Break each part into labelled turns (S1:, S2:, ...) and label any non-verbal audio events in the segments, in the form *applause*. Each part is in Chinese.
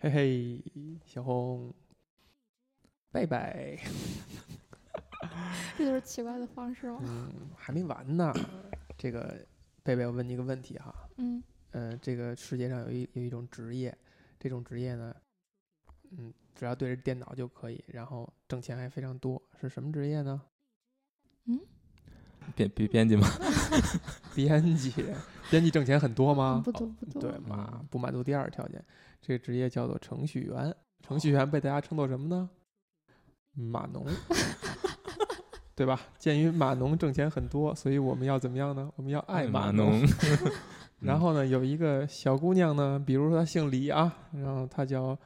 S1: 嘿嘿，小红，拜拜。
S2: 这就是奇怪的方式吗？
S1: 嗯，还没完呢。这个贝贝，我问你一个问题哈。
S2: 嗯，
S1: 呃，这个世界上有一有一种职业，这种职业呢，嗯，只要对着电脑就可以，然后挣钱还非常多，是什么职业呢？
S3: 嗯
S2: 嗯
S3: 编编编辑吗？
S1: 编辑，编辑挣钱很多
S3: 啊
S1: 吗？
S2: 嗯不多不多。
S1: 对嘛，不满足第二条件，这个职业叫做程序员。程序员被大家称作什么呢？码农，对吧？鉴于码农挣钱很多，所以我们要怎么样呢？我们要爱
S3: 码
S1: 农。嗯
S3: 农， *laughs*
S1: 然后呢，有一个小姑娘呢，比如说她姓李啊，然后她叫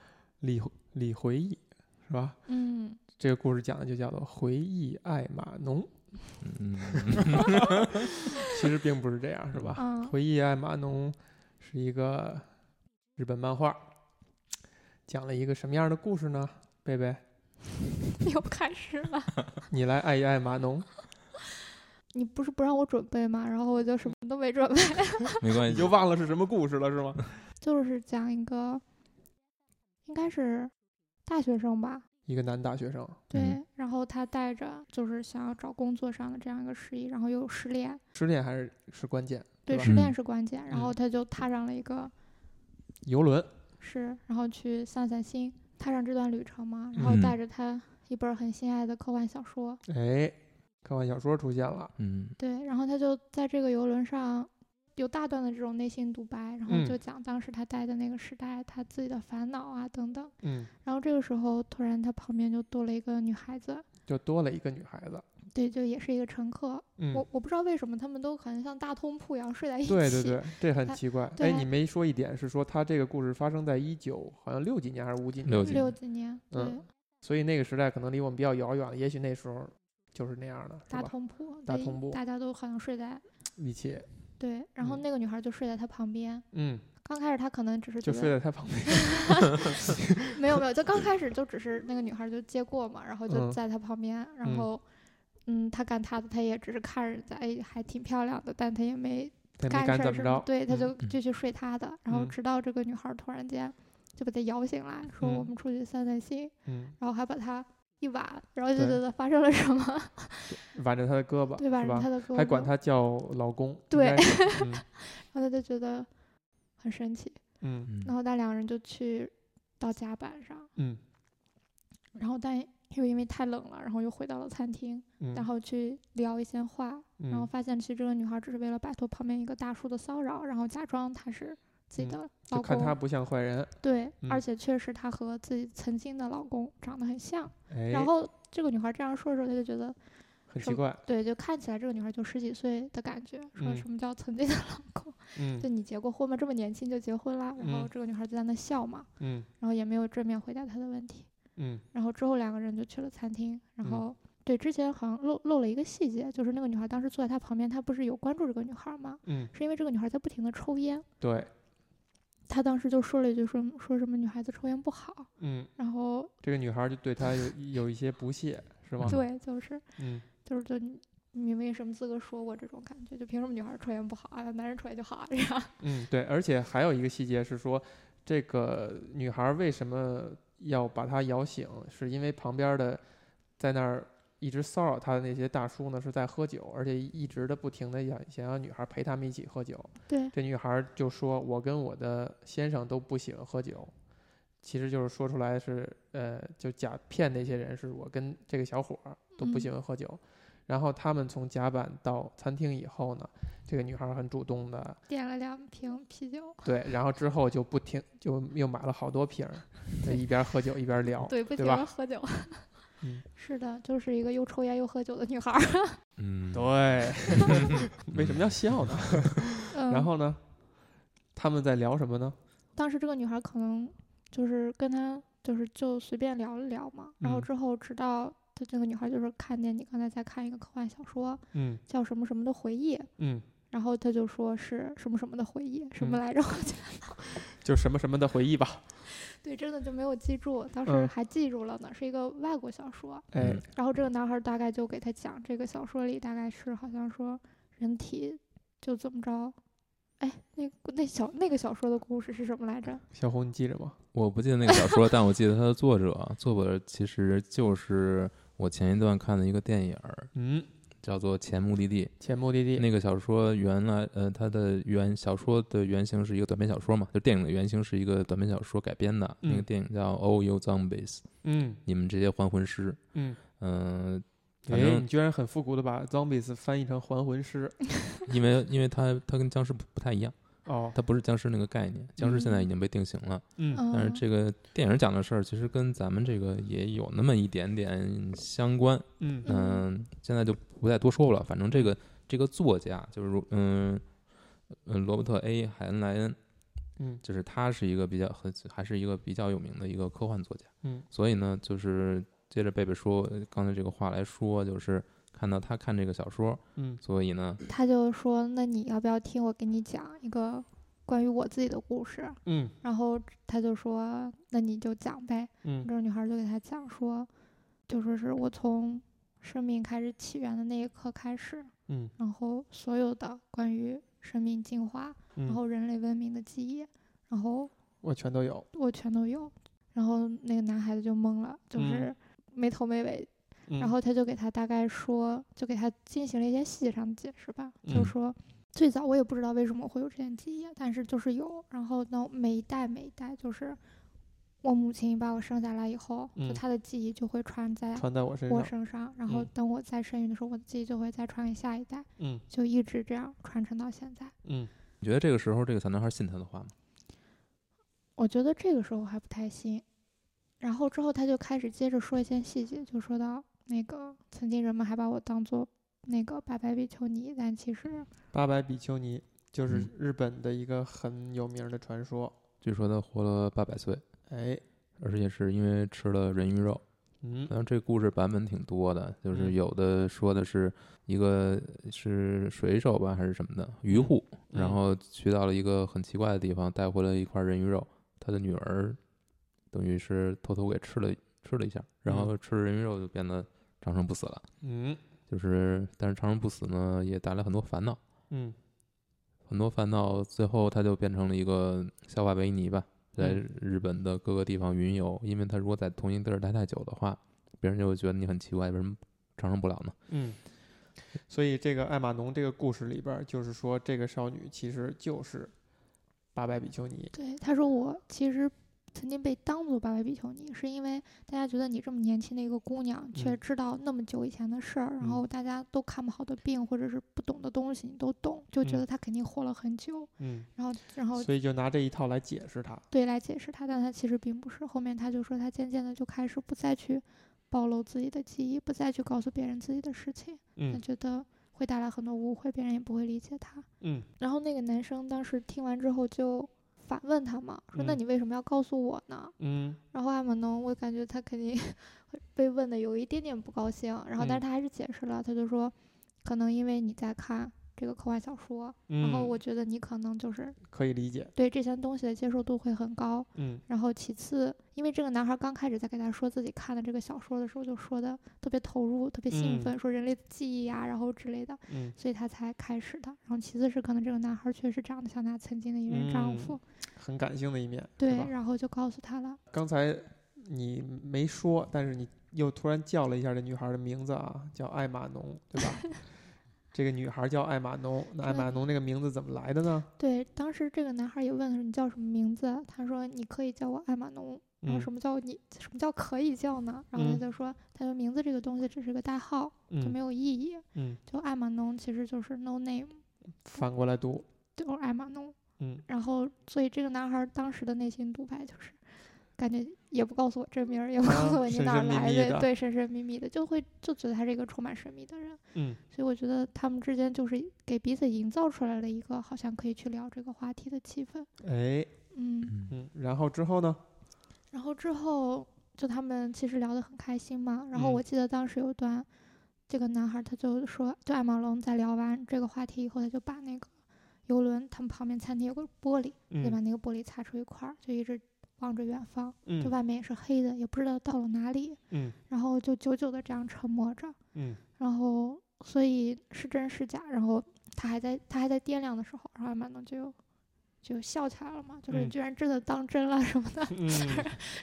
S1: 李李回忆，是吧？
S2: 嗯，
S1: 这个故事讲的就叫做回忆爱码农，
S3: 嗯，
S1: 其实并不是这样，是吧？
S2: 啊，
S1: 回忆爱码农是一个日本漫画，讲了一个什么样的故事呢？贝贝，
S2: 又开始了。
S1: 你来爱一爱码农，
S2: *laughs* 你不是不让我准备吗？然后我就什么都没准备， *laughs*
S3: 没关
S1: 你
S3: 系，
S1: 就忘了是什么故事了是吗？
S2: 就是讲一个，应该是大学生吧，
S1: *laughs* 一个男大学生，
S2: 对，
S3: 嗯
S2: 然后他带着就是想要找工作上的这样一个失意，然后又失恋，
S1: 失恋还是是关键，
S2: 对，
S1: 吧
S2: 失恋
S3: 嗯
S2: 是关键，然后
S1: 嗯
S2: 他就踏上了一个
S1: 游轮，
S2: 是，然后去散散心，踏上这段旅程嘛，然后
S3: 嗯
S2: 带着他一本很心爱的科幻小说，
S1: 哎，科幻小说出现了，
S3: 嗯
S2: 对，然后他就在这个游轮上有大段的这种内心独白，然后
S1: 嗯
S2: 就讲当时他待的那个时代，他自己的烦恼啊等等。
S1: 嗯，
S2: 然后这个时候，突然他旁边就多了一个女孩子，
S1: 就多了一个女孩子，
S2: 对，就也是一个乘客。
S1: 嗯，
S2: 我我不知道为什么他们都好像像大通铺一样睡在一起。
S1: 对对对，这很
S2: 他
S1: 奇怪。
S2: 对
S1: 哎，
S2: 他
S1: 你没说一点是说他这个故事发生在一九好像六几年还是五几年，
S3: 六级，
S2: 六几年，对，
S1: 嗯所以那个时代可能离我们比较遥远了，也许那时候就是那样的，
S2: 大
S1: 是吧？
S2: 通铺，
S1: 大
S2: 对
S1: 通铺
S2: 大家都好像睡在
S1: 一起，
S2: 对，然后
S1: 嗯
S2: 那个女孩就睡在他旁边。
S1: 嗯，
S2: 刚开始他可能只是
S1: 就
S2: 觉得
S1: 睡在他旁边。
S2: 没有没有，就
S1: *laughs*
S2: 刚开始就只是那个女孩就接过嘛，然后就
S1: 嗯
S2: 在他旁边，
S1: 嗯
S2: 然后嗯，他干他的，他也只是看着在，哎，还挺漂亮的，但他也没
S1: 他
S2: 干
S1: 没敢
S2: 事儿
S1: 怎么
S2: 什
S1: 着
S2: 么，，对，他
S1: 嗯
S2: 就继续睡他的，然后
S1: 嗯
S2: 直到这个女孩突然间就把他摇醒来，说我
S1: 嗯
S2: 们出去散散心，
S1: 嗯，
S2: 然后还把他一挽，然后就觉
S1: 对
S2: 得发生了什么，
S1: 挽着他的胳膊，
S2: 对吧？
S1: 是
S2: 然
S1: 吧？
S2: 后他的胳膊，
S1: 还管，他叫老公，应
S2: *laughs* 对
S1: 该是，嗯
S2: 然后他就觉得很神奇， *laughs*
S1: 嗯
S3: 嗯
S2: 然后但两人就去到甲板上，
S1: 嗯
S2: 然后但又因为太冷了，然后又回到了餐厅。
S1: 嗯，
S2: 然后去聊一些话，然后
S1: 嗯，
S2: 发现其实这个女孩只是为了摆脱旁边一个大叔的骚扰，然后假装她是自己
S1: 嗯
S2: 的
S1: 就
S2: 老
S1: 看
S2: 公，
S1: 他不像坏人，
S2: 对，
S1: 嗯
S2: 而且确实她和自己曾经的老公长得很像。
S1: 哎，
S2: 然后这个女孩这样说的时候，他就觉得，
S1: 很
S2: 什
S1: 奇
S2: 么
S1: 怪，
S2: 对，就看起来这个女孩就十几岁的感觉，说
S1: 嗯
S2: 什么叫曾经的老公？
S1: 嗯
S2: 就你结过婚吗？这么年轻就结婚啦？然后
S1: 嗯
S2: 这个女孩就在那笑嘛，
S1: 嗯
S2: 然后也没有正面回答他的问题。
S1: 嗯
S2: 然后之后两个人就去了餐厅，然
S1: 嗯
S2: 后、对之前好像漏漏了一个细节，就是那个女孩当时坐在他旁边，他不是有关注这个女孩吗？
S1: 嗯，
S2: 是因为这个女孩在不停的抽烟，
S1: 对，
S2: 他当时就说了一句说说什么女孩子抽烟不好，
S1: 嗯，
S2: 然后
S1: 这个女孩就对他有有一些不屑，是吗？
S2: 对，就是
S1: 嗯，
S2: 就是就你你没什么资格说我这种感觉，就凭什么女孩抽烟不好啊？男人抽烟就好啊？这样， *laughs*
S1: 嗯，对，而且还有一个细节是说，这个女孩儿为什么要把他摇醒，是因为旁边儿的在那儿一直骚扰她的那些大叔呢是在喝酒，而且一直的不停的想想让女孩儿陪他们一起喝酒。
S2: 对
S1: 这女孩儿就说：“我跟我的先生都不喜欢喝酒。”其实就是说出来是，呃，就假骗那些人是我跟这个小伙儿都不
S2: 嗯
S1: 喜欢喝酒。然后他们从甲板到餐厅以后呢，这个女孩儿很主动的
S2: 点了两瓶啤酒，
S1: 对，然后之后就不停，就又买了好多瓶儿，就一边喝酒一边聊。
S2: 对，不
S1: 哦对
S2: 喜
S1: 吧
S2: 欢喝酒，
S1: 嗯
S2: *laughs* 是的，就是一个又抽烟又喝酒的女孩
S1: *laughs*
S2: 儿，
S3: 嗯，
S1: 对， *laughs* 为什么要笑呢？ *laughs*
S2: 嗯，
S1: 然后呢，他们在聊什么呢？
S2: 当时这个女孩可能就是跟他就是就随便聊了聊嘛，然后
S1: 嗯
S2: 之后直到她这个女孩就是看见你刚才在看一个科幻小说
S1: 嗯
S2: 叫什么什么的回忆，
S1: 嗯，
S2: 然后她就说是什么什么的回忆什么
S1: 嗯
S2: 来着， *laughs* 我就
S1: 就是什么什么的回忆吧。
S2: 对真的就没有记住，当时
S1: 嗯
S2: 还记住了呢，是一个外国小说，
S1: 哎，
S3: 嗯
S2: 然后这个男孩大概就给她讲这个小说里大概是好像说人体就怎么着哎，那个那小那个小说的故事是什么
S1: *laughs*
S2: 来着？
S1: 小红，你记着吗？
S3: 我不记得那个小说，但我记得它的作者，作者其实就是我前一段看的一个电影儿，
S1: 嗯，
S3: 叫做《前目的地》。
S1: 前目的地。
S3: 那个小说原来，呃，它的原小说的原型是一个短篇小说嘛，就电影的原型是一个短篇小说改编的。
S1: 嗯
S3: 那个电影叫《All You Zombies》，
S1: 嗯
S3: 你们这些还魂师。
S1: 嗯，
S3: 嗯、反
S1: 哎，
S3: 正
S1: 你居然很复古的把 zombies 翻译成还魂师
S3: 因为因为它它跟僵尸不不太一样，
S1: 哦，
S3: 它不是僵尸那个概念，僵尸现在已
S2: 嗯
S3: 经被定型了。
S1: 嗯
S3: 但是
S2: 嗯
S3: 这个电影讲的事儿，其实跟咱们这个也有那么一点点相关。
S1: 嗯
S2: 嗯
S3: 嗯，现在就不再多说了。反正这个这个作家就是如嗯嗯罗伯特 A 海恩莱恩，
S1: 嗯
S3: 就是他是一个比较很还是一个比较有名的一个科幻作家。
S1: 嗯
S3: 所以呢，就是接着贝贝说呃刚才这个话来说，就是看到他看这个小说，
S1: 嗯
S3: 所以呢，
S2: 他就说：“那你要不要听我给你讲一个关于我自己的故事
S1: 嗯？”
S2: 然后他就说：“那你就讲呗。”
S1: 嗯
S2: 这个女孩就给他讲说：“就说是我从生命开始起源的那一刻开始，
S1: 嗯
S2: 然后所有的关于生命进化，然
S1: 嗯，
S2: 后人类文明的记忆，然后
S1: 我全都有。
S2: 我全都有。”然后那个男孩子就懵了，就
S1: 嗯
S2: 是没头没尾，
S1: 嗯
S2: 然后他就给他大概说，就给他进行了一些细节上的解释吧，就
S1: 嗯
S2: 说最早我也不知道为什么会有这件记忆，但是就是有，然后呢每一代每一代就是我母亲把我生下来以后，
S1: 嗯
S2: 就她的记忆就会穿在
S1: 穿在我身
S2: 我
S1: 上。
S2: 身上，然后
S1: 嗯
S2: 等我再生育的时候，我的记忆就会再传给下一代，
S1: 嗯
S2: 就一直这样传承到现在。
S1: 嗯
S3: 你觉得这个时候这个小男孩信他的话吗？
S2: 我觉得这个时候还不太信。然后之后他就开始接着说一些细节，就说到那个曾经人们还把我当做那个白白比丘尼，但其实
S1: 八百比丘尼就是
S3: 嗯
S1: 日本的一个很有名的传说。
S3: 据说他活了八百岁，
S1: 哎，
S3: 而且是因为吃了人鱼肉。
S1: 嗯
S3: 然后这故事版本挺多的，就是
S1: 嗯
S3: 有的说的是一个是水手吧，还是什么的渔户，
S1: 嗯
S3: 然后去到了一个很奇怪的地方，带回来一块人鱼肉，他的女儿等于是偷偷给吃了吃了一下，然后吃了人鱼肉就变得长生不死了。
S1: 嗯
S3: 就是，但是长生不死呢，也带来很多烦恼，
S1: 嗯
S3: 很多烦恼，最后他就变成了一个小瓦维尼吧，在
S1: 嗯
S3: 日本的各个地方云游，因为他如果在同一地儿待太久的话，别人就会觉得你很奇怪，为什么长生不了呢？
S1: 嗯。所以这个艾玛农这个故事里边儿，就是说这个少女其实就是八百比丘尼。
S2: 对他说我其实曾经被当做白白比丘尼，是因为大家觉得你这么年轻的一个姑娘，却
S1: 嗯
S2: 知道那么久以前的事儿，然
S1: 嗯
S2: 后大家都看不好的病或者是不懂的东西你都懂，就
S1: 嗯
S2: 觉得她肯定活了很久，
S1: 嗯，
S2: 然后然后
S1: 所以就拿这一套来解释它。
S2: 对来解释他，但他其实并不是。后面他就说，他渐渐的就开始不再去暴露自己的记忆，不再去告诉别人自己的事情。他
S1: 嗯
S2: 觉得会带来很多误会，别人也不会理解他。
S1: 嗯
S2: 然后那个男生当时听完之后就反问他嘛，说：“那
S1: 嗯
S2: 你为什么要告诉我呢
S1: 嗯？”
S2: 然后艾玛农，我感觉他肯定 *laughs* 会被问的有一点点不高兴，然后
S1: 嗯
S2: 但是他还是解释了，他就说，可能因为你在看这个科幻小说，
S1: 嗯，
S2: 然后我觉得你可能就是
S1: 可以理解。
S2: 对这些东西的接受度会很高。
S1: 嗯
S2: 然后其次，因为这个男孩刚开始在给他说自己看的这个小说的时候，就说的特别投入，特别兴
S1: 嗯
S2: 奋，说人类的记忆呀、然后之类的，
S1: 嗯，
S2: 所以他才开始的。然后其次是可能这个男孩确实长得像他曾经的一任丈
S1: 嗯
S2: 夫，
S1: 很感性的一面，是
S2: 对，
S1: 吧
S2: 然后就告诉他了。
S1: 刚才你没说，但是你又突然叫了一下这女孩的名字啊，叫艾玛农，对吧？ *laughs* 这个女孩叫艾玛农，那艾
S2: 对
S1: 玛农这个名字怎么来的呢？
S2: 对，当时这个男孩也问他说你叫什么名字，啊他说你可以叫我艾玛农。然后
S1: 嗯
S2: 什么叫你什么叫可以叫呢？然后他
S1: 嗯
S2: 就说，他说名字这个东西只是个代号，就没
S1: 嗯
S2: 有意义。
S1: 嗯，
S2: 就艾玛农其实就是 no name，
S1: 反过来读，
S2: 就是艾玛农。
S1: 嗯，
S2: 然后，所以这个男孩儿当时的内心独白就是，感觉也不告诉我真名儿，也不告
S1: 啊
S2: 诉我你
S1: 神
S2: 哪儿
S1: 神秘
S2: 来
S1: 秘
S2: 的，
S1: 的
S2: 对，神神秘秘的，就会就觉得他是一个充满神秘的人。
S1: 嗯
S2: 所以我觉得他们之间就是给彼此营造出来了一个好像可以去聊这个话题的气氛。
S1: 哎，
S2: 嗯，
S3: 嗯
S1: 嗯，然后之后呢？
S2: 然后之后就他们其实聊得很开心嘛。然后
S1: 嗯
S2: 我记得当时有一段，这个男孩儿他就说，就艾玛龙在聊完这个话题以后，他就把那个游轮他们旁边餐厅有个玻璃。就把
S1: 嗯
S2: 那个玻璃擦出一块儿，就一直望着远方，就
S1: 嗯
S2: 外面也是黑的，也不知道到了哪里，
S1: 嗯
S2: 然后就久久的这样沉默着，
S1: 嗯
S2: 然后所以是真是假，然后他还在他还在掂量的时候，然后阿玛农就就笑起来了嘛，就是
S1: 嗯
S2: 你居然真的当真了什么
S1: *laughs*
S2: 的，
S1: 嗯，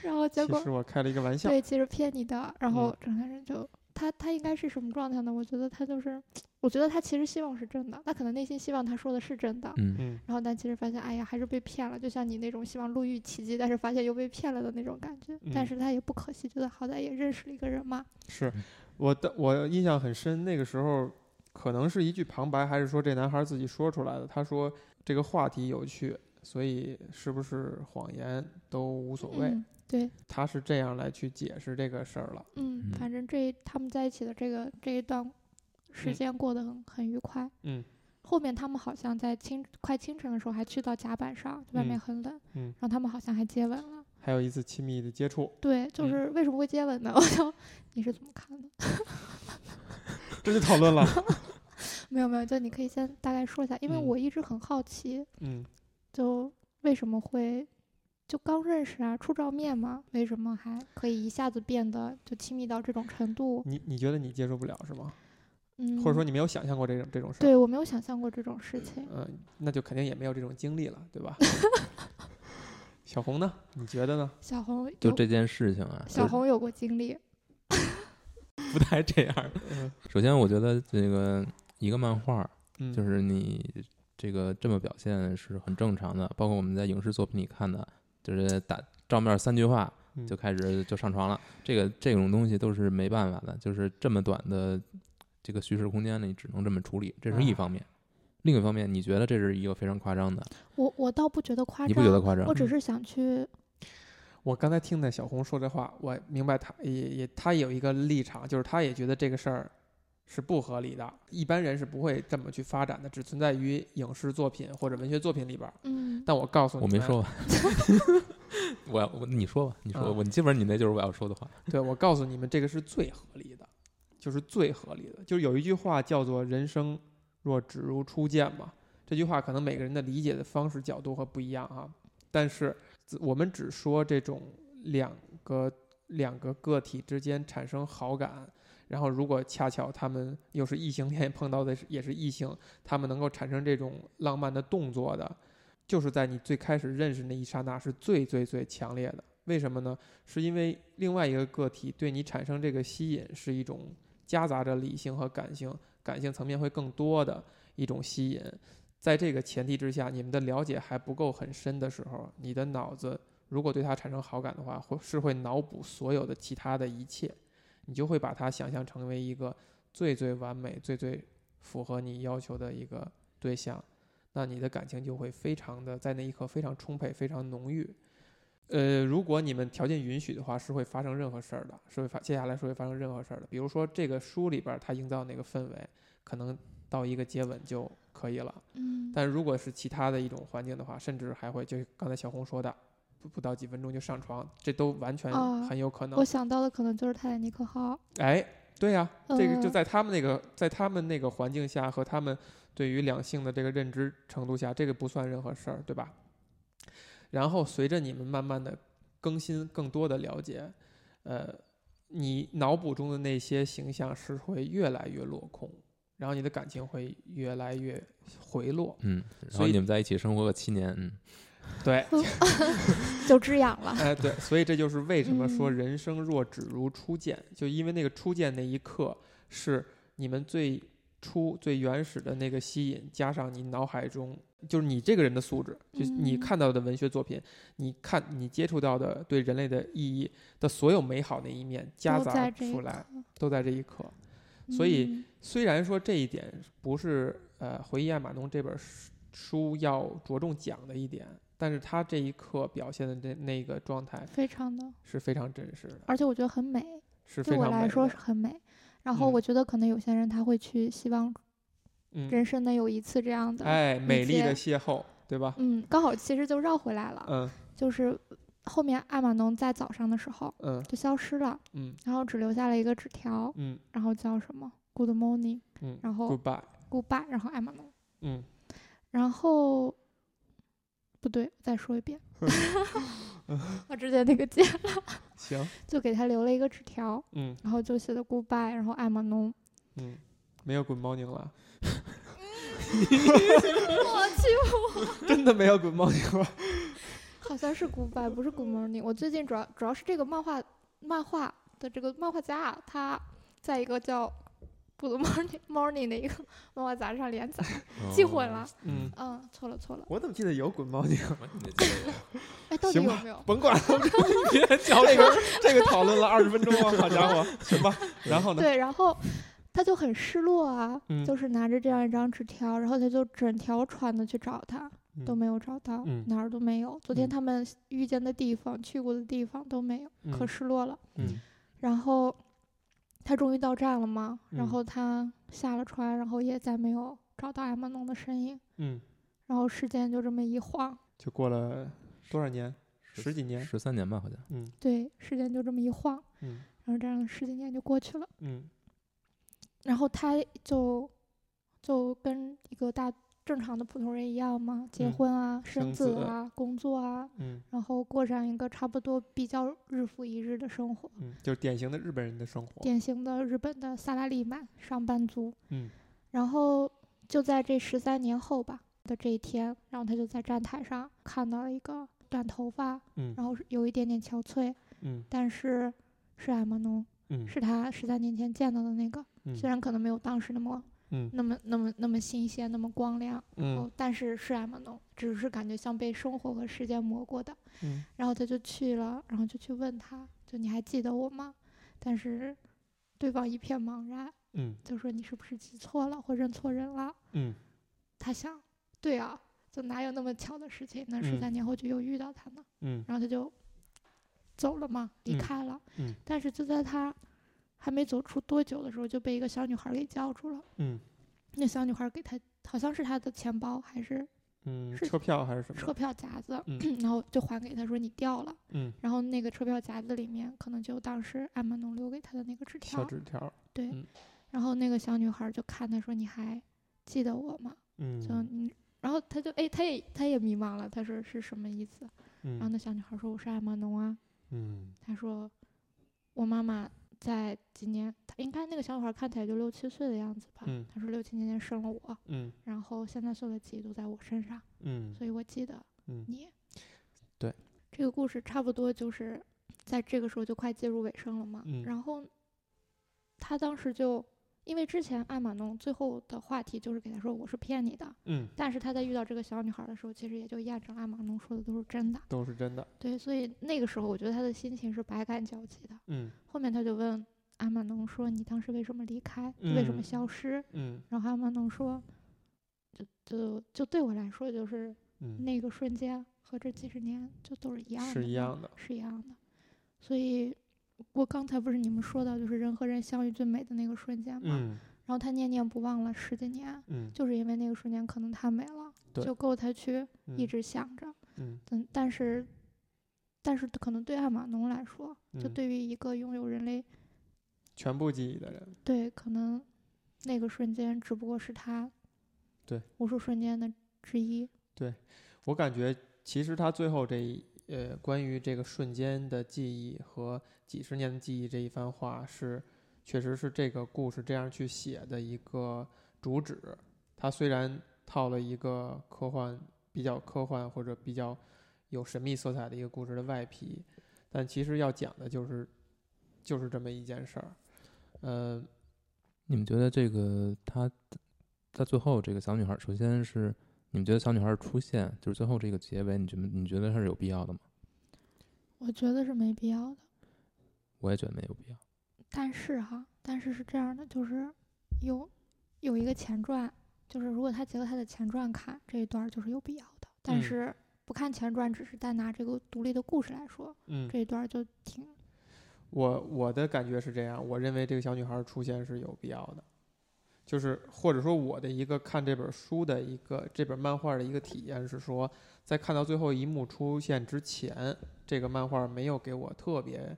S2: 然后 *laughs* 结
S1: 其
S2: 果
S1: 实我开了一个玩笑，
S2: 对，其实骗你的。然后
S1: 嗯
S2: 整个人就、他他应该是什么状态呢？我觉得他就是，我觉得他其实希望是真的，他可能内心希望他说的是真的。
S3: 嗯，
S1: 嗯
S2: 然后但其实发现，哎呀，还是被骗了。就像你那种希望路遇奇迹，但是发现又被骗了的那种感觉。但
S1: 嗯
S2: 是他也不可惜，觉得好歹也认识了一个人嘛。
S1: 是
S3: 嗯
S1: 我的我印象很深，那个时候可能是一句旁白，还是说这男孩自己说出来的。他说这个话题有趣，所以是不是谎言都无所谓。
S2: 嗯，对，
S1: 他是这样来去解释这个事儿了。
S2: 嗯，
S3: 嗯
S2: 反正这一他们在一起的这个这一段时
S1: 嗯
S2: 间过得很很愉快。
S1: 嗯
S2: 后面他们好像在清快清晨的时候还去到甲板上，外面
S1: 嗯
S2: 很冷，
S1: 嗯
S2: 然后他们好像还接吻了。
S1: 还有一次亲密的接触，
S2: 对，就
S1: 嗯
S2: 是为什么会接吻呢？ *laughs* 我就你是怎么看的？
S1: 这就讨论了。 *laughs*
S2: 没有没有，就你可以先大概说一下，因为
S1: 嗯
S2: 我一直很好奇，
S1: 嗯
S2: 就为什么会就刚认识啊，初照面嘛，为什么还可以一下子变得就亲密到这种程度？
S1: 你你觉得你接受不了是吗？
S2: 嗯，
S1: 或者说你没有想象过这种这种事儿？
S2: 对我没有想象过这种事情。
S1: 嗯、那就肯定也没有这种经历了，对
S2: *laughs*
S1: 吧？小红呢？你觉得呢？
S2: 小红
S3: 就
S2: 有
S3: 这件事情啊，
S2: 小红有过经历，
S3: 不太这样。
S1: 嗯
S3: 首先，我觉得这个一个漫画，
S1: 嗯，
S3: 就是你这个这么表现是很正常的，包括我们在影视作品里看的，就是打照面三句话
S1: 嗯
S3: 就开始就上床了，这个这种东西都是没办法的，就是这么短的这个叙事空间里只能这么处理，这是一
S1: 啊
S3: 方面。另一方面，你觉得这是一个非常夸张的，
S2: 我我倒不觉得夸
S3: 你不觉得
S2: 张，
S3: 夸张
S2: 我？只
S1: 嗯
S2: 是想去，
S1: 我刚才听的小红说这话，我明白她也也她有一个立场，就是她也觉得这个事儿是不合理的，一般人是不会这么去发展的，只存在于影视作品或者文学作品里边儿。
S2: 嗯，
S1: 但我告诉你，
S3: 我
S1: *laughs*
S3: 没说，完，我要我你说吧，你说吧，
S1: 啊
S3: 我基本上你那就是我要说的话。
S1: 对我告诉你们，这个是最合理的，就是最合理的。就是有一句话叫做“人生若只如初见”嘛，这句话可能每个人的理解的方式、角度和不一样啊。但是自我们只说这种两个两个个体之间产生好感，然后如果恰巧他们又是异性恋，碰到的是也是异性，他们能够产生这种浪漫的动作的，就是在你最开始认识那一刹那是最最最强烈的。为什么呢？是因为另外一个个体对你产生这个吸引是一种夹杂着理性和感性，感性层面会更多的一种吸引。在这个前提之下，你们的了解还不够很深的时候，你的脑子如果对它产生好感的话，会是会脑补所有的其他的一切，你就会把它想象成为一个最最完美、最最符合你要求的一个对象，那你的感情就会非常的在那一刻非常充沛、非常浓郁。呃，如果你们条件允许的话，是会发生任何事儿的，是会发接下来是会发生任何事儿的。比如说这个书里边儿它营造那个氛围，可能到一个接吻就可以了。
S2: 嗯，
S1: 但如果是其他的一种环境的话，甚至还会就刚才小红说的，不不到几分钟就上床，这都完全
S2: 啊
S1: 很有可能。
S2: 我想到的可能就是泰坦尼克号，
S1: 哎，对呀、这个就
S2: 呃
S1: 在他们那个在他们那个环境下和他们对于两性的这个认知程度下，这个不算任何事儿，对吧？然后随着你们慢慢的更新更多的了解，呃，你脑补中的那些形象是会越来越落空，然后你的感情会越来越回落。
S3: 嗯，然后
S1: 所以
S3: 你们在一起生活个七年，嗯，
S1: 对，
S2: 就这样 *laughs* 了。
S1: 哎，对，所以这就是为什么说
S2: 嗯
S1: 人生若只如初见，就因为那个初见那一刻是你们最初最原始的那个吸引，加上你脑海中就是你这个人的素质，就是你
S2: 嗯
S1: 看到的文学作品，你看你接触到的对人类的意义的所有美好那一面，夹
S2: 都在
S1: 杂
S2: 这一
S1: 出来
S2: 刻，
S1: 都在这一刻。所以
S2: 嗯
S1: 虽然说这一点不是呃《回忆爱马农》这本书书要着重讲的一点，但是他这一刻表现的那那个状态。
S2: 非常的，
S1: 是非常真实的，
S2: 而且我觉得很美，
S1: 是
S2: 对
S1: 非
S2: 我
S1: 常美
S2: 来说
S1: 的
S2: 是很美。然后我觉得可能有些人他会去希望
S1: 嗯，
S2: 人生能有一次这样的，
S1: 哎，美丽
S2: 接
S1: 的邂逅，对吧？
S2: 嗯，刚好其实就绕回来了，
S1: 嗯
S2: 就是后面艾玛农在早上的时候
S1: 嗯
S2: 就消失了，
S1: 嗯
S2: 然后只留下了一个纸条，
S1: 嗯
S2: 然后叫什么 Good morning，
S1: 嗯
S2: 然后
S1: ，Goodbye，
S2: Goodbye，然后艾玛农，
S1: 嗯
S2: 然后不对，再说
S1: *laughs*
S2: 一遍，
S1: 嗯
S2: 我之前那个姐
S1: 行，
S2: 就给他留了一个纸条，
S1: 嗯
S2: 然后就写的 Goodbye，然后艾玛农。
S1: 嗯，没有 Good morning 了，
S2: 我去，
S1: 真的没有 Good morning 吗？
S2: 好像是 Goodbye，不是 Good morning。我最近主要主要是这个漫画漫画的这个漫画家啊，他在一个叫 Good morning morning 的一个漫画杂志上连载，记混了。
S1: 嗯，
S2: 嗯，错了错了。
S1: 我怎么记得有 Good morning？
S3: 哦。你这个
S2: 哎，到底
S1: 行
S2: 有
S1: 吧
S2: 没有？
S1: *laughs* 甭管
S2: *laughs*
S1: 了，
S3: 别嚼
S1: 这个这个讨论了二十分钟啊，好家
S2: *laughs*
S1: 伙，行吧。然后呢？
S2: 对，然后他就很失落啊，
S1: 嗯
S2: 就是拿着这样一张纸条，然后他就整条船的去找他，都
S1: 嗯
S2: 没有找到，
S1: 嗯
S2: 哪儿都没有。昨天
S1: 嗯
S2: 他们遇见的地方、去过的地方都没有，可
S1: 嗯
S2: 失落了。
S1: 嗯
S2: 然后他终于到站了嘛，
S1: 嗯
S2: 然后他下了船，然后也再没有找到艾玛弄的身影。
S1: 嗯，
S2: 然后时间就这么一晃，
S1: 就过了多少年？十几年？
S3: 十三年吧，好像。
S1: 嗯
S2: 对，时间就这么一晃，
S1: 嗯
S2: 然后这样十几年就过去了。
S1: 嗯
S2: 然后他就就跟一个大正常的普通人一样嘛，结
S1: 嗯
S2: 婚啊、
S1: 生
S2: 生
S1: 子
S2: 子啊、工作啊，
S1: 嗯
S2: 然后过上一个差不多比较日复一日的生活，
S1: 嗯，就是典型的日本人的生活。
S2: 典型的日本的萨拉丽曼上班族。
S1: 嗯
S2: 然后就在这十三年后吧的这一天，然后他就在站台上看到了一个短头发，
S1: 嗯
S2: 然后是有一点点憔悴，
S1: 嗯
S2: 但是是艾玛农，
S1: 嗯
S2: 是他十三年前见到的那个，虽
S1: 嗯
S2: 然可能没有当时那么
S1: 嗯
S2: 那么那么那么新鲜，那么光亮，
S1: 嗯
S2: 哦，但是是艾玛农，只是感觉像被生活和时间磨过的。
S1: 嗯
S2: 然后他就去了，然后就去问他，就你还记得我吗？但是对方一片茫然，
S1: 嗯
S2: 就说你是不是记错了或认错人了？
S1: 嗯
S2: 他想，对啊，就哪有那么巧的事情？那
S1: 嗯
S2: 十三年后就又遇到他呢？
S1: 嗯
S2: 然后他就走了嘛，离
S1: 嗯
S2: 开了。
S1: 嗯
S2: 但是就在他还没走出多久的时候，就被一个小女孩给叫住了。
S1: 嗯
S2: 那小女孩给他好像是他的钱包还是
S1: 嗯，车票还是什么？
S2: 车票夹子，
S1: 嗯
S2: 然后就还给他说你掉了。
S1: 嗯，
S2: 然后那个车票夹子里面可能就当时艾玛农留给他的那个纸
S1: 小
S2: 条。
S1: 纸条。
S2: 对，
S1: 嗯
S2: 然后那个小女孩就看他说你还记得我吗？就
S1: 嗯
S2: 你，然后他就哎，他也他也迷茫了，他说是什么意思？然后
S1: 嗯
S2: 那小女孩说我是艾玛农啊，
S1: 嗯
S2: 他说我妈妈在今年，她应该那个小女孩看起来就六七岁的样子吧，
S1: 嗯
S2: 她说六七年前生了我，
S1: 嗯
S2: 然后现在所有的记忆都在我身上，
S1: 嗯
S2: 所以我记得
S1: 嗯
S2: 你。
S1: 对，
S2: 这个故事差不多就是在这个时候就快进入尾声了嘛。
S1: 嗯
S2: 然后他当时就因为之前艾玛农最后的话题就是给他说我是骗你的，
S1: 嗯，
S2: 但是他在遇到这个小女孩的时候，其实也就验证艾玛农说的都是真的。
S1: 都是真的。
S2: 对，所以那个时候我觉得他的心情是百感交集的。
S1: 嗯
S2: 后面他就问艾玛农说：“你当时为什么离开？为什么
S1: 嗯
S2: 消失
S1: 嗯？”
S2: 然后艾玛农说：“就就就对我来说，就是
S1: 嗯，
S2: 那个瞬间和这几十年就都是一样的嘛，
S1: 是一样的。
S2: 是一样的。所以，我刚才不是你们说到，就是人和人相遇最美的那个瞬间嘛。
S1: 嗯
S2: 然后他念念不忘了十几年，
S1: 嗯
S2: 就是因为那个瞬间可能太美了，
S1: 对
S2: 就够他去
S1: 嗯，
S2: 一直想着。
S1: 嗯
S2: 嗯，但是，但是可能对艾玛农来说，就
S1: 嗯
S2: 对于一个拥有人类
S1: 全部记忆的人。
S2: 对，可能那个瞬间只不过是他
S1: 对
S2: 无数瞬间的之一。
S1: 我感觉其实他最后这一呃，关于这个瞬间的记忆和几十年的记忆这一番话是，确实是这个故事这样去写的一个主旨。它虽然套了一个科幻比较科幻或者比较有神秘色彩的一个故事的外皮，但其实要讲的就是就是这么一件事儿。嗯、
S3: 你们觉得这个她在最后这个小女孩，首先是你们觉得小女孩出现，就是最后这个结尾，你觉得你觉得它是有必要的吗？
S2: 我觉得是没必要的。
S3: 我也觉得没有必要。
S2: 但是哈，但是是这样的，就是有有一个前传，就是如果他结合他的前传看这一段，就是有必要的。但
S1: 嗯
S2: 是不看前传，只是单拿这个独立的故事来说，
S1: 嗯，
S2: 这一段就挺
S1: 我我的感觉是这样，我认为这个小女孩出现是有必要的，就是或者说我的一个看这本书的一个这本漫画的一个体验是说，在看到最后一幕出现之前，这个漫画没有给我特别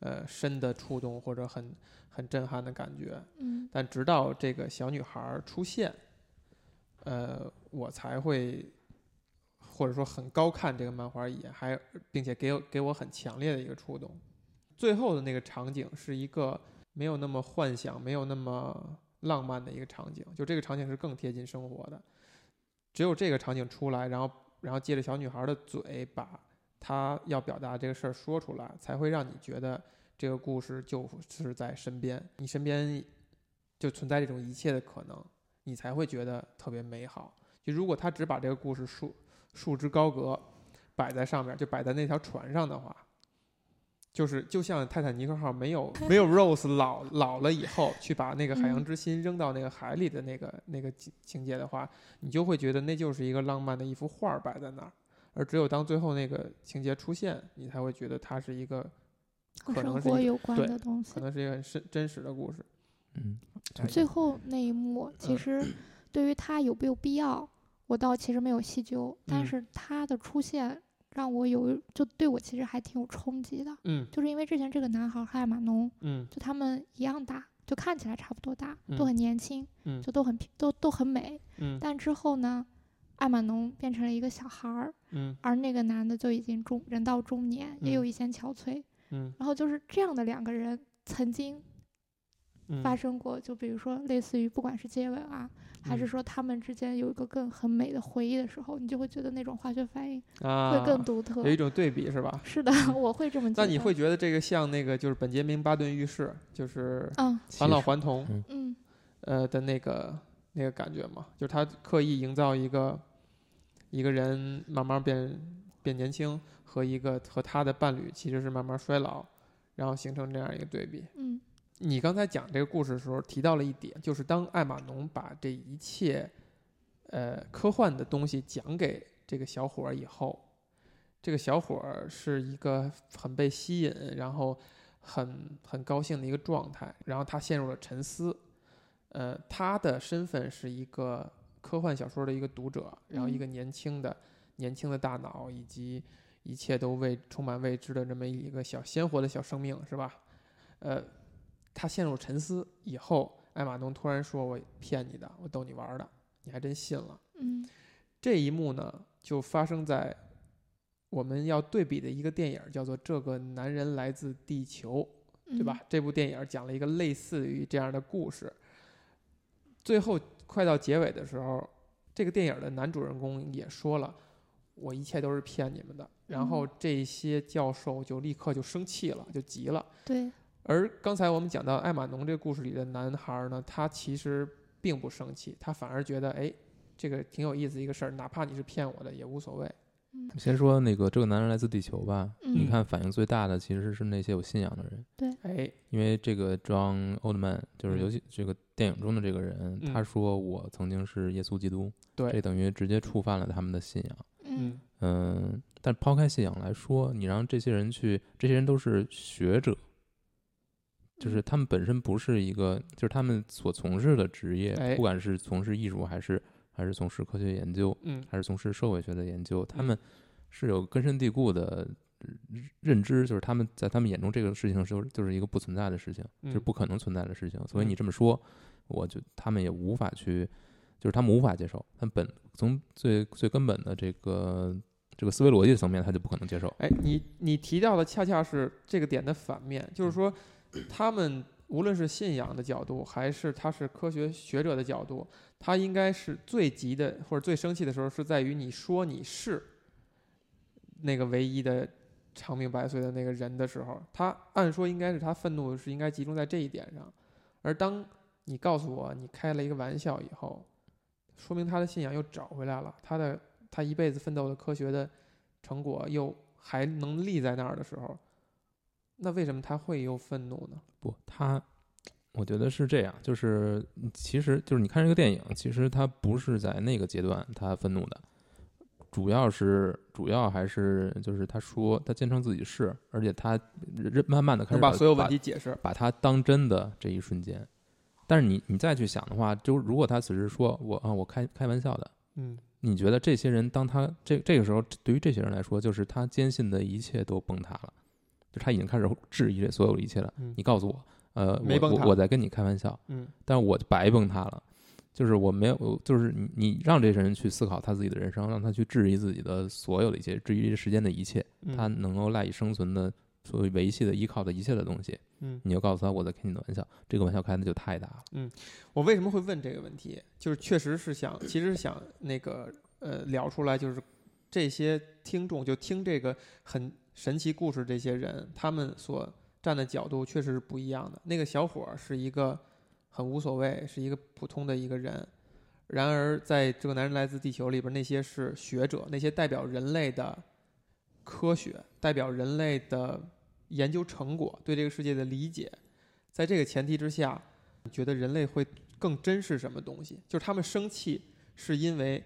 S1: 呃深的触动或者很很震撼的感觉，
S2: 嗯
S1: 但直到这个小女孩儿出现，呃，我才会或者说很高看这个漫画儿一眼，还并且给我给我很强烈的一个触动。最后的那个场景是一个没有那么幻想、没有那么浪漫的一个场景，就这个场景是更贴近生活的。只有这个场景出来，然后然后借着小女孩的嘴把她要表达这个事儿说出来，才会让你觉得这个故事就是在身边，你身边就存在这种一切的可能，你才会觉得特别美好。就如果他只把这个故事束束之高阁摆在上面，就摆在那条船上的话，就是就像泰坦尼克号没有没有 Rose 老老了以后去把那个海洋之心扔到那个海里的那个那个情情节的话，你就会觉得那就是一个浪漫的一幅画儿摆在那儿，而只有当最后那个情节出现，你才会觉得它是一个
S2: 和
S1: 可能
S2: 生
S1: 是
S2: 活
S1: 一个
S2: 有关
S1: 对
S2: 的东西
S1: 可。能是一个很真真实的故事。
S3: 嗯，
S1: 哎
S2: 最后那一幕，其
S1: 嗯
S2: 实对于他有没有必要，我倒其实没有细究，但
S1: 嗯
S2: 是他的出现让我有就对我其实还挺有冲击的，
S1: 嗯
S2: 就是因为之前这个男孩儿和艾玛农，
S1: 嗯
S2: 就他们一样大，就看起来差不多大，
S1: 嗯
S2: 都很年轻，
S1: 嗯
S2: 就都很平都都很美，
S1: 嗯
S2: 但之后呢，艾玛农变成了一个小孩儿，
S1: 嗯
S2: 而那个男的就已经中人到中年，也有
S1: 嗯
S2: 一些憔悴，
S1: 嗯
S2: 然后就是这样的两个人曾经
S1: 嗯，
S2: 发生过，就比如说类似于不管是接吻啊，还是
S1: 嗯
S2: 说他们之间有一个更很美的回忆的时候，你就会觉得那种化学反应
S1: 啊
S2: 会更嗯独特。
S1: 有一种对比是吧？
S2: 是的，我会这么觉得。
S1: 那你会？觉得这个像那个就是本杰明·巴顿浴室，就是
S2: 嗯
S1: 返老还童
S2: 嗯，
S1: 呃的那个那个感觉吗？就是他刻意营造一个一个人慢慢变变年轻和一个和他的伴侣其实是慢慢衰老，然后形成这样一个对比。
S2: 嗯
S1: 你刚才讲这个故事的时候提到了一点，就是当艾玛农把这一切，呃，科幻的东西讲给这个小伙儿以后，这个小伙儿是一个很被吸引，然后很很高兴的一个状态，然后他陷入了沉思。呃，他的身份是一个科幻小说的一个读者，然后一
S2: 嗯
S1: 个年轻的、年轻的大脑以及一切都未充满未知的这么一个小鲜活的小生命，是吧？呃，他陷入沉思以后，艾玛农突然说：“我骗你的，我逗你玩儿的，你还真信了。
S2: 嗯”
S1: 这一幕呢，就发生在我们要对比的一个电影儿，叫做《这个男人来自地球》。
S2: 嗯，
S1: 对吧？？这部电影讲了一个类似于这样的故事。最后快到结尾的时候，这个电影的男主人公也说了：“我一切都是骗你们的。”然后
S2: 嗯
S1: 这些教授就立刻就生气了，就急了。
S2: 嗯对，
S1: 而刚才我们讲到艾玛农这个故事里的男孩呢，他其实并不生气，他反而觉得哎，这个挺有意思一个事儿，哪怕你是骗我的也无所谓。
S2: 嗯
S3: 先说那个这个男人来自地球吧，你
S2: 嗯
S3: 看反应最大的其实是那些有信仰的人，
S1: 哎，
S3: 因为这个 John Oldman 就是
S1: 嗯
S3: 尤其这个电影中的这个人，
S1: 嗯
S3: 他说我曾经是耶稣基督，
S1: 对
S3: 这等于直接触犯了他们的信仰。
S2: 嗯
S3: 嗯，但抛开信仰来说，你让这些人去，这些人都是学者，就是他们本身不是一个，就是他们所从事的职业，
S1: 哎
S3: 不管是从事艺术还是还是从事科学研究，
S1: 嗯
S3: 还是从事社会学的研究，他们是有根深蒂固的呃认知，就是他们在他们眼中这个事情是就是一个不存在的事情，
S1: 嗯
S3: 就是不可能存在的事情。所以
S1: 嗯
S3: 你这么说，我就他们也无法去，就是他们无法接受，他们本从最最根本的这个这个思维逻辑层面，他就不可能接受。
S1: 哎，你你提到的恰恰是这个点的反面，就是说，他们无论是信仰的角度，还是他是科学学者的角度，他应该是最急的或者最生气的时候，是在于你说你是那个唯一的长命百岁的那个人的时候，他按说应该是他愤怒是应该集中在这一点上，而当你告诉我你开了一个玩笑以后，说明他的信仰又找回来了，他的他一辈子奋斗的科学的成果又还能立在那儿的时候，那为什么他会又愤怒呢？
S3: 不，他我觉得是这样，就是嗯其实就是你看这个电影，其实他不是在那个阶段他愤怒的，主要是主要还是就是他说他坚称自己是，而且他认慢慢的开
S1: 能
S3: 始
S1: 把所有问题解释，
S3: 把它当真的这一瞬间。但是你你再去想的话，就如果他只是说我啊我开开玩笑的，
S1: 嗯
S3: 你觉得这些人当他这这个时候，对于这些人来说，就是他坚信的一切都崩塌了，就他已经开始质疑这所有的一切了。
S1: 嗯
S3: 你告诉我，呃，
S1: 没崩
S3: 我
S1: 塌
S3: 我我在跟你开玩笑，
S1: 嗯
S3: 但我白崩塌了。就是我没有，就是你你让这些人去思考他自己的人生，让他去质疑自己的所有的一切，质疑这世间的一切，
S1: 嗯
S3: 他能够赖以生存的所维系的、依靠的一切的东西，
S1: 嗯，
S3: 你就告诉他我在开你的玩笑，这个玩笑开的就太大了。
S1: 我为什么会问这个问题？就是确实是想，其实是想那个呃聊出来，就是这些听众就听这个很神奇故事，这些人他们所站的角度确实是不一样的。那个小伙儿是一个很无所谓，是一个普通的一个人。然而，在这个男人来自地球里边，那些是学者，那些代表人类的科学，代表人类的研究成果，对这个世界的理解，在这个前提之下，你觉得人类会更珍视什么东西？就是他们生气是因为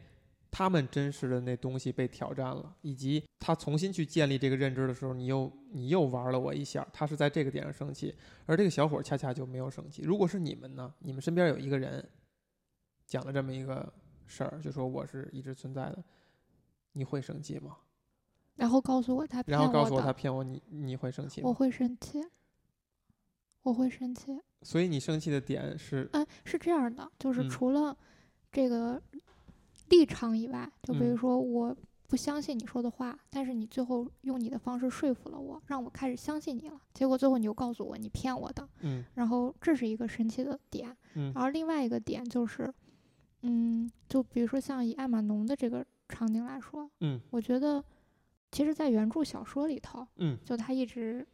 S1: 他们珍视的那东西被挑战了，以及他重新去建立这个认知的时候，你又你又玩了我一下，他是在这个点上生气，而这个小伙儿恰恰就没有生气。如果是你们呢？你们身边有一个人讲了这么一个事儿，就说我是一直存在的，你会生气吗？
S2: 然后告诉我他骗
S1: 然后告诉我
S2: 我
S1: 他
S2: 的，
S1: 骗我，你你会生气
S2: 我
S1: 吗？
S2: 会生气，我会生气。
S1: 所以你生气的点是
S2: 嗯，是这样的，就是
S1: 嗯
S2: 除了这个立场以外，就比
S1: 嗯
S2: 如说我不相信你说的话，但是你最后用你的方式说服了我，让我开始相信你了。结果最后你又告诉我你骗我的，
S1: 嗯
S2: 然后这是一个神奇的点。
S1: 嗯
S2: 而另外一个点就是，嗯，就比如说像以艾玛农的这个场景来说，
S1: 嗯
S2: 我觉得其实，在原著小说里头，
S1: 嗯
S2: 就他一直，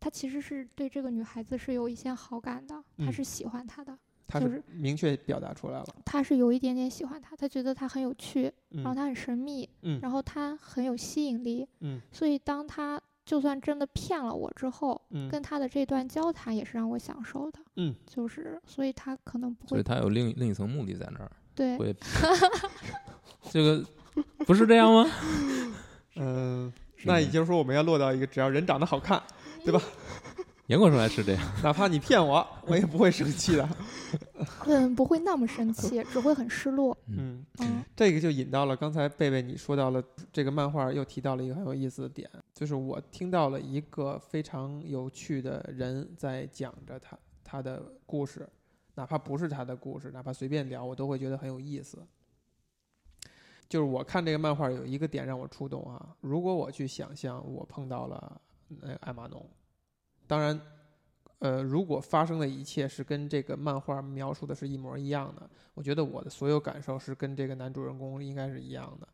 S2: 他其实是对这个女孩子是有一些好感的，他
S1: 嗯
S2: 是喜欢她的。
S1: 他
S2: 就是是
S1: 明确表达出来了。
S2: 他是有一点点喜欢他，他觉得他很有趣，
S1: 嗯
S2: 然后他很神秘，
S1: 嗯
S2: 然后他很有吸引力，
S1: 嗯
S2: 所以当他就算真的骗了我之后，
S1: 嗯
S2: 跟他的这段交谈也是让我享受的，
S1: 嗯，
S2: 就是所以他可能不
S3: 所以
S2: 会
S3: 他有另另一层目的在那儿，
S2: 对
S3: 会 *laughs* 这个不是这样吗？
S1: 嗯，
S3: 是
S1: 那
S3: 吗
S1: 也就是说，我们要落到一个只要人长得好看，
S3: 严格说来是这样，
S1: 哪怕你骗我，我也不会生气的。
S2: 嗯不会那么生气，只会很失
S3: *laughs*
S2: 落，
S1: 嗯，
S2: 嗯
S1: 这个就引到了刚才贝贝你说到了这个漫画，又提到了一个很有意思的点，就是我听到了一个非常有趣的人在讲着他他的故事，哪怕不是他的故事，哪怕随便聊，我都会觉得很有意思。就是我看这个漫画有一个点让我触动啊，如果我去想象我碰到了那个艾玛农，当然，呃，如果发生的一切是跟这个漫画描述的是一模一样的，我觉得我的所有感受是跟这个男主人公应该是一样的。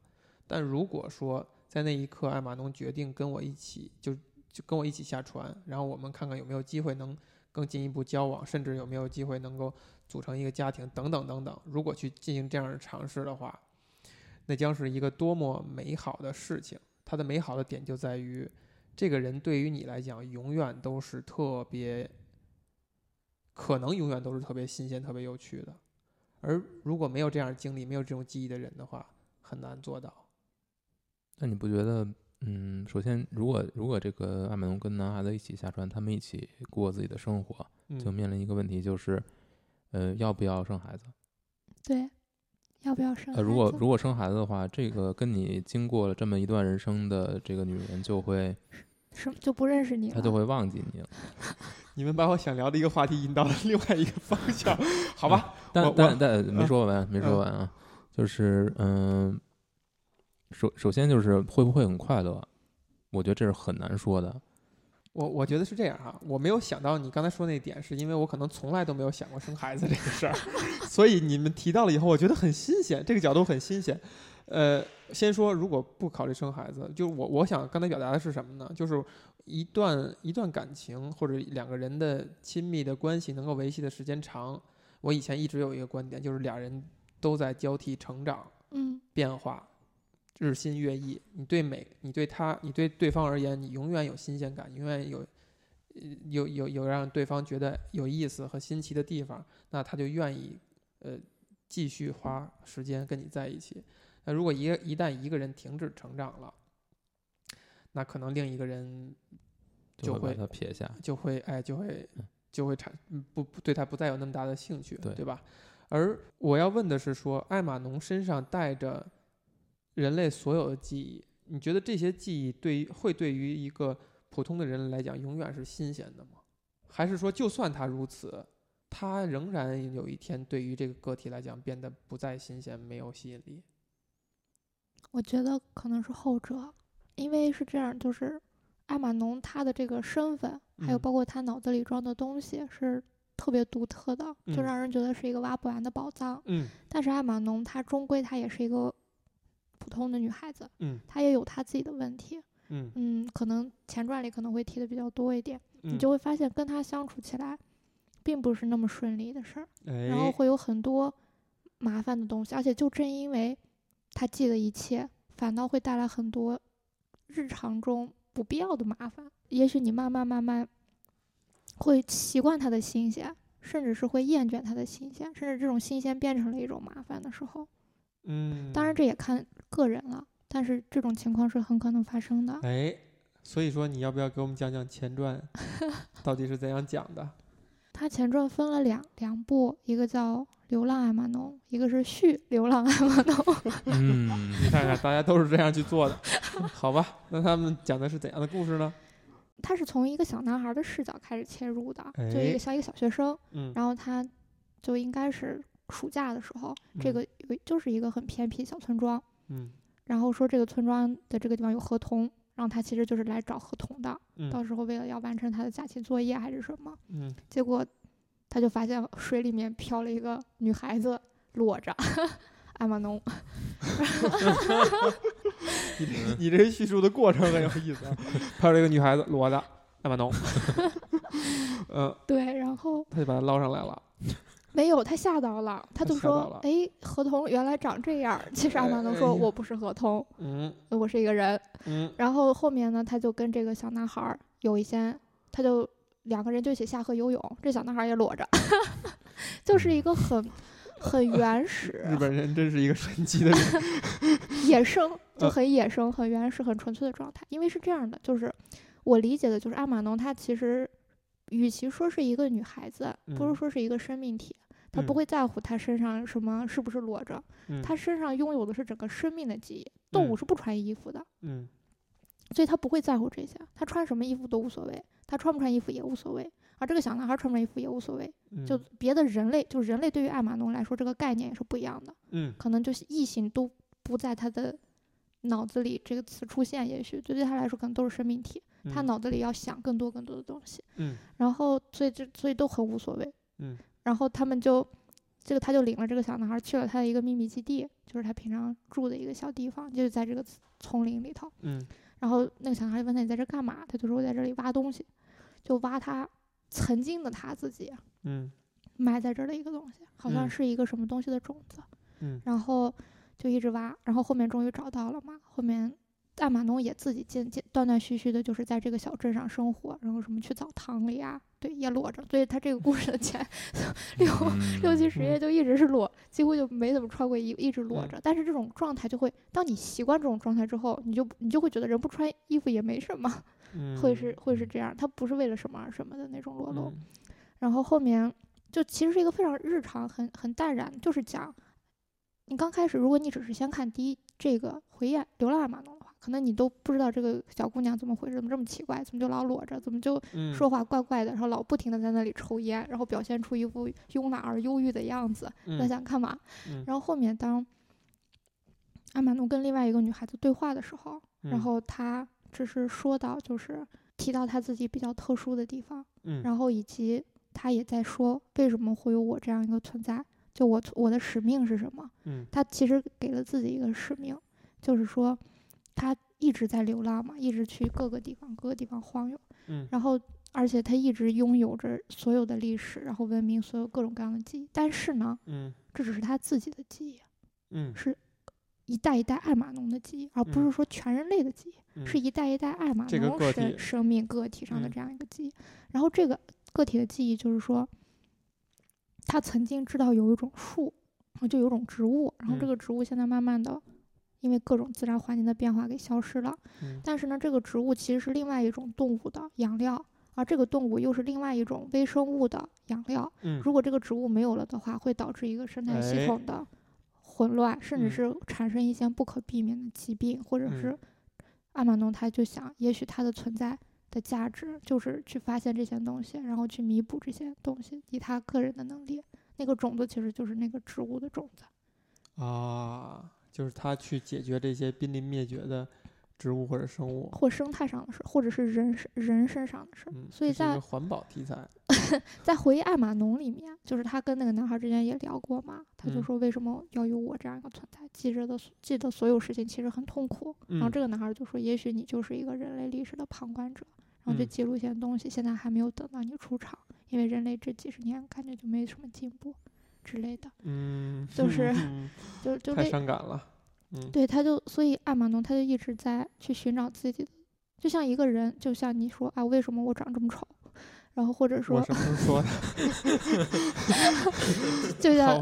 S1: 但如果说在那一刻，艾玛农决定跟我一起，就就跟我一起下船，然后我们看看有没有机会能更进一步交往，甚至有没有机会能够组成一个家庭，等等等等。如果去进行这样的尝试的话，那将是一个多么美好的事情。它的美好的点就在于，这个人对于你来讲，永远都是特别，可能永远都是特别新鲜、特别有趣的。而如果没有这样的经历，没有这种记忆的人的话，很难做到。
S3: 那你不觉得？嗯，首先，如果如果这个艾玛农跟男孩子一起下船，他们一起过自己的生活，就
S1: 嗯
S3: 面临一个问题，就是，呃，要不要生孩子？
S2: 对，要不要生孩
S3: 呃，
S2: 子？
S3: 如果如果生孩子的话，这个跟你经过了这么一段人生的这个女人就会，
S2: 什么就不认识你了，
S3: 她就会忘记你了。
S1: 你们把我想聊的一个话题引到了另外一个方向，好吧？我
S3: 但
S1: 我
S3: 但但没
S1: 嗯
S3: 说完，没说
S1: 嗯
S3: 完啊，就是嗯，首首先就是会不会很快乐，我觉得这是很难说的。
S1: 我我觉得是这样哈、我没有想到你刚才说那点，是因为我可能从来都没有想过生孩子这个事儿， *laughs* 所以你们提到了以后，我觉得很新鲜，这个角度很新鲜。呃，先说如果不考虑生孩子，就是我我想刚才表达的是什么呢？就是一段一段感情或者两个人的亲密的关系能够维系的时间长，我以前一直有一个观点，就是俩人都在交替成长，
S2: 嗯
S1: 变化，日新月异。你对每，你对他，你对对方而言，你永远有新鲜感，永远有，呃有有有让对方觉得有意思和新奇的地方，那他就愿意，呃，继续花时间跟你在一起。那如果一个一旦一个人停止成长了，那可能另一个人就
S3: 就会
S1: 会
S3: 把它撇下。
S1: 就会哎就会
S3: 嗯
S1: 就会产嗯不不对他不再有那么大的兴趣，
S3: 对
S1: 吧？而我要问的是说，艾玛农身上带着人类所有的记忆，你觉得这些记忆对于会对于一个普通的人来讲永远是新鲜的吗？还是说，就算他如此，他仍然有一天对于这个个体来讲变得不再新鲜，没有吸引力？
S2: 我觉得可能是后者，因为是这样，就是阿玛农他的这个身份，还有
S1: 嗯
S2: 包括他脑子里装的东西是特别独特的，就
S1: 嗯
S2: 让人觉得是一个挖不完的宝藏。
S1: 嗯
S2: 但是艾玛农她终归她也是一个普通的女孩子，
S1: 嗯
S2: 她也有她自己的问题。
S1: 嗯
S2: 嗯，可能前传里可能会提的比较多一点，
S1: 嗯，
S2: 你就会发现跟她相处起来并不是那么顺利的事儿，
S1: 哎，
S2: 然后会有很多麻烦的东西，而且就正因为她记得一切，反倒会带来很多日常中不必要的麻烦。也许你慢慢慢慢会习惯它的新鲜。甚至是会厌倦它的新鲜，甚至这种新鲜变成了一种麻烦的时候，
S1: 嗯，
S2: 当然这也看个人了，但是这种情况是很可能发生的。
S1: 哎，所以说你要不要给我们讲讲前
S2: *laughs*
S1: 传到底是怎样讲的？
S2: 它前传分了两两部，一个叫《流浪艾玛农》，一个是《续流浪艾玛农》。
S3: 嗯，
S1: 你看看，大家都是这样去
S2: *laughs*
S1: 做的，好吧？那他们讲的是怎样的故事呢？
S2: 它是从一个小男孩的视角开始切入的，就一
S1: 哎
S2: 个像一个小学生，
S1: 嗯
S2: 然后他就应该是暑假的时候，这
S1: 嗯
S2: 个有就是一个很偏僻小村庄，
S1: 嗯
S2: 然后说这个村庄的这个地方有合同，然后他其实就是来找合同的，到
S1: 嗯
S2: 时候为了要完成他的假期作业还是什么，
S1: 嗯，
S2: 结果他就发现水里面漂了一个女孩子，裸着， *laughs* 艾
S1: *laughs*
S2: 玛农。
S1: 你这你这叙述的过程很有意
S2: *laughs*
S1: 思啊。还有这个女孩子裸的艾玛农，嗯，
S2: 对，然后
S1: 他就把她捞上来了。
S2: 没有，他吓到了，他
S1: 他
S2: 就
S1: 吓到
S2: 说
S1: 了：“
S2: 哎，合同原来长这样儿。”其实艾玛农
S1: 哎
S2: 说：“
S1: 哎呀
S2: 我不是合同，
S1: 嗯
S2: 我是一个人。
S1: 嗯”
S2: 然后后面呢，他就跟这个小男孩儿有一些，他就两个人就一起下河游泳，这小男孩儿也裸着， *laughs* 就是一个很很原始、
S1: 日本人真是一个神奇的人。
S2: *laughs* 野生，就
S1: 呃
S2: 很野生、很原始、很纯粹的状态。因为是这样的，就是我理解的，就是阿玛农她其实，与其说是一个女孩子，不如
S1: 嗯
S2: 说是一个生命体。她
S1: 嗯
S2: 不会在乎她身上什么是不是裸着，
S1: 嗯
S2: 她身上拥有的是整个生命的记忆。动物
S1: 嗯
S2: 是不穿衣服的，
S1: 嗯
S2: 所以她不会在乎这些。她穿什么衣服都无所谓，她穿不穿衣服也无所谓。而这个小男孩穿不穿衣服也无所谓，
S1: 嗯
S2: 就别的人类，就人类对于艾玛农来说，这个概念也是不一样的。
S1: 嗯
S2: 可能就是异性都不在他的脑子里这个词出现，也许对对他来说可能都是生命体，他
S1: 嗯
S2: 脑子里要想更多更多的东西，
S1: 嗯
S2: 然后所以这所以都很无所谓，
S1: 嗯，
S2: 然后他们就这个他就领了这个小男孩去了他的一个秘密基地，就是他平常住的一个小地方，就是在这个丛林里头，
S1: 嗯
S2: 然后那个小男孩就问他你在这干嘛，他就说我在这里挖东西，就挖他曾经的他自己，
S1: 嗯
S2: 埋在这儿的一个东西，好像
S1: 嗯
S2: 是一个什么东西的种子。
S1: 嗯
S2: 然后就一直挖，然后后面终于找到了嘛。后面艾玛农也自己渐渐断断续续的，就是在这个小镇上生活，然后什么去澡堂里啊，对，也裸着。所以他这个故事的 *laughs* 前六六
S3: 嗯
S2: 七十页就一直是裸，几乎就没怎么穿过衣服，一直裸
S1: 嗯
S2: 着。但是这种状态就会，当你习惯这种状态之后，你就你就会觉得人不穿衣服也没什么，
S1: 嗯，
S2: 会是会是这样。他不是为了什么而什么的那种裸露。
S1: 嗯
S2: 然后后面就其实是一个非常日常、很很淡然，就是讲你刚开始，如果你只是先看第一这个回忆《流浪马农》的话，可能你都不知道这个小姑娘怎么回事，怎么这么奇怪，怎么就老裸着，怎么就
S1: 嗯
S2: 说话怪怪的，然后老不停的在那里抽烟，然后表现出一副慵懒而忧郁的样子，在
S1: 嗯
S2: 想干嘛？
S1: 嗯
S2: 然后后面当阿玛农跟另外一个女孩子对话的时候，然
S1: 嗯
S2: 后她只是说到就是提到她自己比较特殊的地方。
S1: 嗯
S2: 然后以及他也在说为什么会有我这样一个存在，就我我的使命是什么？
S1: 嗯
S2: 他其实给了自己一个使命，就是说他一直在流浪嘛，一直去各个地方各个地方晃悠，
S1: 嗯
S2: 然后而且他一直拥有着所有的历史，然后文明所有各种各样的记忆，但是呢，
S1: 嗯
S2: 这只是他自己的记忆，
S1: 嗯
S2: 是。一代一代艾玛农的记忆，而不
S1: 嗯
S2: 是说全人类的记忆。
S1: 嗯
S2: 是一代一代艾玛
S1: 这个
S2: 农
S1: 个
S2: 生
S1: 体
S2: 生命个体上的
S1: 嗯
S2: 这样一个记忆。然后这个个体的记忆就是说，他曾经知道有一种树，然后就有一种植物，然后
S1: 嗯
S2: 这个植物现在慢慢的因为各种自然环境的变化给消失了。
S1: 嗯
S2: 但是呢，这个植物其实是另外一种动物的养料。而这个动物又是另外一种微生物的养料。
S1: 嗯
S2: 如果这个植物没有了的话，会导致一个生态系
S1: 哎
S2: 统的混乱，甚至
S1: 嗯
S2: 是产生一些不可避免的疾病，或者
S1: 嗯
S2: 是阿玛农他就想，也许它的存在的价值就是去发现这些东西，然后去弥补这些东西，以他个人的能力。那个种子其实就是那个植物的种子，
S1: 啊，就是他去解决这些濒临灭绝的植物或者生物。
S2: 或生态上的事，或者是人身人身上的事。
S1: 嗯，
S2: 所以
S1: 这是一
S2: 在
S1: 个环保题材，
S2: 在回忆《爱玛农》里面，就是他跟那个男孩之间也聊过嘛，他就
S1: 嗯
S2: 说为什么要有我这样一个存在，记着的记得所有事情其实很痛苦。然后
S1: 嗯
S2: 这个男孩就说，也许你就是一个人类历史的旁观者，然后就
S1: 嗯
S2: 记录一些东西，现在还没有等到你出场，因为人类这几十年感觉就没什么进步之类的，
S1: 嗯，
S2: 就是 *laughs* 就就
S1: 太
S2: 这
S1: 伤感了。嗯，
S2: 对，他就所以艾玛农他就一直在去寻找自己的，就像一个人，就像你说啊，为什么我长这么丑？ *laughs* 然后或者
S1: 我
S2: 说，
S1: 什么时候
S2: *laughs*
S1: 说的？好
S2: 就像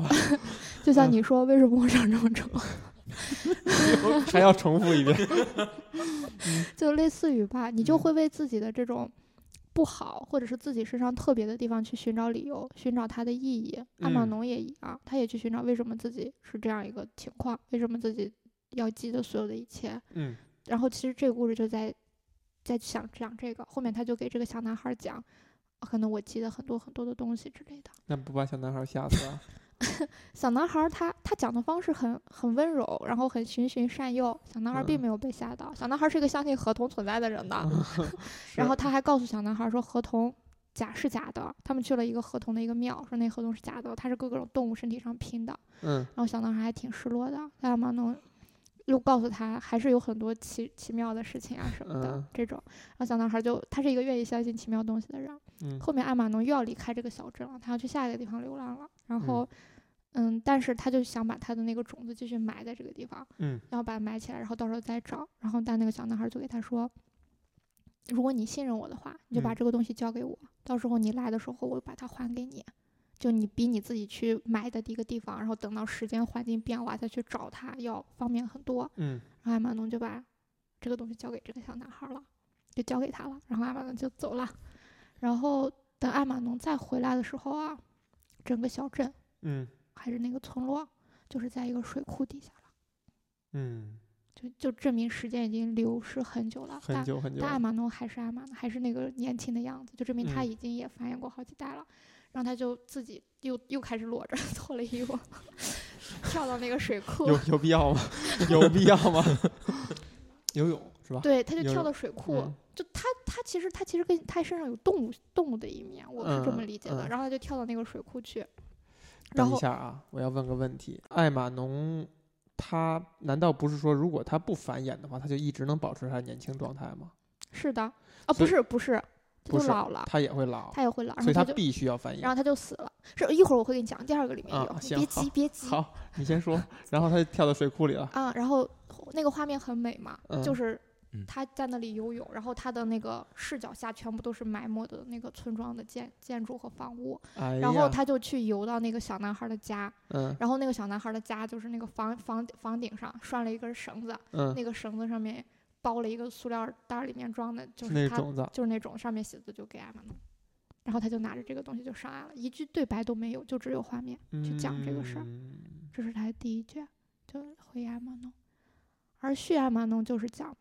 S1: 吧，
S2: 就像
S1: 嗯
S2: 你说，为什么我长这么丑？
S1: 还要重复一遍。
S2: 就类似于吧，你就
S1: 嗯
S2: 会为自己的这种不好，或者是自己身上特别的地方去寻找理由，寻找它的意义。阿玛
S1: 嗯
S2: 农也一样，他也去寻找为什么自己是这样一个情况，为什么自己要记得所有的一切。
S1: *laughs* 嗯
S2: 然后其实这个故事就在在想讲这个，后面他就给这个小男孩讲，啊可能我记得很多很多的东西之类的。
S1: 那不把小男孩吓死
S2: *laughs*
S1: 啊？
S2: 小男孩儿他他讲的方式很很温柔，然后很循循善诱。小男孩儿并
S1: 嗯
S2: 没有被吓到，小男孩儿是一个相信合同存在的
S1: *laughs*
S2: 人的。
S1: 是
S2: 然后他还告诉小男孩儿说，合同假是假的。他们去了一个合同的一个庙，说那合同是假的，它是各种动物身体上拼的。
S1: 嗯
S2: 然后小男孩还挺失落的，但马农又告诉他，还是有很多奇奇妙的事情啊什么的、
S1: 嗯
S2: 这种。然后小男孩就他是一个愿意相信奇妙东西的人。
S1: 嗯
S2: 后面艾玛农又要离开这个小镇了，他要去下一个地方流浪了。然后，嗯但是他就想把他的那个种子继续埋在这个地方，
S1: 嗯
S2: 然后把它埋起来，然后到时候再找。然后但那个小男孩就给他说，如果你信任我的话，你就把
S1: 嗯
S2: 这个东西交给我，到时候你来的时候，我把它还给你。就你比你自己去埋的一个地方，然后等到时间环境变化再去找它，要方便很多。
S1: 嗯，
S2: 然后艾玛农就把这个东西交给这个小男孩了，就交给他了。然后艾玛农就走了。然后等艾玛农再回来的时候啊，整个小镇
S1: 嗯
S2: 还是那个村落，就是在一个水库底下了，
S1: 嗯，
S2: 就就证明时间已经流逝很久了。
S1: 很
S2: 但
S1: 久很久
S2: 但艾
S1: 了。
S2: 玛农还是艾玛农，还是那个年轻的样子，就证明他
S1: 嗯
S2: 已经也繁衍过好几代了。然后他就自己又又开始裸着 *laughs* 脱了衣服，跳到那个水库。
S1: 有有必要吗？ *laughs* 有必要吗？ *laughs* 游泳是吧？
S2: 对，他就
S1: 有
S2: 跳到水库，
S1: 嗯
S2: 就他他其实他其实跟他身上有动物动物的一面，我是这么
S1: 嗯
S2: 理解的。
S1: 嗯
S2: 然后他就跳到那个水库去，然
S1: 等一
S2: 后
S1: 下啊，我要问个问题：艾玛农，他难道不是说，如果他不繁衍的话，他就一直能保持他的年轻状态吗？
S2: 是的啊，
S1: 所
S2: 不
S1: 以
S2: 是不是，他
S1: 不
S2: 就是老了，
S1: 他也会老，
S2: 他也会老，然
S1: 所
S2: 后
S1: 以他
S2: 他就
S1: 必须要繁
S2: 然
S1: 衍。
S2: 后他就死了。是一会儿我会给你讲第二个里面
S1: 啊
S2: 有，你
S1: 行
S2: 别
S1: 好
S2: 急别急
S1: 好，你先
S2: *laughs*
S1: 说。然后他就跳到水库里了。
S2: 啊。然后那个画面很美嘛，就
S1: 嗯
S2: 是
S3: 嗯
S2: 他在那里游泳，然后他的那个视角下全部都是埋没的那个村庄的建建筑和房屋，
S1: 哎呀，
S2: 然后他就去游到那个小男孩的家，
S1: 嗯
S2: 然后那个小男孩的家就是那个房房房顶上拴了一根绳子，
S1: 嗯，
S2: 那个绳子上面包了一个塑料袋儿，里面装的就是是
S1: 那
S2: 他
S1: 种子。
S2: 就是那种上面写的就给艾玛弄，然后他就拿着这个东西就上岸了，一句对白都没有，就只有画面。去讲这个事儿
S1: 嗯
S2: 这是他的第一卷，就回艾玛弄。而续艾玛弄就是讲，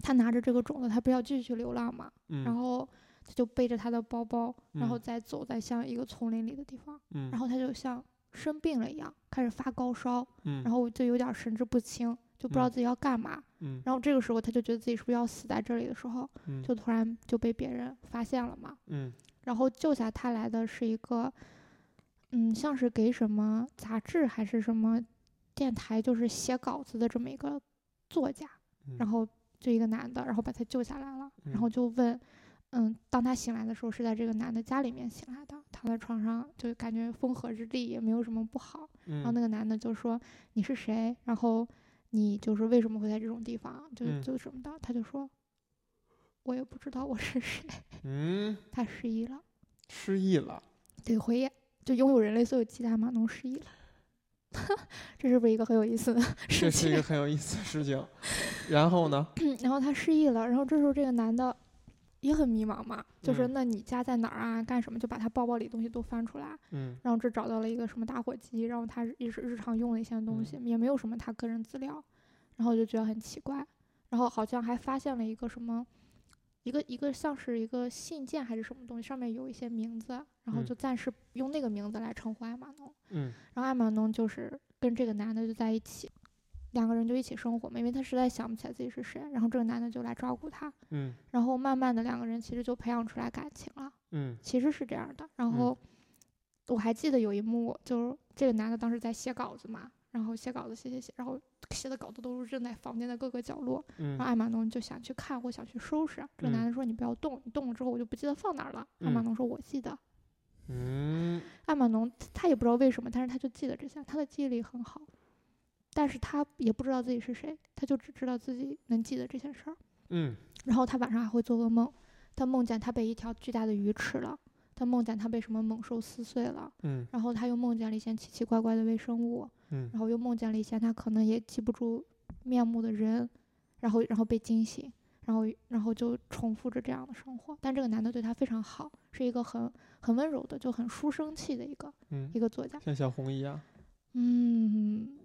S2: 他拿着这个种子，他不是要继续流浪嘛，
S1: 嗯，
S2: 然后他就背着他的包包，然后
S1: 嗯
S2: 再走在像一个丛林里的地方，
S1: 嗯，
S2: 然后他就像生病了一样，开始发高烧，
S1: 嗯，
S2: 然
S1: 后
S2: 后就有点神志不清，就不知
S1: 嗯
S2: 道自己要干嘛。
S1: 嗯
S2: 然后这个时候他就觉得自己是不是要死在这里的时候，
S1: 嗯
S2: 就突然就被别人发现了嘛。
S1: 嗯
S2: 然后救下他来的是一个，嗯，像是给什么杂志还是什么电台，就是写稿子的这么一个作家。
S1: 嗯
S2: 然后就一个男的，然后把他救下来了，然后
S1: 嗯
S2: 就问。嗯，当他醒来的时候，是在这个男的家里面醒来的，躺在床上就感觉风和日丽，也没有什么不好。然后那
S1: 个
S2: 个男的就说你是谁，然后你就是为什么会在这种地方，就
S1: 嗯
S2: 就什么的，他就说我也不知道我是谁，
S1: 嗯
S2: 他失忆了，
S1: 失忆了，
S2: 对，回忆就拥有人类所有七大码农失忆了， *laughs* 这是不是一个很有意思的
S1: 这
S2: 事
S1: 是一个
S2: 情？
S1: 很有意思的事情。然后
S2: *laughs*
S1: 呢？
S2: 然后他失忆了，然后这时候这个男的。也很迷茫嘛，就是
S1: 嗯
S2: 那你家在哪儿啊？干什么？就把他包包里东西都翻出来，
S1: 嗯
S2: 然后这找到了一个什么打火机，然后他日日常用的一些东西，也没有什么他个人资料，然后就觉得很奇怪，然后好像还发现了一个什么，一个一个像是一个信件还是什么东西，上面有一些名字，然后
S1: 嗯
S2: 就暂时用那个名字来称呼艾玛农，
S1: 嗯
S2: 然后艾玛农就是跟这个男的就在一起，两个人就一起生活嘛，因为她实在想不起来自己是谁，然后这个男的就来照顾她，
S1: 嗯
S2: 然后慢慢的两个人其实就培养出来感情了，
S1: 嗯
S2: 其实是这样的。然
S1: 嗯
S2: 后我还记得有一幕，就是这个男的当时在写稿子嘛，然后写稿子写写写，然后写的稿子都扔在房间的各个角落，然后
S1: 嗯
S2: 艾玛农就想去看或想去收拾，这个男的说你不要动，你动了之后我就不记得放哪儿了。艾玛
S1: 嗯
S2: 农说我记得。
S1: 嗯，
S2: 艾玛农他他也不知道为什么，但是他就记得这些，他的记忆力很好，但是他也不知道自己是谁，他就只知道自己能记得这些事儿。
S1: 嗯
S2: 然后他晚上还会做噩梦，他梦见他被一条巨大的鱼吃了，他梦见他被什么猛兽撕碎了，
S1: 嗯
S2: 然后他又梦见了一些奇奇怪怪的微生物，
S1: 嗯
S2: 然后又梦见了一些他可能也记不住面目的人，然后然后被惊醒，然后然后就重复着这样的生活。但这个男的对他非常好，是一个很很温柔的，就很书生气的一个
S1: 嗯
S2: 一，个作家。
S1: 像小红一样，
S2: 嗯，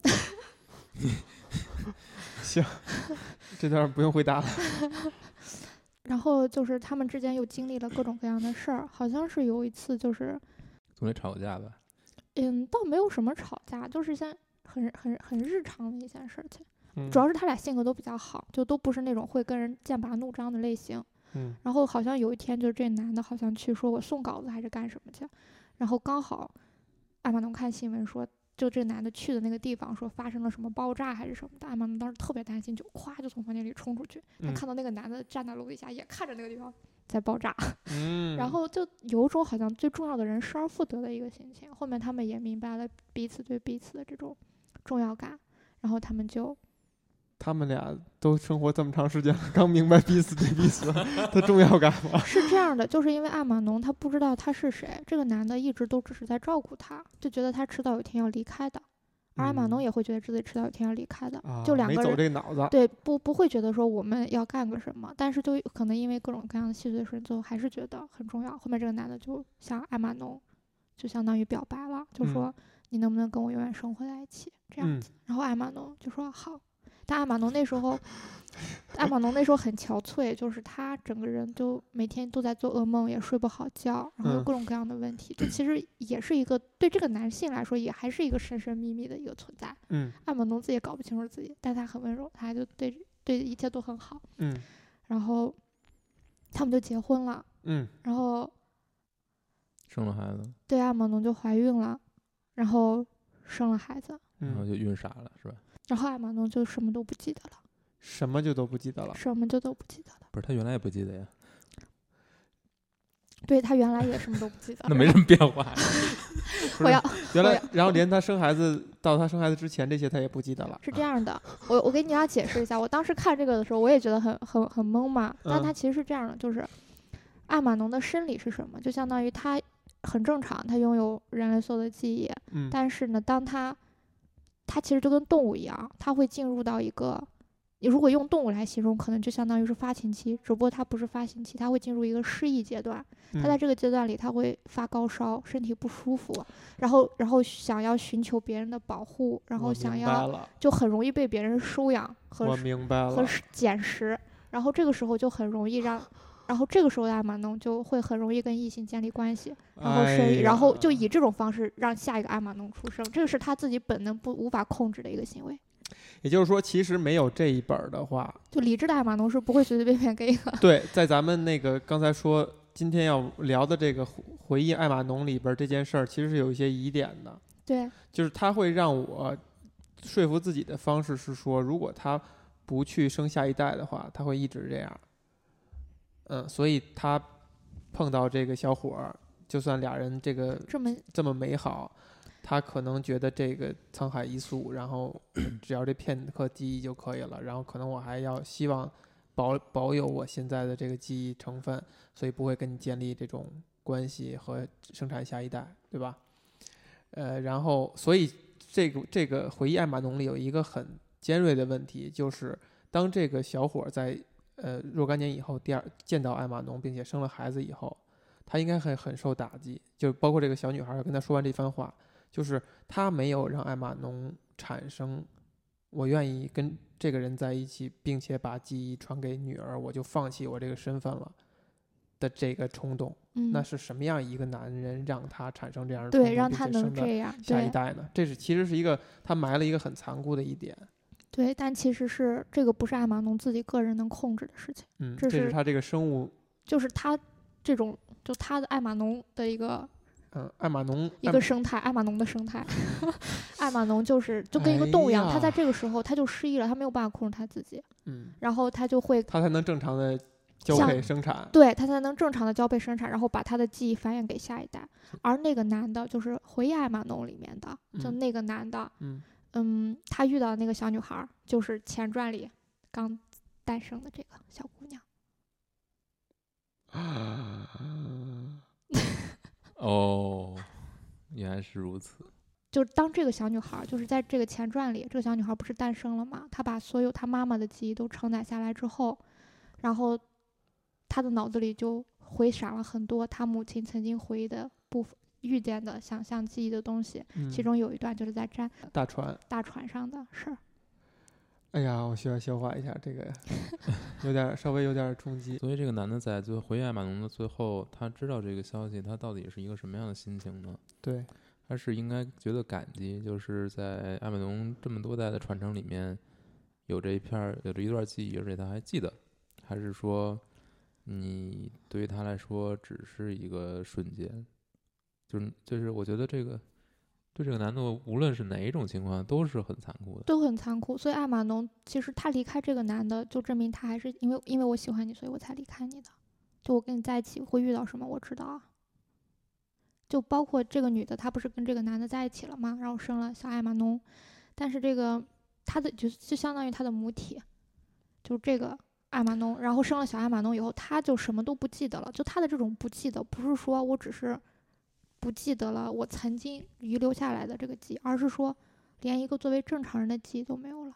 S2: *laughs*
S1: 这段不用回答了。
S2: 然后就是他们之间又经历了各种各样的事儿，好像是有一次就是
S3: 总得吵架吧？
S2: 嗯，倒没有什么吵架，就是像很很很日常的一件事情。
S1: 嗯
S2: 主要是他俩性格都比较好，就都不是那种会跟人剑拔弩张的类型。
S1: 嗯
S2: 然后好像有一天，就是这男的好像去说我送稿子还是干什么去，然后刚好艾玛农看新闻说，就这男的去的那个地方说发生了什么爆炸还是什么的，艾玛农当时特别担心，就咵就从房间里冲出去，他
S1: 嗯
S2: 看到那个男的站在楼底下也看着那个地方在爆炸，
S1: 嗯，
S2: 然后就有一种好像最重要的人失而复得的一个心情。后面他们也明白了彼此对彼此的这种重要感，然后他们就
S1: 他们俩都生活这么长时间了，刚明白彼此对彼此
S2: *laughs*
S1: 的重要感吗？
S2: 是这样的，就是因为艾玛农他不知道他是谁，这个男的一直都只是在照顾他，就觉得他迟早有一天要离开的，而艾玛农
S1: 嗯
S2: 也会觉得自己迟早有一天要离开的，
S1: 啊，
S2: 就两
S1: 没
S2: 个
S1: 走
S2: 人。
S1: 这脑子。
S2: 对，不不会觉得说我们要干个什么，但是就可能因为各种各样的细碎事情，最后还是觉得很重要。后面这个男的就向艾玛农，就相当于表白了，就
S1: 嗯
S2: 说、你能不能跟我永远生活在一起这样
S1: 嗯
S2: 子。然后艾玛农就说好，但艾玛农那
S1: *laughs*
S2: 时候，艾玛农那时候很憔悴，就是他整个人就每天都在做噩梦，也睡不好觉，然后有
S1: 嗯
S2: 各种各样的问题。这其实也是一个对这个男性来说，也还是一个神神秘秘的一个存在。
S1: 嗯
S2: 艾玛农自己也搞不清楚自己，但他很温柔，他就对对一切都很好。
S1: 嗯
S2: 然后他们就结婚了，
S1: 嗯
S2: 然后
S3: 生了孩子，
S2: 对艾玛农就怀孕了，然后生了孩子，
S3: 然后
S1: 嗯，
S3: 就晕傻了，是吧？
S2: 然后艾玛农就什么都不记得了，
S1: 什么就都不记得了。
S2: 什么就都不记得了。
S3: 不是，他原来也不记得呀，。
S2: 对他原来也什么都不记得
S3: 那没什么变化呀。
S1: 不
S2: 我
S1: 是
S2: 要
S1: 原
S2: 我
S1: 来，然后连她生孩子到她生孩子之前，这些她也不记得了。
S2: 是这样的，我我给你要解释一下，我当时看这个的时候，我也觉得很很很懵嘛。但
S1: 嗯
S2: 它其实是这样的，就是艾玛农的生理是什么？就相当于他很正常，他拥有人类所有的记忆，
S1: 嗯
S2: 但是呢，当它它其实就跟动物一样，它会进入到一个，你如果用动物来形容，可能就相当于是发情期，只不过它不是发情期，它会进入一个失忆阶段。它在
S1: 嗯
S2: 这个阶段里，它会发高烧，身体不舒服，然后然后想要寻求别人的保护，然后
S1: 我
S2: 想
S1: 明白
S2: 要
S1: 了，
S2: 就很容易被别人收养和
S1: 我明白
S2: 和
S1: 了，
S2: 是捡食，然后这个时候就很容易让。然后这个时候的艾玛农就会很容易跟异性建立关系，然后生
S1: 哎
S2: 育，然后就
S1: 呀
S2: 以这种方式让下一个艾玛农出生，这个是他自己本能不无法控制的一个行为。
S1: 也就是说，其实没有这一本儿的话，
S2: 就理智的艾玛农是不会随随便便给一个，
S1: *laughs* 对，在咱们那个刚才说今天要聊的这个回回忆艾玛农里边儿这件事儿，其实是有一些疑点的，
S2: 对
S1: 就是他会让我说服自己的方式是说，如果他不去生下一代的话，他会一直这样。嗯，所以他碰到这个小伙儿，就算俩人这个
S2: 这么
S1: 这么美好，他可能觉得这个沧海一粟，然后 *clears throat* 只要这片刻记忆就可以了，然后可能我还要希望保保有我现在的这个记忆成分，所以不会跟你建立这种关系和生产下一代，对吧？呃，然后所以这个这个回忆艾玛农里有一个很尖锐的问题，就是当这个小伙儿在呃若干年以后第二见到艾玛农，并且生了孩子以后，他应该很很受打击，就包括这个小女孩儿跟他说完这番话，就是他没有让艾玛农产生我愿意跟这个人在一起，并且把记忆传给女儿，我就放弃我这个身份了的这个冲动。
S2: 嗯，
S1: 那是什么样一个男人让他产生这样的冲动，
S2: 对，让
S1: 并
S2: 他
S1: 且
S2: 能
S1: 生的
S2: 这样，
S1: 下一
S2: 对
S1: 代呢？这是其实是一个他埋了一个很残酷的一点。
S2: 对，但其实是这个不是阿玛农自己个人能控制的事情，
S1: 嗯，
S2: 这
S1: 这
S2: 是
S1: 是他这个生物，
S2: 就是他这种就他的艾玛农的一个
S1: 嗯，艾玛农
S2: 一
S1: 艾
S2: 个生态，艾玛农的生态， *laughs* 艾玛农就是就跟一个
S1: 哎
S2: 动物一样，他在
S1: 呀
S2: 这个时候他就失忆了，他没有办法控制他自己，
S1: 嗯，
S2: 然后他就会
S1: 他才能正常的交
S2: 像
S1: 配生产，
S2: 对他才能正常的交配生产，然后把他的记忆繁衍给下一代。而那个男的，就是《回忆艾玛农》里面的，就
S1: 嗯
S2: 那个男的，
S1: 嗯
S2: 嗯，他遇到的那个小女孩儿，就是前传里刚诞生的这个小姑娘。 *laughs* 嗯
S1: 啊，
S3: 哦，原来是如此。
S2: 就是当这个小女孩儿，就是在这个前传里，这个小女孩儿不是诞生了嘛？她把所有她妈妈的记忆都承载下来之后，然后她的脑子里就回闪了很多她母亲曾经回忆的部分、遇见的、想象、记忆的东西。
S1: 嗯
S2: 其中有一段就是在站
S1: 大船，
S2: 大船上的事儿。
S1: 哎呀，我需要消化一下这
S2: *laughs*
S1: 个，有点儿稍微有点儿冲击，
S3: 所以这个男的在最后回忆艾玛农的最后，他知道这个消息，他到底是一个什么样的心情呢？
S1: 对，
S3: 他是应该觉得感激，就是在艾玛农这么多代的传承里面，有这一片儿，有这一段记忆，而且他还记得，还是说你对于他来说只是一个瞬间？就是就是，我觉得这个对这个男的，无论是哪一种情况，都是很残酷的。
S2: 都很残酷。所以艾玛农其实他离开这个男的，就证明他还是因为因为我喜欢你，所以我才离开你的。就我跟你在一起会遇到什么，我知道啊。就包括这个女的，她不是跟这个男的在一起了吗？然后生了小艾玛农，但是这个她的就就相当于她的母体，就是这个艾玛农。然后生了小艾玛农以后，她就什么都不记得了。就她的这种不记得，不是说我只是不记得了我曾经遗留下来的这个记忆，而是说连一个作为正常人的记忆都没有了，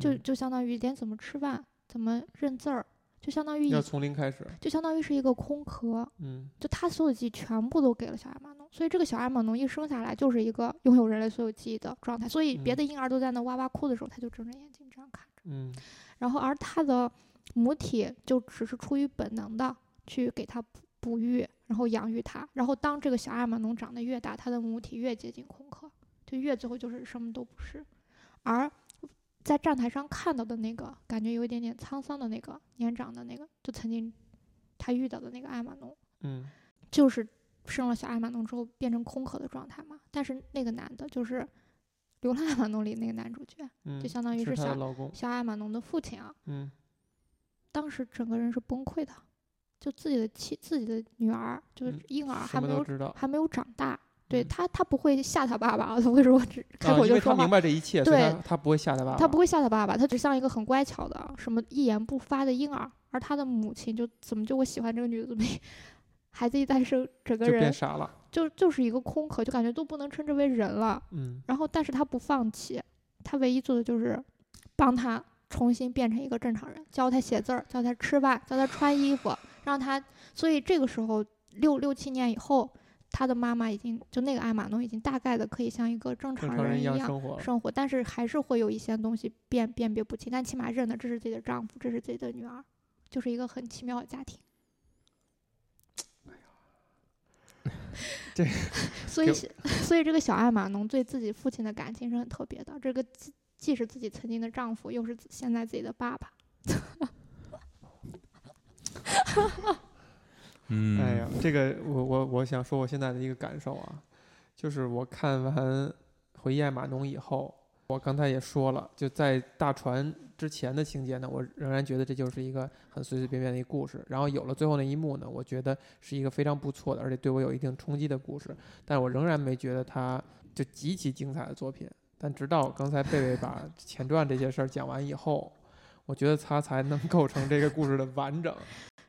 S2: 就
S1: 嗯
S2: 就相当于连怎么吃饭、怎么认字儿，就相当于
S1: 要
S2: 一
S1: 从零开始，
S2: 就相当于是一个空壳，
S1: 嗯
S2: 就他所有记忆全部都给了小艾玛农，所以这个小艾玛农一生下来就是一个拥有人类所有记忆的状态，所以别
S1: 嗯
S2: 的婴儿都在那哇哇哭的时候，他就睁着眼睛这样看着，
S1: 嗯
S2: 然后而他的母体就只是出于本能的去给他哺哺育，然后养育他，然后当这个小艾玛农长得越大，他的母体越接近空壳，就越最后就是什么都不是，而在站台上看到的那个感觉有一点点沧桑的那个年长的那个，就曾经他遇到的那个艾玛农，
S1: 嗯
S2: 就是生了小艾玛农之后变成空壳的状态嘛。但是那个男的，就是《流浪艾玛农》里那个男主角，
S1: 嗯，
S2: 就相当于
S1: 是
S2: 是
S1: 她的
S2: 小
S1: 老公，
S2: 小艾玛农的父亲啊，
S1: 嗯
S2: 当时整个人是崩溃的，就自己的妻、自己的女儿，就是
S1: 嗯
S2: 婴儿还
S1: 什么
S2: 没
S1: 都
S2: 有
S1: 知道，
S2: 还没有长大。对
S1: 嗯
S2: 他，他不会吓他爸 *laughs* 爸，他为什么只开
S1: 啊
S2: 口
S1: 因
S2: 就
S1: 为
S2: 说
S1: 他
S2: 话
S1: 明？白这一切，所以
S2: 对
S1: 他他不会吓他爸爸，
S2: 他不会吓他爸爸，他只像一个很乖巧的、什么一言不发的婴儿，而他的母亲就怎么就我喜欢这个女的，怎么 *laughs* 一孩子一诞生，整个
S1: 就变
S2: 人
S1: 傻了，
S2: 就就是一个空壳，就感觉都不能称之为人了。
S1: 嗯
S2: 然后，但是他不放弃，他唯一做的就是帮他重新变成一个正常人，教他写字儿，教他吃饭，教他穿衣服，让他。所以这个时候，六六七年以后，他的妈妈已经就那个艾玛农已经大概的可以像一个正
S1: 正
S2: 常
S1: 常人
S2: 人
S1: 一
S2: 一
S1: 样
S2: 样
S1: 生活，
S2: 生活，但是还是会有一些东西辨辨别不清，但起码认得这是自己的丈夫，这是自己的女儿，就是一个很奇妙的家庭。
S1: *laughs* 这
S2: 所以
S1: 给
S2: 是， *laughs* 所以这个小艾玛农对自己父亲的感情是很特别的。这个既既是自己曾经的丈夫，又是自现在自己的爸爸。
S3: 嗯，
S1: 哎呀，这个我我我想说我现在的一个感受啊，就是我看完《回忆艾玛农》以后，我刚才也说了，就在大船之前的情节呢，我仍然觉得这就是一个很随随便便的一个故事。然后有了最后那一幕呢，我觉得是一个非常不错的，而且对我有一定冲击的故事。但我仍然没觉得它就极其精彩的作品。但直到刚才贝贝把前传这些事儿讲完以后，我觉得它才能构成这个故事的完整。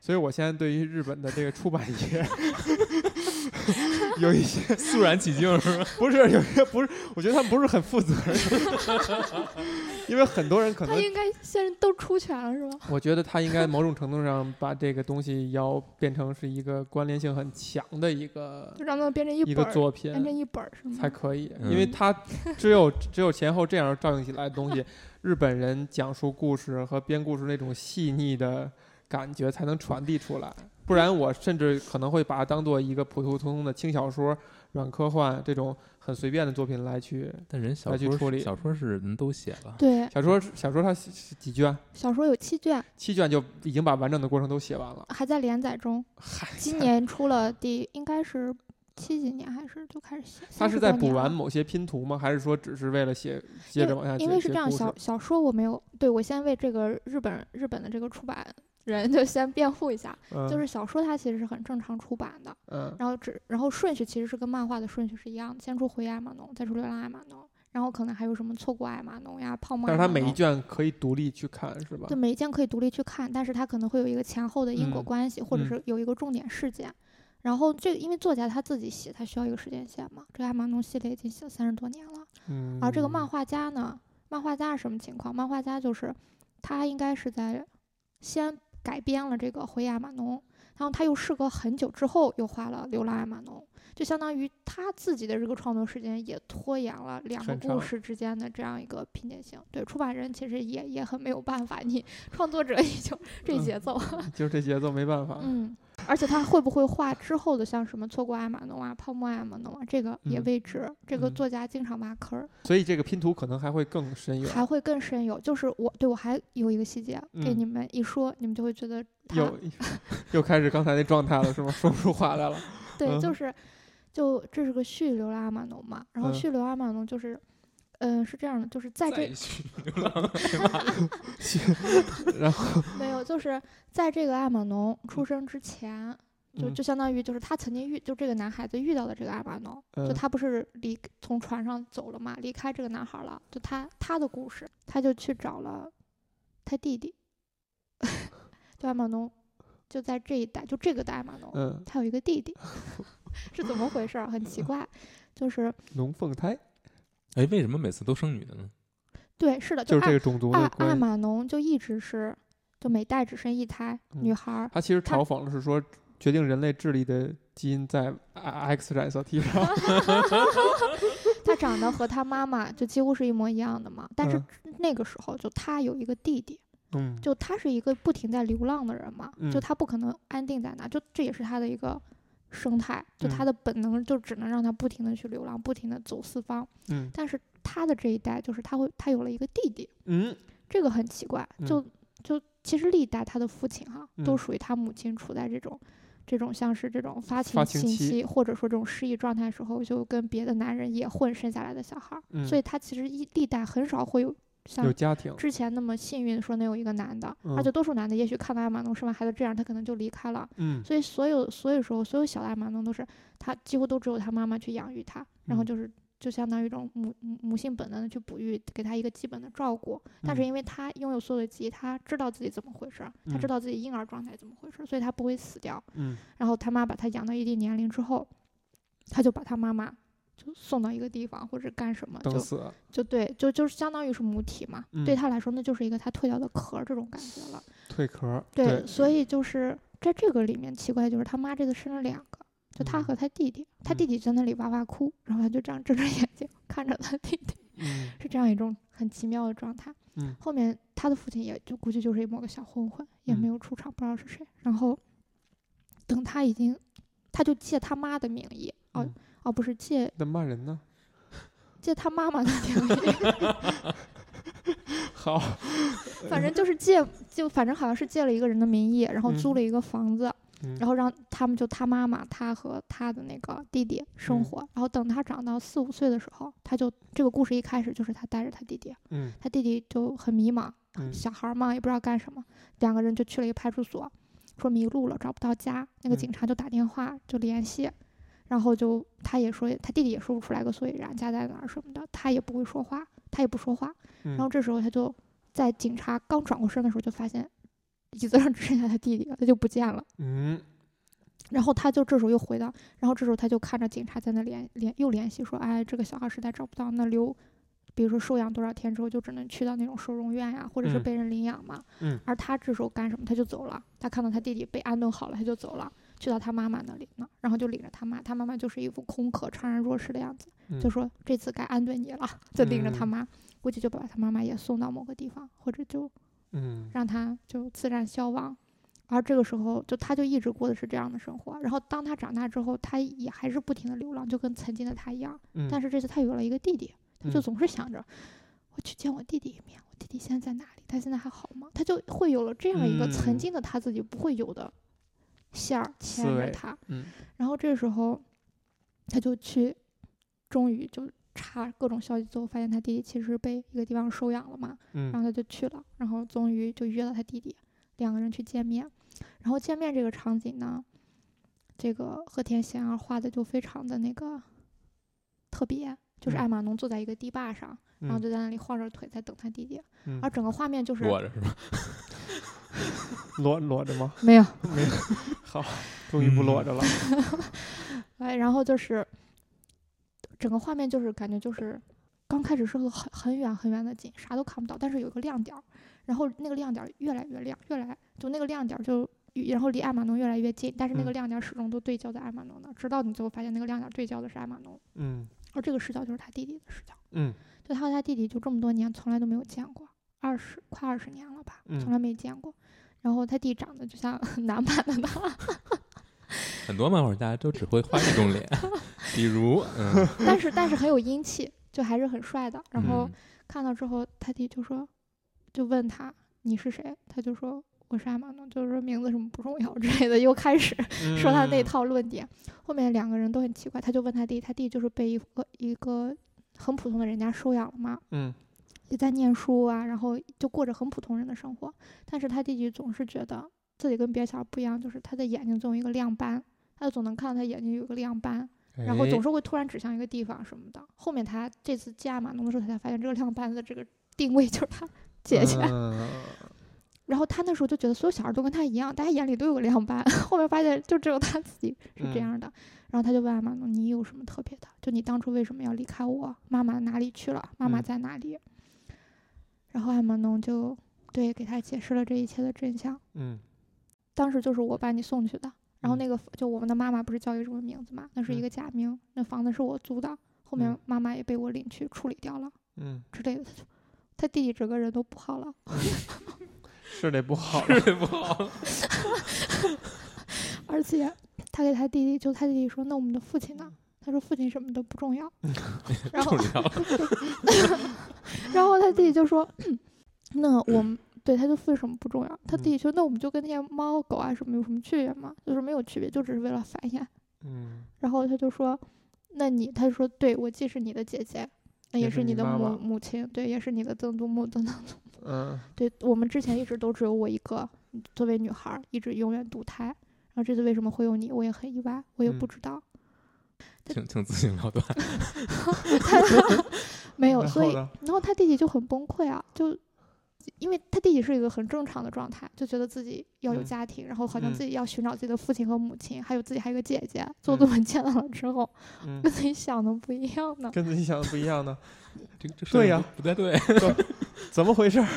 S1: 所以我现在对于日本的这个出版业 *laughs* 有一些
S3: 肃然起敬是吧？
S1: 不是，有些不是，我觉得他们不是很负责任， *laughs* 因为很多人可
S2: 他
S1: 能，
S2: 应该现在都出全了是吗？
S1: 我觉得他应该某种程度上把这个东西要变成是一个关联性很强的一个
S2: 就让他们变成一
S1: 一
S2: 本
S1: 个
S2: 哎儿，
S1: 作
S2: 变成
S1: 品
S2: 一本儿是吗？
S1: 才可以，
S3: 嗯
S1: 因为他只有只有前后这样照应起来的东西，日本人讲述故事和编故事那种细腻的感觉才能传递出来。不然我甚至可能会把它当做一个普普通通的轻小说、软科幻这种很随便的作品来去。
S3: 但人小
S1: 来去
S3: 说
S1: 处
S3: 是
S1: 理
S3: 小说是人都写了，
S2: 对，
S1: 小说小说它是是几卷？
S2: 小说有七卷，
S1: 七卷就已经把完整的过程都写完了。
S2: 还在连载中。
S1: 嗨，
S2: 今年出了第，应该是七几年还是就开始写。
S1: 他
S2: 30
S1: 是在
S2: 多年
S1: 补完
S2: 了
S1: 某些拼图吗？还是说只是为了写接着往下写？
S2: 因为是
S1: 写
S2: 这样，
S1: 故事
S2: 小小说我没有，对我先为这个日本日本的这个出版人就先辩护一下，
S1: 嗯
S2: 就是小说它其实是很正常出版的，
S1: 嗯
S2: 然后只然后顺序其实是跟漫画的顺序是一样的，先出《回忆爱马农》，再出《流浪爱马农》，然后可能还有什么《错过爱马农》呀，《泡沫
S1: 但
S2: 爱
S1: 是
S2: 马
S1: 它
S2: 农》。
S1: 每一卷可以独立去看，是吧
S2: 对？每一件可以独立去看，但是它可能会有一个前后的因果
S1: 嗯
S2: 关系，或者
S1: 嗯
S2: 是有一个重点事件。然后这个因为作家他自己写，他需要一个时间线嘛。这个爱马农系列已经写了三十多年了。
S1: 嗯。
S2: 啊而这个漫画家呢，漫画家是什么情况？漫画家就是他应该是在先改编了这个《回忆爱马农》，然后他又事隔很久之后又画了《流浪爱马农》，就相当于他自己的这个创作时间也拖延了两个
S1: 很
S2: 故
S1: 长
S2: 事之间的这样一个拼接性。对，出版人其实也也很没有办法，你创作者也就这
S1: 嗯
S2: 节奏。
S1: 就是这节奏没办法。
S2: 嗯，而且他会不会画之后的，像什么错过爱马农啊、泡沫爱马农啊，这个也
S1: 嗯
S2: 未知。这个
S1: 嗯
S2: 作家经常挖坑儿，
S1: 所以这个拼图可能还会更深远。
S2: 还会更深有。就是我对我还有一个细节、给
S1: 嗯
S2: 你们一说，你们就会觉得他
S1: 又又开始刚才那状态了，是吗？说不出话
S2: *laughs*
S1: 来了。 *laughs*
S2: 对，就
S1: 嗯
S2: 是就这是个续《流浪阿玛农》嘛，然后
S1: 嗯
S2: 续《流浪阿玛农》就是。嗯，是这样的，就是在这没有，就是在这个阿玛农出生之前，就
S1: 嗯
S2: 就相当于就是他曾经遇，就这个男孩子遇到了这个阿玛农，就
S1: 嗯
S2: 他不是离从船上走了嘛，离开这个男孩了，就他他的故事，他就去找了他弟弟， *laughs* 就阿玛农，就在这一代，就这个的阿玛农，
S1: 嗯，
S2: 他有一个弟 *laughs* 弟，是怎么回事儿？很奇怪，就是
S1: 龙凤胎
S3: *laughs* 哎，为什么每次都生女的呢？
S2: 对，是的，
S1: 就是这
S2: 爱
S1: 个种族
S2: 爱
S1: 的
S2: 爱
S1: 关系。
S2: 玛农就一直是就每代只生一胎
S1: 嗯
S2: 女孩儿，
S1: 他其实
S2: 他
S1: 嘲讽的是说，决定人类智力的基因在啊 X 染色
S2: *laughs*
S1: 体上。
S2: 她
S1: *laughs*
S2: 长得和她妈妈就几乎是一模一样的嘛。但是那个时候就她有一个弟弟，
S1: 嗯，
S2: 就她是一个不停在流浪的人嘛，
S1: 嗯
S2: 就她不可能安定在那，就这也是她的一个。生态就她
S1: 嗯
S2: 的本能，就只能让她不停的去流浪，不停的走四方。
S1: 嗯
S2: 但是她的这一代，就是她会，她有了一个弟弟，
S1: 嗯
S2: 这个很奇怪，
S1: 嗯
S2: 就就其实历代他的父亲哈、
S1: 嗯
S2: 都属于他母亲处在这种这种像是这种发情
S1: 发情
S2: 期，
S1: 期
S2: 或者说这种失忆状态的时候，就跟别的男人也混生下来的小孩儿，
S1: 嗯，
S2: 所以他其实一历代很少会有
S1: 有
S2: 像
S1: 家庭。
S2: 之前那么幸运说能有一个男的，
S1: 嗯
S2: 而且多数男的也许看到艾玛农生完孩子这样，他可能就离开了。
S1: 嗯
S2: 所以所有所以说所有小的艾玛农都是他几乎都只有他妈妈去养育他，然
S1: 嗯
S2: 后就是就相当于一种母母母性本能的去哺育，给他一个基本的照顾。但是
S1: 嗯
S2: 因为他拥有所有的记忆，他知道自己怎么回事儿，他知
S1: 嗯
S2: 道自己婴儿状态怎么回事儿，所以他不会死掉。
S1: 嗯
S2: 然后他妈把他养到一定年龄之后，他就把他妈妈。就送到一个地方或者干什么，
S1: 等
S2: 就
S1: 死。
S2: 就对，就就是相当于是母体嘛，对
S1: 嗯
S2: 他来说那就是一个他退掉的壳儿这种感觉了。
S1: 蜕壳。
S2: 对，所以就是在这个里面奇怪，就是他妈这次生了两个，就他
S1: 嗯
S2: 和他弟弟，他
S1: 嗯
S2: 弟弟在那里哇哇哭，然后他就这样睁着眼睛看着他弟弟，
S1: 嗯
S2: 是这样一种很奇妙的状态。
S1: 嗯
S2: 后面他的父亲也就估计就是某个小混混，也
S1: 嗯
S2: 没有出场，不知道是谁。然后等他已经，他就借他妈的名义，哦、
S1: 嗯
S2: 哦，不是借
S1: 那骂人呢？
S2: 借他妈妈的名义， *laughs*
S1: 好，
S2: 反正就是借，就反正好像是借了一个人的名义，然后
S1: 嗯
S2: 租了一个房子，
S1: 嗯
S2: 然后让他们就他妈妈，他和他的那个弟弟生
S1: 嗯
S2: 活。然后等他长到四五岁的时候，他就这个故事一开始就是他带着他弟弟，
S1: 嗯
S2: 他弟弟就很迷茫，
S1: 嗯
S2: 小孩儿嘛也不知道干什么，两个人就去了一个派出所，说迷路了找不到家，那个
S1: 嗯
S2: 警察就打电话就联系，然后就他也说他弟弟也说不出来个所以然，家在哪儿什么的，他也不会说话，他也不说话，
S1: 嗯，
S2: 然后这时候他就在警察刚转过身的时候就发现椅子上只剩下他弟弟了，他就不见了。
S1: 嗯
S2: 然后他就这时候又回到，然后这时候他就看着警察在那联联又联系说，哎，这个小孩实在找不到，那留，比如说收养多少天之后，就只能去到那种收容院呀、或者是
S1: 嗯
S2: 被人领养嘛。
S1: 嗯
S2: 而他这时候干什么？他就走了。他看到他弟弟被安顿好了，他就走了，去到他妈妈那里呢，然后就领着他妈，他妈妈就是一副空壳、怅然若失的样子，就
S1: 嗯
S2: 说这次该安顿你了，就领着他
S1: 嗯
S2: 妈，估计就把他妈妈也送到某个地方，或者就
S1: 嗯
S2: 让他就自然消亡。而这个时候，就他就一直过的是这样的生活。然后当他长大之后，他也还是不停的流浪，就跟曾经的他一样。
S1: 嗯，
S2: 但是这次他有了一个弟弟，他
S1: 嗯
S2: 就总是想着、我去见我弟弟一面，我弟弟现在在哪里？他现在还好吗？他就会有了这样一个曾
S1: 嗯
S2: 经的他自己不会有的线儿牵
S1: 思
S2: 着
S1: 维
S2: 他。
S1: 嗯
S2: 然后这时候，他就去，终于就查各种消息最后，发现他弟弟其实被一个地方收养了嘛。然
S1: 嗯
S2: 后他就去了，然后终于就约了他弟弟，两个人去见面。然后见面这个场景呢，这个和田贤二画的就非常的那个特别，就是
S1: 嗯
S2: 艾玛农坐在一个堤坝上，然后
S1: 嗯
S2: 就在那里晃着腿在等他弟弟，
S1: 嗯
S2: 而整个画面就是
S3: 裸着是吧？
S1: 裸裸着
S2: *laughs*
S1: 吗？
S2: 没有，
S1: 没有，好，终于不裸着了。
S2: 哎，然后就是整个画面就是感觉就是刚开始是个很很远很远的景，啥都看不到，但是有一个亮点儿，然后那个亮点儿越来越亮，越来就那个亮点儿就与然后离艾玛农越来越近，但是那个
S1: 嗯
S2: 亮点儿始终都对焦在艾玛农那儿，直到你最后发现那个亮点儿对焦的是艾玛农，
S1: 嗯
S2: 而这个视角就是他弟弟的视角，
S1: 嗯
S2: 就他和他弟弟就这么多年从来都没有见过，二十快二十年了吧，
S1: 嗯
S2: 从来没见过。然后他弟长得就像 *laughs* 男版的他，
S3: 很多漫画家都只会画一种
S1: *laughs*
S3: 脸，比如，嗯，
S2: 但是但是很有英气，就还是很帅的。然后
S3: 嗯
S2: 看到之后，他弟就说，就问他你是谁，他就说我是阿玛诺，就是说名字什么不重要之类的，又开始
S1: 嗯
S2: *laughs* 说他那套论点。后面两个人都很奇怪，他就问他弟，他弟就是被一个一个很普通的人家收养了嘛，
S1: 嗯
S2: 也在念书啊，然后就过着很普通人的生活。但是他弟弟总是觉得自己跟别的小孩不一样，就是他的眼睛总有一个亮斑，他就总能看到他眼睛有个亮斑。
S1: 嗯，
S2: 然后总
S1: 哎
S2: 是会突然指向一个地方什么的。后面他这次见阿玛农的时候，他才发现这个亮斑的这个定位就是
S1: *laughs*
S2: 他姐姐。
S1: 嗯
S2: 然后他那时候就觉得所有小孩都跟他一样，大家眼里都有个亮斑。 *laughs* 后面发现就只有他自己是这
S1: 嗯
S2: 样的。然后他就问阿玛农：“你有什么特别的？就你当初为什么要离开我？妈妈哪里去了？妈妈
S1: 嗯
S2: 在哪里？”然后阿玛农就对给他解释了这一切的真相。 *laughs*
S1: 嗯
S2: 当时就是我把你送去的。然后
S1: 嗯
S2: 那个就我们的妈妈不是叫一个什么名字嘛，那是
S1: 嗯
S2: 一个假名，那房子是我租的，后面
S1: 嗯
S2: 妈妈也被我领去处理掉了
S1: 嗯，
S2: 之类的。他就他弟弟整个人都不好了，
S1: 是得不好了。
S3: 是不好，
S2: 而且他给他弟弟就他弟弟说：“那我们的父亲
S1: 嗯
S2: 呢？”他说：“父亲什么都不重要。”
S1: *laughs*
S2: 然后
S3: 重要。
S2: *laughs* 然后他弟弟就说：“ *clears throat* 那我们对他就为什么不重要？”他
S1: 嗯
S2: 弟弟说：“那我们就跟那些猫狗啊什么有什么区别吗？就是没有区别，就只是为了繁衍。”
S1: 嗯
S2: 然后他就说：“那你？”他说：“对，我既是你的姐姐，那
S1: 也
S2: 也
S1: 是
S2: 是
S1: 你
S2: 的
S1: 妈
S2: 母
S1: 妈
S2: 母亲，对，也是你的曾祖母等等。
S1: 嗯
S2: 对我们之前一直都只有我一个，作为女孩儿一直永远独胎。然后这次为什么会有你，我也很意外，我也不
S1: 嗯
S2: 知道。
S3: 请请自行了断。
S2: 没有，
S1: 然
S2: 所
S1: 后
S2: 以
S1: 呢
S2: 然后他弟弟就很崩溃啊，就因为他弟弟是一个很正常的状态，就觉得自己要有
S1: 嗯
S2: 家庭，然后好像
S1: 嗯
S2: 自己要寻找自己的父亲和母亲，还有自己还有个姐姐。做作文见到了之后，
S1: 嗯
S2: 跟，自己想的不一样呢。
S1: 跟自己想的不一样呢，
S3: 这这
S1: 对呀
S3: 不不太对。
S1: 怎么回事儿？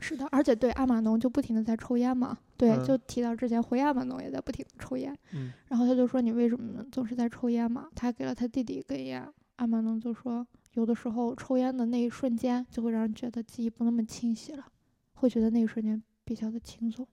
S2: 是的，而且对阿玛农就不停的在抽烟嘛，对，
S1: 嗯
S2: 就提到之前回阿玛农也在不停的抽烟，
S1: 嗯
S2: 然后他就说你为什么总是在抽烟嘛？他给了他弟弟一根烟，阿玛农就说有的时候抽烟的那一瞬间就会让人觉得记忆不那么清晰了，会觉得那一瞬间比较的
S1: *laughs*
S2: 轻松。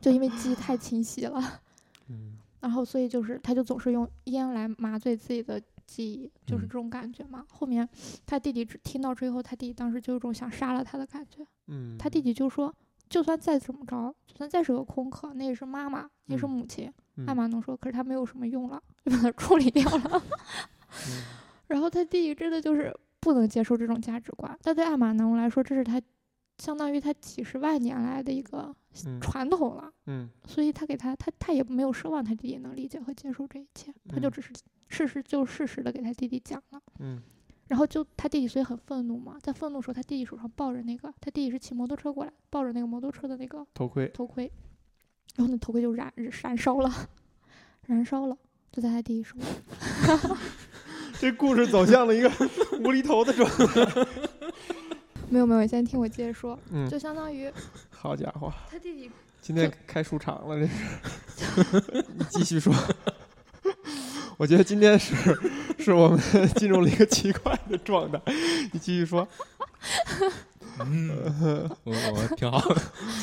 S2: 就因为记忆太清晰了，
S1: 嗯
S2: 然后所以就是他就总是用烟来麻醉自己的记忆，就是
S3: 嗯
S2: 这种感觉嘛。后面他弟弟只听到之后，他弟弟当时就有种想杀了他的感觉。
S1: 嗯，
S2: 他弟弟就说：“就算再怎么着，就算再是个空壳，那也是妈妈，也是
S1: 嗯
S2: 母亲。
S1: 嗯
S2: 艾玛农说：“可是他没有什么用了，就把他处理掉了。 *laughs*
S1: 嗯”
S2: 然后他弟弟真的就是不能接受这种价值观，但对艾玛农来说，这是他相当于他几十万年来的一个
S1: 嗯
S2: 传统了。
S1: 嗯
S2: 所以他给他他他也没有奢望他弟弟能理解和接受这一切，他
S1: 嗯
S2: 就只是事实就事实的给他弟弟讲了，
S1: 嗯
S2: 然后就他弟弟所以很愤怒嘛，在愤怒的时候，他弟弟手上抱着那个他弟弟是骑摩托车过来，抱着那个摩托车的那个
S1: 头盔，
S2: 头盔，然后那头盔就燃燃烧了， *laughs* 燃烧了，就在他弟弟手里，
S1: 这故事走向了一个无厘头的状态。
S2: 没有没有，你先听我接着说，
S1: 嗯，
S2: 就相当于
S1: 好家伙，
S2: *sniffs* 他弟弟
S1: 今天开书场了，这是。 *laughs* 你继续说。我觉得今天 *laughs* 是是我们进入了一个奇怪的状态。你继续说。
S3: 嗯，我我挺好，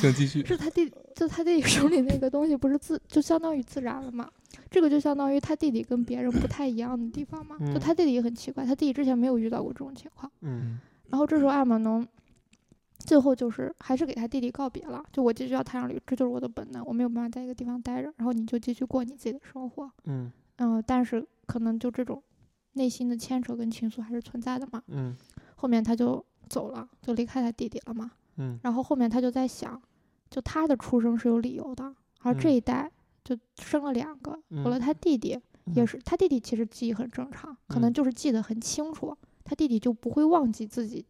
S3: 请继续。
S2: 是他弟，就他弟弟手里那个东西，不是自就相当于自燃了嘛？这个就相当于他弟弟跟别人不太一样的地方嘛。就
S1: 嗯
S2: 他弟弟也很奇怪，他弟弟之前没有遇到过这种情况。
S1: 嗯
S2: 然后这时候艾玛农最后就是还是给他弟弟告别了，就我继续要太阳里，这就是我的本能，我没有办法在一个地方待着，然后你就继续过你自己的生活。
S1: 嗯
S2: 嗯、但是可能就这种内心的牵扯跟情愫还是存在的嘛。
S1: 嗯
S2: 后面他就走了，就离开他弟弟了嘛。
S1: 嗯
S2: 然后后面他就在想，就他的出生是有理由的，而这
S1: 嗯
S2: 一代就生了两个，有了
S1: 嗯
S2: 他弟弟，也
S1: 嗯
S2: 是他弟弟其实记忆很正常，可能
S1: 嗯
S2: 就是记得很清楚，他弟弟就不会忘记自己，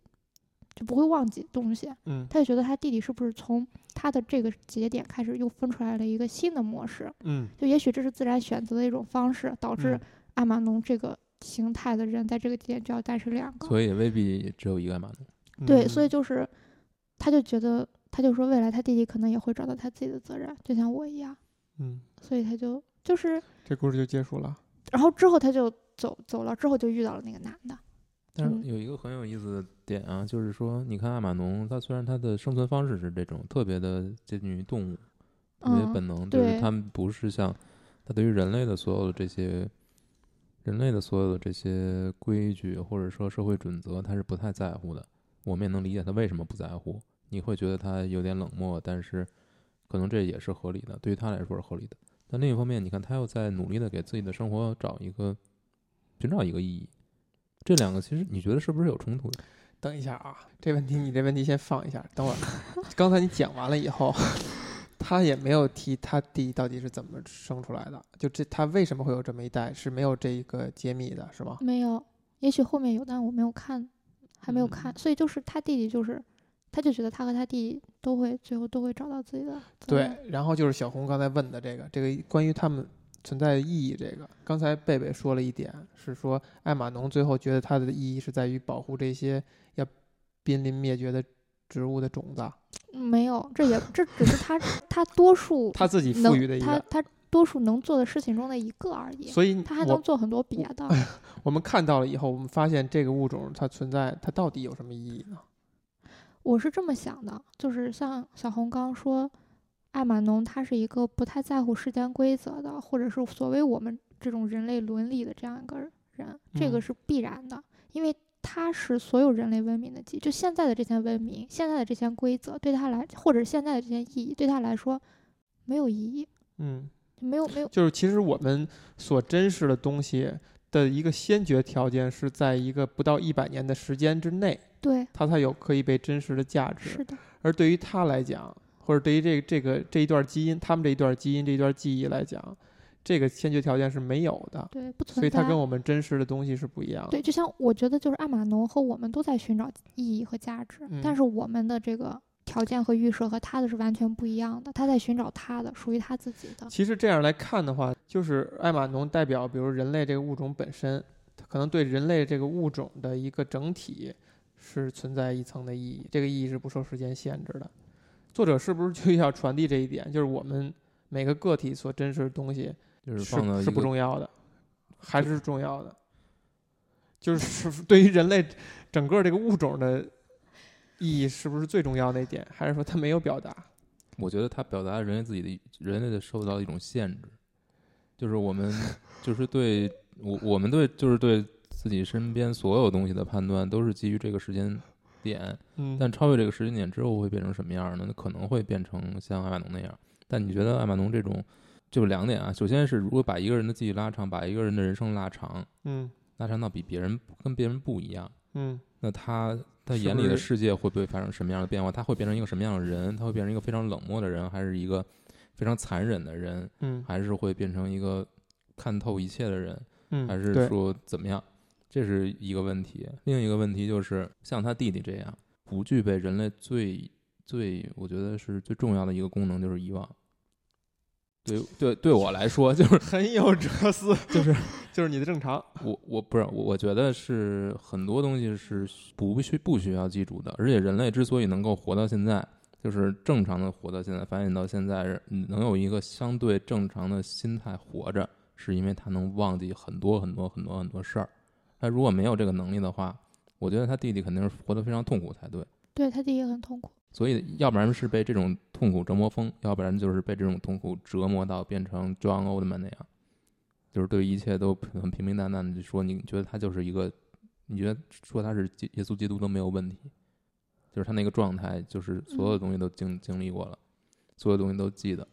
S2: 就不会忘记东西，
S1: 嗯
S2: 他就觉得他弟弟是不是从他的这个节点开始又分出来了一个新的模式，
S1: 嗯
S2: 就也许这是自然选择的一种方式，导致
S1: 嗯
S2: 阿玛农这个形态的人在这个节点就要诞生两个，
S3: 所以也未必只有一个马农。
S1: 嗯，
S2: 对，所以就是，他就觉得，他就说未来他弟弟可能也会找到他自己的责任，就像我一样，
S1: 嗯，
S2: 所以他就就是，
S1: 这故事就结束了。
S2: 然后之后他就走走了，之后就遇到了那个男的，
S3: 但
S2: 嗯
S3: 是有一个很有意思的点啊，就是说，你看艾玛农，它虽然它的生存方式是这种特别的接近于动物，特别
S2: 嗯
S3: 本能，就是
S2: 对
S3: 它们不是像它对于人类的所有的这些人类的所有的这些规矩或者说社会准则，它是不太在乎的。我们也能理解它为什么不在乎，你会觉得它有点冷漠，但是可能这也是合理的，对于它来说是合理的。但另一方面，你看他又在努力的给自己的生活找一个寻找一个意义。这两个其实你觉得是不是有冲突的？
S1: 等一下啊，这问题你这问题先放一下，等
S2: *laughs*
S1: 会儿刚才你讲完了以后，他也没有提他弟到底是怎么生出来的，就这他为什么会有这么一代是没有这一个揭秘的，是吗？
S2: 没有，也许后面有，但我没有看，还
S1: 嗯
S2: 没有看，所以就是他弟弟就是，他就觉得他和他弟弟都会最后都会找到自己的责
S1: 对
S2: 任，，
S1: 然后就是小红刚才问的这个，这个关于他们存在的意义，这个刚才贝贝说了一点，是说艾玛农最后觉得它的意义是在于保护这些要濒临灭绝的植物的种子，啊
S2: 嗯没有，这也这只是
S1: *laughs*
S2: 他他多数
S1: 他自己赋予的
S2: 能
S1: 一
S2: 他
S1: 个。
S2: 他多数能做的事情中的一个而已。
S1: 所以
S2: 他还能
S1: 我
S2: 做很多别的，
S1: 我们看到了以后，我们发现这个物种它存在，它到底有什么意义呢？
S2: 我是这么想的，就是像小红刚说，艾玛农他是一个不太在乎世间规则的，或者是所谓我们这种人类伦理的这样一个人，这个
S1: 嗯
S2: 是必然的，因为他是所有人类文明的基，就现在的这些文明，现在的这些规则对他来，或者现在的这些意义对他来说没有意义，
S1: 嗯，
S2: 没有没有，
S1: 就是其实我们所珍视的东西的一个先决条件是在一个不到一百年的时间之内，
S2: 对，
S1: 它才有可以被珍视的价值。
S2: 是的，
S1: 而对于他来讲，或者对于这这个这一段基因，他们这一段基因这一段记忆来讲，这个先决条件是没有的，
S2: 对，不存在。
S1: 所以它跟我们真实的东西是不一样的。
S2: 对，就像我觉得，就是艾玛农和我们都在寻找意义和价值，但
S1: 嗯
S2: 是我们的这个条件和预设和他的是完全不一样的。他在寻找他的，属于他自己的。
S1: 其实这样来看的话，就是艾玛农代表，比如人类这个物种本身，它可能对人类这个物种的一个整体是存在一层的意义，这个意义是不受时间限制的。作者是不是就要传递这一点？就是我们每个个体所珍视的东西，
S3: 就是
S1: 是
S3: 放到一
S1: 是不
S3: 个
S1: 重要的，还是重要的，就是 *laughs* 是对于人类整个这个物种的意义是不是最重要的一点，还是说它没有表达？
S3: 我觉得它表达了人类自己的人类的受到一种限制，就是我们就是对我我们对就是对自己身边所有东西的判断都是基于这个时间点，
S1: 嗯
S3: 但超越这个时间点之后会变成什么样呢？那可能会变成像艾玛农那样。但你觉得艾玛农这种就两点啊，首先是如果把一个人的记忆拉长，把一个人的人生拉长，
S1: 嗯
S3: 拉长到比别人跟别人不一样，
S1: 嗯
S3: 那他他
S1: 是
S3: 眼
S1: 不
S3: 里的
S1: 是
S3: 世界会不会发生什么样的变化？他会变成一个什么样的人？他会变成一个非常冷漠的人，还是一个非常残忍的人？
S1: 嗯
S3: 还是会变成一个看透一切的人？
S1: 嗯，
S3: 还是
S1: 对
S3: 说怎么样？这是一个问题。另一个问题就是，像他弟弟这样不具备人类最最，我觉得是最重要的一个功能，就是遗忘。对对，对我来说，就是
S1: 很有哲思，
S3: 就是
S1: 就是你的正常。
S3: 我我不是我，我觉得是很多东西是不需不需要记住的。而且人类之所以能够活到现在，就是正常的活到现在，发展到现在，能有一个相对正常的心态活着，是因为他能忘记很多很多很多很多事儿。他如果没有这个能力的话，我觉得他弟弟肯定是活得非常痛苦才对。
S2: 对他弟也很痛苦。
S3: 所以要不然是被这种痛苦折磨疯，要不然就是被这种痛苦折磨到变成 John Oldman 那样，就是对一切都很平平淡淡的就说，你觉得他就是一个，你觉得说他是耶耶稣基督都没有问题，就是他那个状态，就是所有东西都经、经历过了，所有东西都记得，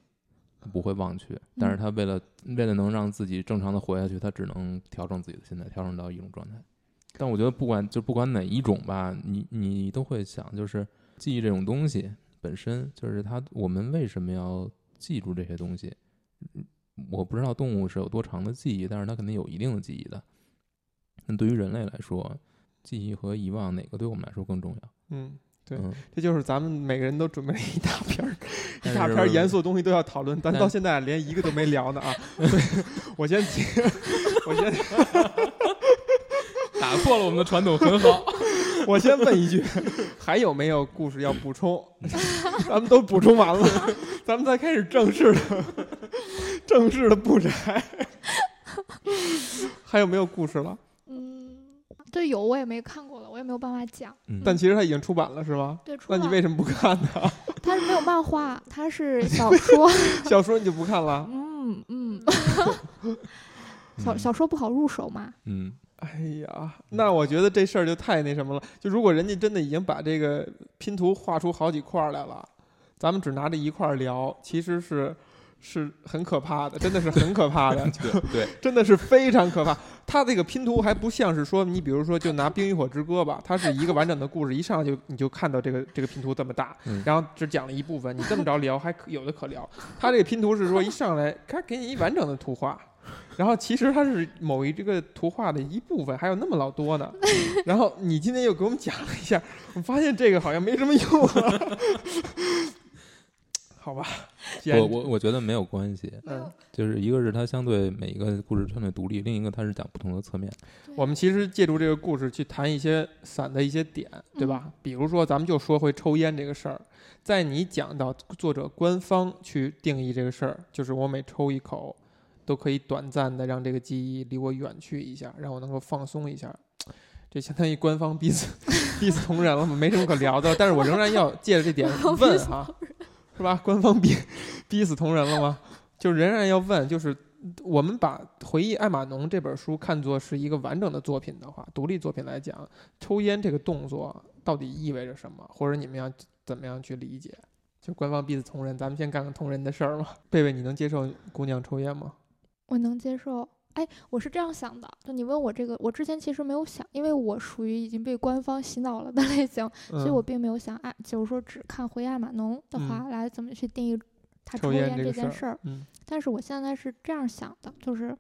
S3: 不会忘却。但是他为了、为了能让自己正常的活下去，他只能调整自己的心态，调整到一种状态。但我觉得不管就不管哪一种吧，你你都会想，就是记忆这种东西本身，就是它我们为什么要记住这些东西？嗯我不知道动物是有多长的记忆，但是它肯定有一定的记忆的。那对于人类来说，记忆和遗忘哪个对我们来说更重要？
S1: 嗯，对
S3: 嗯，
S1: 这就是咱们每个人都准备了一大篇儿，
S3: 但
S1: 一大
S3: 是
S1: 篇儿严肃的东西都要讨论，咱
S3: 但
S1: 到现在连一个都没聊呢啊！ *laughs* 对，我先提，我先
S3: *laughs* 打破了我们的传统，很好。
S1: 我先问一句，还有没有故事要补充？ *laughs* 咱们都补充完了，咱们再开始正式的正式的布宅。还有没有故事了？
S2: 嗯， *laughs* 对，有我也没看过了，我也没有办法讲。
S3: 嗯，
S1: 但其实它已经出版了，是吗？
S2: 对，除
S1: 那
S2: 了
S1: 你为什么不看呢？ *laughs*
S2: 它是没有漫画，它是小说。
S1: 小说你就不看了？
S2: 嗯嗯，小小说不好入手嘛。
S3: 嗯， *laughs*
S1: 哎呀，那我觉得这事儿就太那什么了。就如果人家真的已经把这个拼图画出好几块儿来了，咱们只拿这一块儿聊，其实是是很可怕的，真的是很可怕的。就
S3: 对对，
S1: 真的是非常可怕。它这个拼图还不像是说，你比如说就拿《冰与火之歌》吧，它是一个完整的故事，一上来就你就看到这个这个拼图这么大
S3: 嗯，
S1: 然后只讲了一部分，你这么着聊还可有的可聊。它这个拼图是说一上来，它给你一完整的图画。然后其实它是某一这个图画的一部分，还有那么老多呢。然后你今天又给我们讲了一下，我发现这个好像没什么用啊。好吧，既然
S3: 我我我觉得没有关系，
S2: 没有
S1: 嗯
S3: 就是一个是它相对每一个故事相对独立，另一个它是讲不同的侧面。
S1: 我们其实借助这个故事去谈一些散的一些点，对吧？比如说，咱们就说回抽烟这个事儿，在你讲到作者官方去定义这个事儿，就是我每抽一口，都可以短暂的让这个记忆离我远去一下，让我能够放松一下。这相当于官方逼死逼死同人了嘛，没什么可聊的。但是我仍然要借着这点问啊，是吧？官方逼逼死同人了吗？就仍然要问，就是我们把《回忆艾玛农》这本书看作是一个完整的作品的话，独立作品来讲，抽烟这个动作到底意味着什么，或者你们要怎么样去理解？就官方逼死同人，咱们先干干同人的事儿嘛。 *laughs* 贝贝，你能接受姑娘抽烟吗？
S2: 我能接受。哎，我是这样想的，就你问我这个，我之前其实没有想，因为我属于已经被官方洗脑了的类型，
S1: 嗯、嗯
S2: 所以我并没有想按，就是说只看《回忆艾玛农》的话、来怎么去定义他
S1: 抽
S2: 抽
S1: 烟
S2: 烟
S1: 这个事
S2: 这件
S1: 儿
S2: 事儿。
S1: 嗯
S2: 但是我现在是这样想的，就是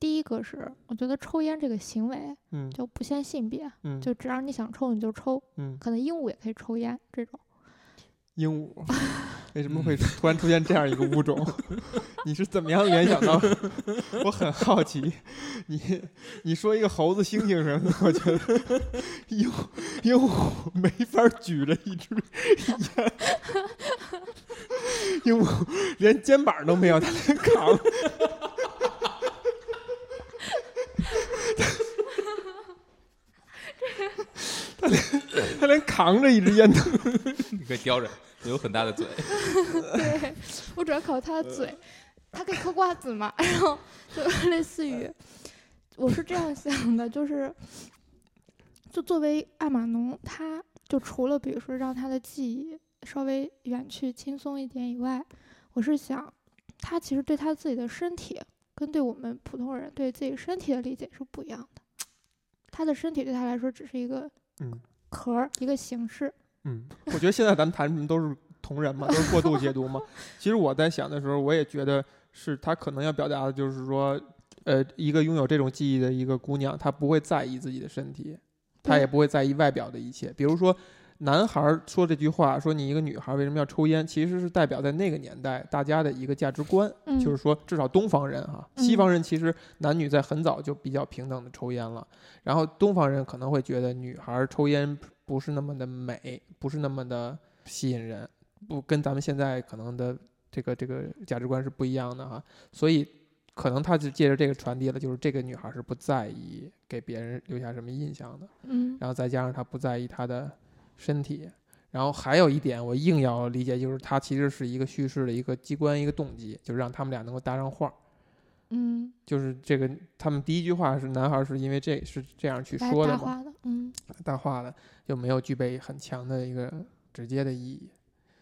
S2: 第一个是，我觉得抽烟这个行为
S1: 嗯
S2: 就不限性别，
S1: 嗯
S2: 就只要你想抽你就抽，
S1: 嗯，
S2: 可能鹦鹉也可以抽烟这种。
S1: 鹦鹉为什么会突然出现这样一个物种？ *laughs* 你是怎么样联想到？ *laughs* 我很好奇，你你说一个猴子、猩猩什么的，我觉得鹦鹉鹦鹉没法举着一只 *laughs* 烟，鹦鹉连肩膀都没有，它能扛。 *laughs* 它连它连扛着一支烟都
S3: 你可以叼着，有很大的嘴。
S2: 对，我主要考他的
S3: 呃
S2: 嘴， *laughs* 他可以嗑瓜子嘛，然后就 *laughs* 类似
S3: 呃
S2: 于，我是这样想的，就是，就作为艾玛农，他就除了比如说让他的记忆稍微远去、轻松一点以外，我是想，他其实对他自己的身体跟对我们普通人对自己身体的理解是不一样的，他的身体对他来说只是一个
S1: 嗯
S2: 壳儿、一个形式，
S1: 嗯，我觉得现在咱们谈什么都是同人嘛，都是过度解读嘛。其实我在想的时候，我也觉得是他可能要表达的就是说，呃，一个拥有这种记忆的一个姑娘，她不会在意自己的身体，她
S2: 对
S1: 也不会在意外表的一切。比如说，男孩儿说这句话，说你一个女孩儿为什么要抽烟，其实是代表在那个年代大家的一个价值观。
S2: 嗯，
S1: 就是说，至少东方人哈、
S2: 嗯
S1: 西方人其实男女在很早就比较平等的抽烟了，然后东方人可能会觉得女孩儿抽烟不是那么的美，不是那么的吸引人，不跟咱们现在可能的这个这个价值观是不一样的哈、所以可能他就借着这个传递了，就是这个女孩儿是不在意给别人留下什么印象的，
S2: 嗯，
S1: 然后再加上她不在意她的身体，然后还有一点我硬要理解，就是它其实是一个叙事的一个机关，一个动机，就是让他们俩能够搭上话儿。
S2: 嗯，
S1: 就是这个，他们第一句话是男孩儿是因为这是这样去
S2: 来
S1: 说的
S2: 搭
S1: 嘛，
S2: 话的，嗯，
S1: 搭话的就没有具备很强的一个直接的意义。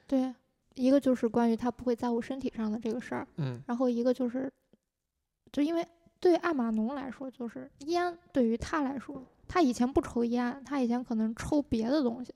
S2: 对，一个就是关于他不会在乎身体上的这个事儿，
S1: 嗯
S2: 然后一个就是，就因为对阿玛农来说，就是烟对于他来说，他以前不抽烟，他以前可能抽别的东西，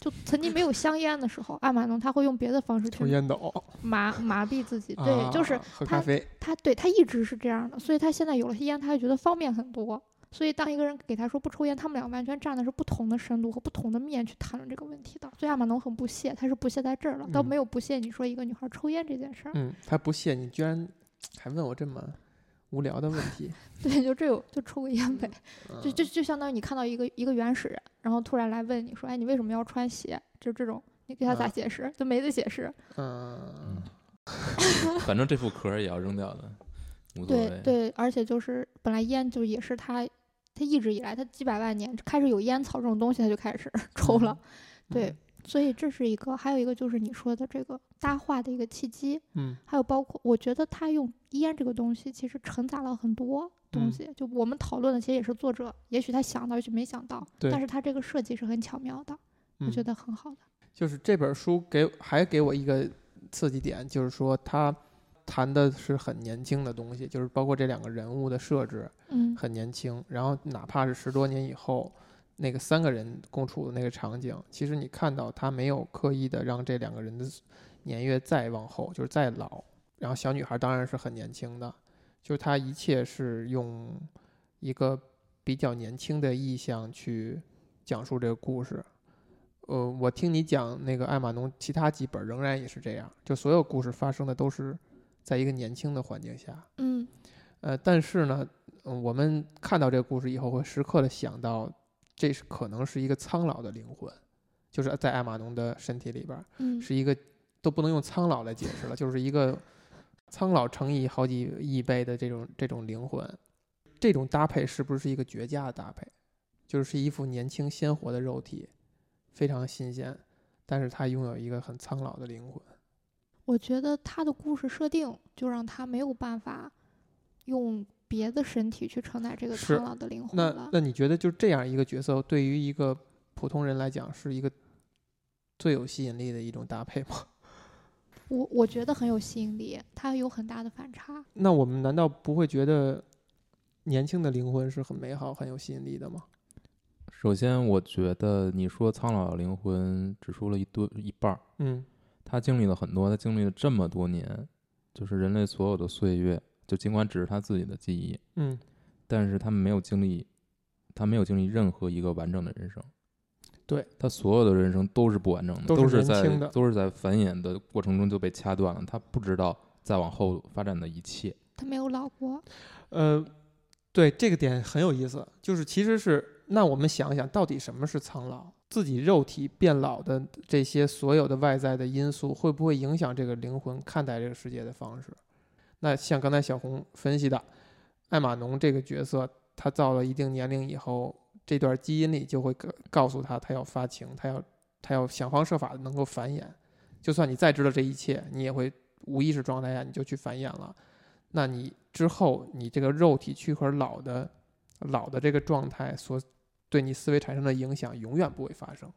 S2: 就曾经没有香烟的时候，阿玛农他会用别的方式
S1: 抽
S2: 去
S1: 烟斗，
S2: 麻麻痹自己，对，就是
S1: 啊喝
S2: 他
S1: 咖啡，
S2: 他对他一直是这样的，所以他现在有了烟，他会觉得方便很多。所以当一个人给他说不抽烟，他们俩完全站的是不同的深度和不同的面去谈论这个问题的。所以阿玛农很不屑，他是不屑在这儿了，倒
S1: 嗯
S2: 没有不屑你说一个女孩抽烟这件事儿。
S1: 嗯，他不屑你居然还问我这么无聊的问
S2: *laughs*
S1: 题，
S2: 对，就这有就抽个烟呗，就
S1: 嗯
S2: 就就相当于你看到一个一个原始人，然后突然来问你说，哎，你为什么要穿鞋？就这种，你给他咋
S1: 嗯
S2: 解释？就没得解释。
S1: 嗯，
S3: 反正这副壳儿也要扔掉的，无所
S2: 对
S3: 谓。
S2: 对，而且就是本来烟就也是他，他一直以来他几百万年开始有烟草这种东西，他就
S1: *laughs*
S2: 开始抽了。
S1: 嗯
S2: 对，所以这是一个，还有一个就是你说的这个搭话的一个契机，
S1: 嗯，
S2: 还有包括我觉得他用烟这个东西其实承载了很多东
S1: 嗯
S2: 西。就我们讨论的其实也是作者，也许他想到，也许没想到，
S1: 对
S2: 但是他这个设计是很巧妙的，
S1: 嗯，
S2: 我觉
S1: 得
S2: 得很好的。
S1: 就是这本书给还给我一个刺激点，就是说他谈的是很年轻的东西，就是包括这两个人物的设置啊
S2: 嗯
S1: 很年轻，然后哪怕是十多年以后。那个三个人共处的那个场景，其实你看到他没有刻意的让这两个人的年月再往后，就是再老。然后小女孩当然是很年轻的，就是她一切是用一个比较年轻的意象去讲述这个故事。呃，我听你讲那个艾玛农其他几本仍然也是这样，就所有故事发生的都是在一个年轻的环境下。
S2: 嗯，
S1: 呃，但是呢，嗯，我们看到这个故事以后，会时刻的想到，这是可能是一个苍老的灵魂，就是在艾玛农的身体里边儿，
S2: 嗯
S1: 是一个都不能用苍老来解释了，就是一个苍老乘以好几亿倍的这种这种灵魂，这种搭配是不是一个绝佳的搭配？就是一副年轻鲜活的肉体，非常新鲜，但是它拥有一个很苍老的灵魂。
S2: 我觉得他的故事设定就让他没有办法用别的身体去承载这个
S1: 是
S2: 苍老的灵魂
S1: 那
S2: 了。
S1: 那你觉得就这样一个角色，对于一个普通人来讲，是一个最有吸引力的一种搭配吗？ *laughs*
S2: 我我觉得很有吸引力，他有很大的反差。
S1: 那我们难道不会觉得年轻的灵魂是很美好、很有吸引力的吗？
S3: 首先，我觉得你说苍老灵魂只说了一多一半儿，
S1: 嗯
S3: 他经历了很多，他经历了这么多年，就是人类所有的岁月，就尽管只是他自己的记忆，
S1: 嗯，
S3: 但是他没有经历，他没有经历任何一个完整的人生。
S1: 对
S3: 他所有的人生都是不完整的，
S1: 都是
S3: 都是
S1: 年轻的
S3: 在都是在繁衍的过程中就被掐断了。他不知道再往后发展的一切。
S2: 他没有老过，
S1: 呃，对这个点很有意思，就是其实是那我们想一想，到底什么是苍老？自己肉体变老的这些所有的外在的因素，会不会影响这个灵魂看待这个世界的方式？那像刚才小红分析的，艾玛农这个角色，他到了一定年龄以后，这段基因里就会告告诉他，他要发情，他要他要想方设法地能够繁衍。就算你再知道这一切，你也会无意识状态下你就去繁衍了。那你之后你这个肉体躯壳老的老的这个状态所对你思维产生的影响，永远不会发生。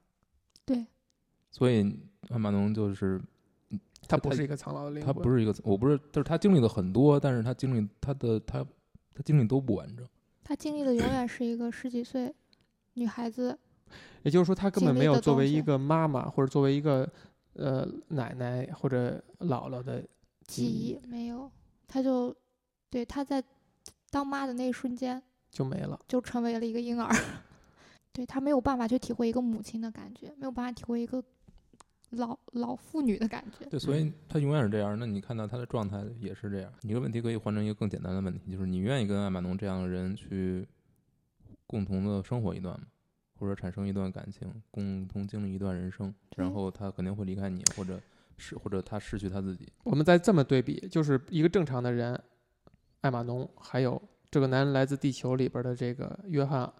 S3: 所以艾玛农就是
S1: 它
S3: 它
S1: 不是一个苍老的灵
S3: 他
S1: 魂，
S3: 不是一个，我不是，就是他经历了很多，但是他经历他的他他经历都不完整。
S2: 他经历的永远是一个十几岁女孩子。
S1: 也就是说，他根
S2: 经
S1: 本
S2: 历
S1: 没有
S2: 的
S1: 作
S2: 东
S1: 为一
S2: 西
S1: 个妈妈或者作为一个呃奶奶或者姥姥的
S2: 记忆没有，他就对他在当妈的那一瞬间
S1: 就没了。
S2: 就成为了一个婴儿， *laughs* 对他没有办法去体会一个母亲的感觉，没有办法体会一个老老妇女的感觉。
S3: 对，所以他永远是这样。那你看到他的状态也是这样。一个问题可以换成一个更简单的问题，就是你愿意跟艾玛农这样的人去共同的生活一段吗？或者产生一段感情，共同经历一段人生，
S2: 对
S3: 然后他肯定会离开你，或者是或者他失去他自己。
S1: 我们再这么对比，就是一个正常的人，艾玛农，还有这个男人来自地球里边的这个约翰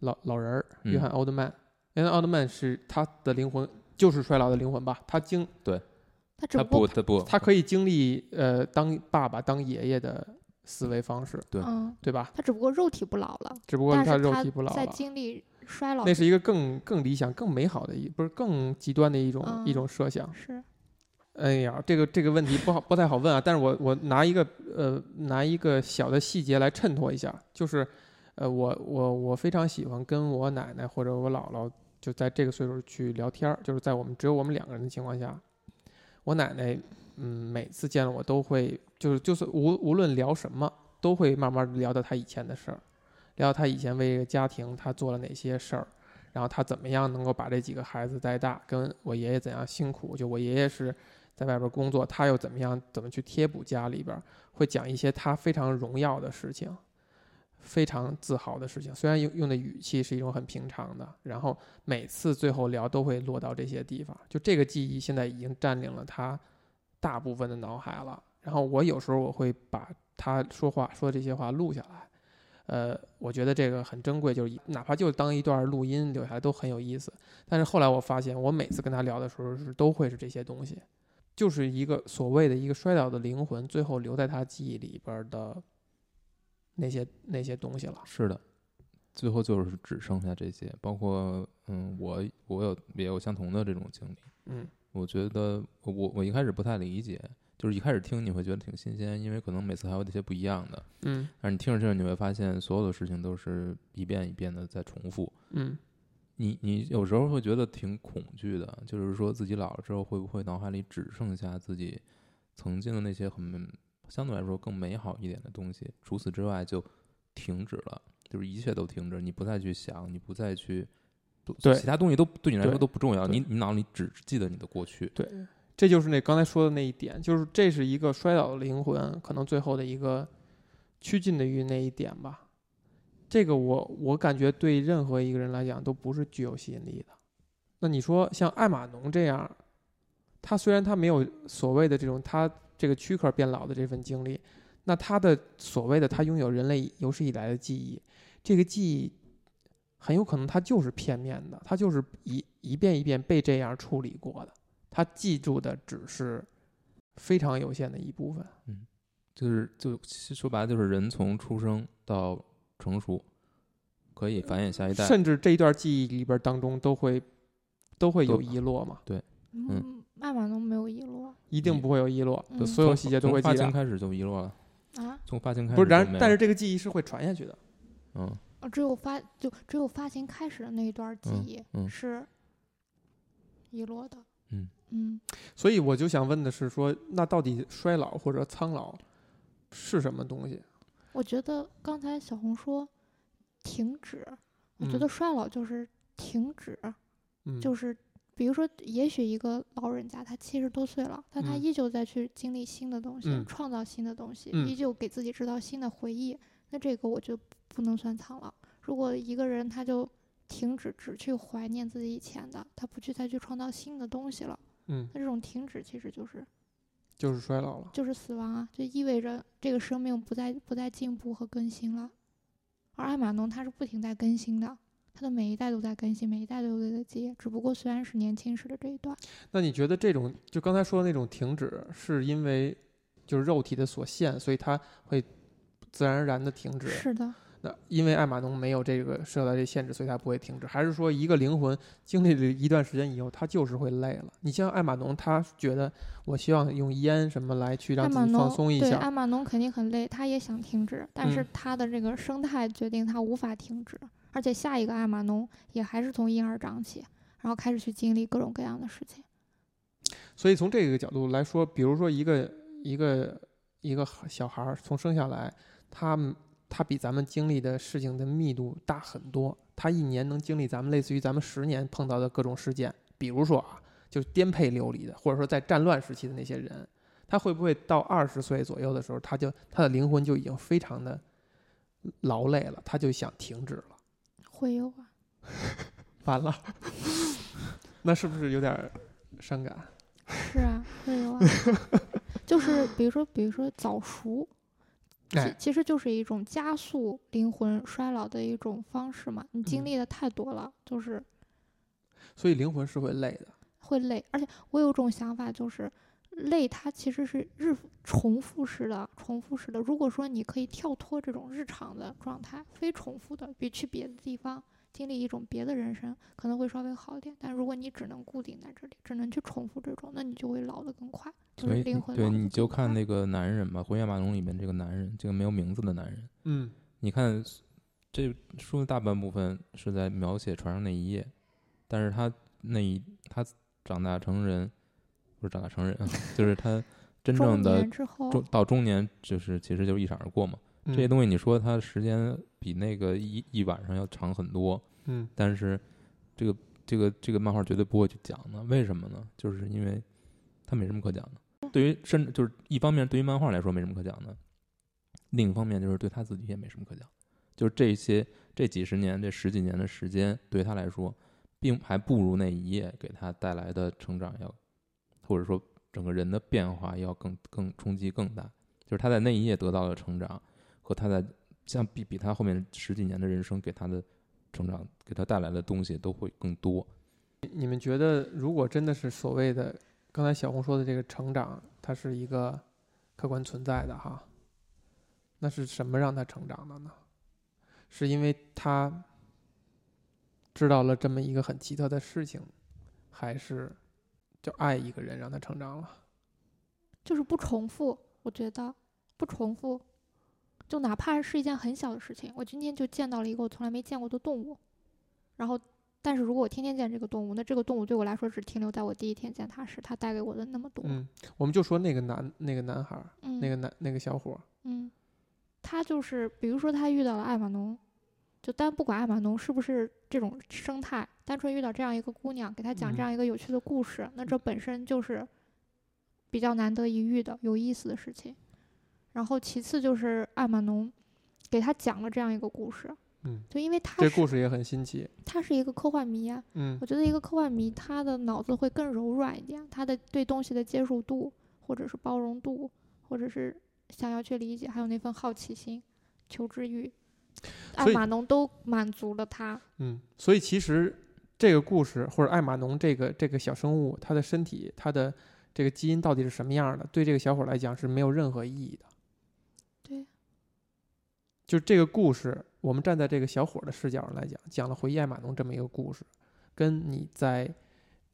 S1: 老老人儿，约
S3: 嗯
S1: 翰奥特曼。约翰奥特曼是他的灵魂就是衰老的灵魂吧，他经
S2: 他只
S3: 他
S2: 不
S3: 不
S2: 过
S3: 他不
S1: 他可以经历呃当爸爸当爷爷的思维方式，
S3: 对
S2: 嗯，
S1: 对吧？
S2: 他只不过肉体不老了，
S1: 只不过
S2: 但
S1: 他
S2: 是
S1: 肉
S2: 他
S1: 体不老
S2: 在
S1: 了，
S2: 经历衰老
S1: 那是一个更更理想、更美好的一不是更极端的一种、
S2: 嗯
S1: 一种设想。
S2: 是
S1: 哎呀，这个这个问题不好不太好问啊，但是我我拿一个呃拿一个小的细节来衬托一下，就是呃我我我非常喜欢跟我奶奶或者我姥姥就在这个岁数去聊天儿，就是在我们只有我们两个人的情况下，我奶奶嗯每次见了我都会就是就是无无论聊什么都会慢慢地聊到她以前的事儿，聊到她以前为这个家庭她做了哪些事儿。然后她怎么样能够把这几个孩子带大？跟我爷爷怎样辛苦？就我爷爷是在外边工作，他又怎么样，怎么去贴补家里边，会讲一些他非常荣耀的事情，非常自豪的事情。虽然用用的语气是一种很平常的，然后每次最后聊都会落到这些地方。就这个记忆现在已经占领了他大部分的脑海了。然后我有时候我会把他说话说这些话录下来，呃，我觉得这个很珍贵，就是哪怕就当一段录音留下来都很有意思。但是后来我发现，我每次跟他聊的时候是都会是这些东西。就是一个所谓的一个衰老的灵魂，最后留在他记忆里边儿的那些那些东西了。
S3: 是的，最后就是只剩下这些，包括嗯，我我有也有相同的这种经历。
S1: 嗯
S3: 我觉得我我我一开始不太理解，就是一开始听你会觉得挺新鲜，因为可能每次还有一些不一样的。
S1: 嗯
S3: 但是你听着听着，你会发现所有的事情都是一遍一遍的在重复。
S1: 嗯
S3: 你你有时候会觉得挺恐惧的，就是说自己老了之后会不会脑海里只剩下自己曾经的那些很相对来说更美好一点的东西，除此之外就停止了，就是一切都停止，你不再去想，你不再去。
S1: 对
S3: 其他东西都对你来说
S1: 对
S3: 都不重要，
S1: 对
S3: 你你脑里只记得你的过去。
S1: 对，这就是那刚才说的那一点，就是这是一个衰老的灵魂，可能最后的一个趋近的于那一点吧。这个我我感觉对任何一个人来讲都不是具有吸引力的。那你说像艾玛农这样，他虽然他没有所谓的这种他这个躯壳变老的这份经历，那他的所谓的他拥有人类有史以来的记忆，这个记忆很有可能它就是片面的，它就是一一遍一遍被这样处理过的。他记住的只是非常有限的一部分。
S3: 就是就其实说白了，就是人从出生到成熟，可以繁衍下一代。
S1: 甚至这一段记忆里边当中都会都会有
S3: 都
S1: 遗落嘛，
S2: 嗯，麦马农没有遗落
S1: 一定不会有遗落，
S2: 嗯
S1: 所有细节都会
S3: 从
S1: 记
S3: 发
S1: 得
S3: 型。开始就遗落了，
S2: 啊，
S3: 从发型开始
S1: 不是，然
S3: 就没
S1: 但
S3: 了
S1: 是这个记忆是会传下去的。
S3: 嗯，
S2: 哦只有发就只有发型开始的那一段记
S3: 嗯
S2: 忆
S3: 嗯
S2: 是遗落的，
S3: 嗯
S2: 嗯
S1: 所以我就想问的是说，那到底衰老或者苍老是什么东西？
S2: 我觉得刚才小红说停止，我觉
S1: 嗯
S2: 得衰老就是停止，
S1: 嗯，
S2: 就是比如说，也许一个老人家他七十多岁了，但他
S1: 嗯
S2: 依旧在去经历新的东西，
S1: 嗯
S2: 创造新的东西，
S1: 嗯
S2: 依旧给自己制造新的回忆，那这个我就不能算苍老。如果一个人他就停止只去怀念自己以前的，他不去再去创造新的东西了，
S1: 嗯，
S2: 那这种停止其实就是
S1: 就是衰老了。
S2: 就是死亡啊，就意味着这个生命不再不再进步和更新了。而艾玛农它是不停在更新的，它的每一代都在更新，每一代都有在接，只不过虽然是年轻时的这一段，
S1: 那你觉得这种就刚才说的那种停止，是因为就是肉体的所限，所以它会自然而然的停止？
S2: 是的，
S1: 那因为艾玛农没有这个受到这限制，所以他不会停止。还是说一个灵魂经历了一段时间以后，他就是会累了？你像艾玛农，他觉得我希望用烟什么来去
S2: 艾
S1: 让自
S2: 玛
S1: 己
S2: 农
S1: 放松一
S2: 对，
S1: 下。
S2: 艾玛农肯定很累，他也想停止，但是
S1: 嗯
S2: 他的这个生态决定他无法停止，而且下一个艾玛农也还是从婴儿长起，然后开始去经历各种各样的事情。
S1: 所以从这个角度来说，比如说一个一个一个小孩儿从生下来，他他比咱们经历的事情的密度大很多，他一年能经历咱们类似于咱们十年碰到的各种事件，比如说啊，就是颠沛流离的，或者说在战乱时期的那些人，他会不会到二十岁左右的时候，他就他的灵魂就已经非常的劳累了，他就想停止了，
S2: 会有啊，
S1: 完了， *laughs* 那是不是有点儿伤感？
S2: 是啊，会有啊，
S1: *laughs*
S2: 就是比如说，比如说早熟，其
S1: 哎，
S2: 其实就是一种加速灵魂衰老的一种方式嘛。你经
S1: 嗯
S2: 历的太多了，就是
S1: 所以灵魂是会累的。
S2: 会累，而且我有种想法，就是累它其实是日复重复式的、重复式的。如果说你可以跳脱这种日常的状态，非重复的，比去别的地方经历一种别的人生，可能会稍微好一点。但如果你只能固定在这里，只能去重复这种，那你就会老得更快，就
S3: 所
S2: 是
S3: 以
S2: 灵魂
S3: 对
S2: 老得
S3: 你
S2: 更
S3: 就看
S2: 快
S3: 那个男人吧，《回家马龙》里面这个男人，这个没有名字的男人，
S1: 嗯
S3: 你看这书的大半部分是在描写船上那一夜，但是他那一他长大成人，不是长大成人啊， *laughs* 就是他真正
S2: 中
S3: 的
S2: 年之后，
S3: 中到中年，就是其实就一闪而过嘛。
S1: 嗯，
S3: 这些东西你说它时间比那个一一晚上要长很多，
S1: 嗯
S3: 但是这个这个这个漫画绝对不会去讲的，为什么呢？就是因为它没什么可讲的。对于甚至就是一方面对于漫画来说没什么可讲的，另一方面就是对他自己也没什么可讲。就是这些这几十年这十几年的时间对他来说，并还不如那一夜给他带来的成长要，或者说整个人的变化要更更冲击更大。就是他在那一夜得到的成长，和他在像比比他后面十几年的人生给他的成长给他带来的东西都会更多。
S1: 嗯你们觉得，如果真的是所谓的刚才小红说的这个成长，它是一个客观存在的哈，那是什么让他成长的呢？是因为他知道了这么一个很奇特的事情，还是就爱一个人让他成长了？
S2: 就是不重复，我觉得不重复，就哪怕是一件很小的事情，我今天就见到了一个我从来没见过的动物，然后，但是如果我天天见这个动物，那这个动物对我来说只停留在我第一天见它时它带给我的那么多。
S1: 嗯，我们就说那个男那个男孩儿，
S2: 嗯，
S1: 那个男那个小伙儿，
S2: 嗯，他就是，比如说他遇到了艾玛农，就但不管艾玛农是不是这种生态，单纯遇到这样一个姑娘，给他讲这
S1: 嗯
S2: 样一个有趣的故事，那这本身就是比较难得一遇的有意思的事情。然后其次就是艾玛农给他讲了这样一个故事，
S1: 嗯，
S2: 就因为他
S1: 这
S2: 是
S1: 故事也很新奇。
S2: 他是一个科幻迷啊呀、
S1: 嗯
S2: 我觉得一个科幻迷，他的脑子会更柔软一点，他的对东西的接受度，或者是包容度，或者是想要去理解，还有那份好奇心、求知欲，艾
S1: 所以
S2: 玛农都满足了他。
S1: 嗯，所以其实这个故事或者艾玛农这个这个小生物，它的身体，它的这个基因到底是什么样儿的，对这个小伙儿来讲是没有任何意义的。
S2: 对，
S1: 就这个故事，我们站在这个小伙儿的视角上来讲，讲了回忆艾玛农这么一个故事，跟你在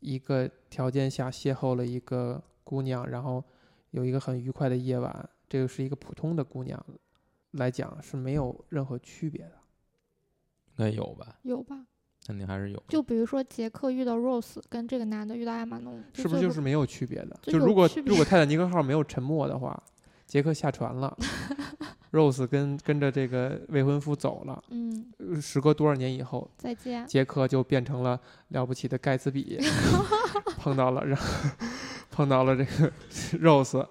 S1: 一个条件下邂逅了一个姑娘，然后有一个很愉快的夜晚，这个是一个普通的姑娘来讲是没有任何区别的。
S3: 应该有吧？
S2: 有吧？
S3: 肯定还是有。
S2: 就比如说杰克遇到 Rose，跟这个男的遇到艾玛农，
S1: 是不是
S2: 最
S1: 就
S2: 后
S1: 是没有区别的？
S2: 这
S1: 就
S2: 有
S1: 如果
S2: 区别
S1: 如果泰坦尼克号没有沉没的话，杰克下船了，Rose 跟跟着这个未婚夫走了，
S2: 嗯，
S1: 呃时隔多少年以后，
S2: 再见。
S1: 杰克就变成了了不起的盖茨比，碰到了让碰到了这个 Rose，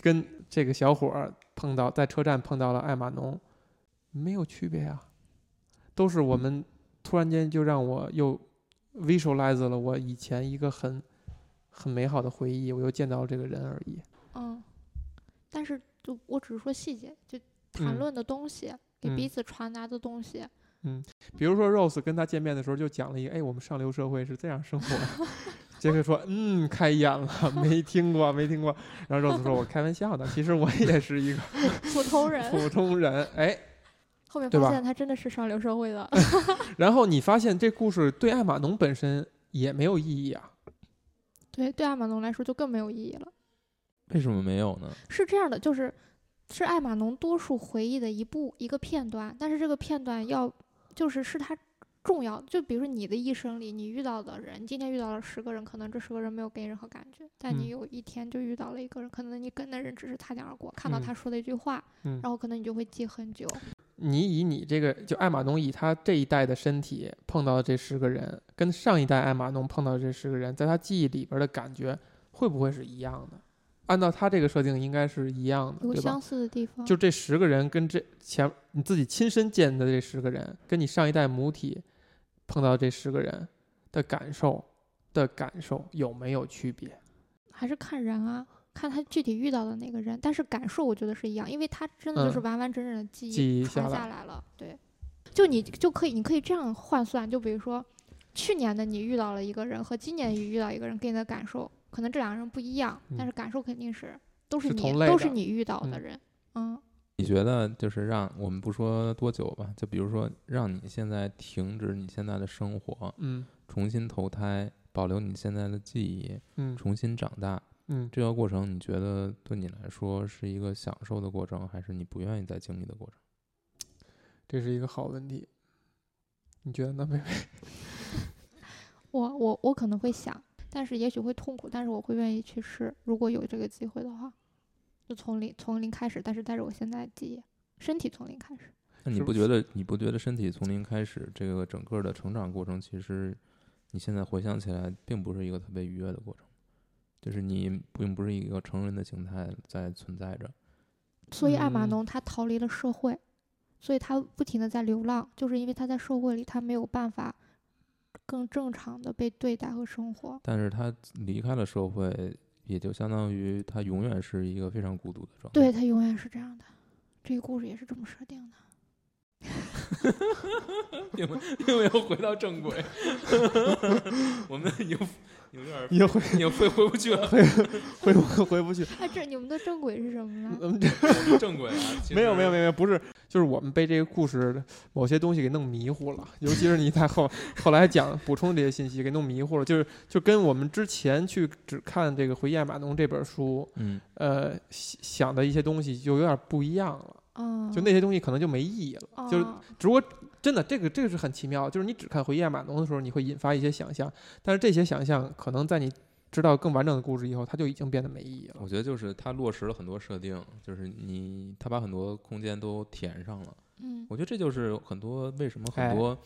S1: 跟这个小伙儿碰到在车站碰到了艾玛农，没有区别啊，都是我们突然间就让我又 visualize 了我以前一个很很美好的回忆，我又见到了这个人而已。
S2: 嗯，但是就我只是说细节，就谈
S1: 嗯
S2: 论的东西，给彼
S1: 嗯
S2: 此传达的东西，
S1: 比如说 Rose 跟他见面的时候就讲了一个，哎，我们上流社会是这样生活的。杰克说，嗯，开眼了，没听过，没听过。然后 Rose 说，我开玩笑的，其实我也是一个
S2: 普通人。
S1: 普通人。哎，
S2: 后面
S1: 对
S2: 发
S1: 吧
S2: 现他真的是上流社会的。
S1: 然后你发现这故事对艾玛农本身也没有意义啊。
S2: 对，对艾玛农来说就更没有意义了。
S3: 为什么没有呢？
S2: 是这样的，就是是艾玛农多数回忆的一部一个片段，但是这个片段要就是是它重要的。就比如说你的一生里，你遇到的人，你今天遇到了十个人，可能这十个人没有给你任何感觉，但
S1: 嗯
S2: 你有一天就遇到了一个人，可能你跟那人只是擦肩而过，看到
S1: 嗯
S2: 他说的一句话，
S1: 嗯
S2: 然后可能你就会记很久。
S1: 你以你这个，就艾玛农以他这一代的身体碰到的这十个人，跟上一代艾玛农碰到的这十个人，在他记忆里边的感觉会不会是一样的？按照他这个设定，应该是一样的，
S2: 有
S1: 对吧
S2: 相？似的地方，
S1: 就这十个人跟这前你自己亲身见的这十个人，跟你上一代母体碰到这十个人的感受的感受有没有区别？
S2: 还是看人啊，看他具体遇到的那个人，但是感受我觉得是一样，因为他真的就是
S1: 嗯
S2: 完完整整的记忆
S1: 记忆
S2: 传
S1: 下
S2: 下
S1: 来
S2: 来了。对，就你就可以，你可以这样换算，就比如说去年的你遇到了一个人和今年你遇到一个人给你的感受，可能这两个人不一样，但
S1: 嗯
S2: 是感受肯定是都是
S1: 是
S2: 你
S1: 同类
S2: 都
S1: 的
S2: 是你遇到的
S1: 嗯
S2: 人，嗯
S3: 你觉得就是让我们不说多久吧，就比如说让你现在停止你现在的生活，
S1: 嗯
S3: 重新投胎，保留你现在的记忆，
S1: 嗯
S3: 重新长大，
S1: 嗯，
S3: 这个过程你觉得对你来说是一个享受的过程，还是你不愿意再经历的过程？
S1: 这是一个好问题。你觉得呢，贝 *laughs* 贝？
S2: 我我我可能会想，但是也许会痛苦，但是我会愿意去试，如果有这个机会的话，就从零从零开始，但是带着我现在的记忆，身体从零开始，
S3: 那你
S1: 是
S3: 不觉得你不觉得身体从零开始这个整个的成长过程，其实你现在回想起来，并不是一个特别愉悦的过程，就是你并不是一个成人的形态在存在着。
S2: 所以艾玛
S1: 嗯
S2: 农他逃离了社会，所以他不停的在流浪，就是因为他在社会里他没有办法更正常的被对待和生活。
S3: 但是他离开了社会，也就相当于他永远是一个非常孤独的状态。
S2: 对，他永远是这样的。这个故事也是这么设定的。
S3: 并没 *laughs* 并没有回到正轨， *laughs* 我们已经有点
S1: 你又回
S3: 已经回回不去了，
S1: 回不回不去？
S2: 哎，这你们的正轨是什么呢？
S1: 嗯，
S3: 正轨啊了。 *laughs*
S1: 没有没有没有，不是，就是我们被这个故事某些东西给弄迷糊了，尤其是你在后后来讲补充这些信息给弄迷糊了，就是就跟我们之前去只看这个《回忆爱马农》这本书，
S3: 嗯，
S1: 呃，想想的一些东西就有点不一样了，
S2: 嗯，
S1: 就那些东西可能就没意义了。就是
S2: 哦
S1: 如果真的这个这个是很奇妙，就是你只看《回忆爱马农》的时候，你会引发一些想象，但是这些想象可能在你知道更完整的故事以后，它就已经变得没意义了。
S3: 我觉得就是它落实了很多设定，就是你它把很多空间都填上了。
S2: 嗯
S3: 我觉得这就是很多为什么
S1: 哎
S3: 很多、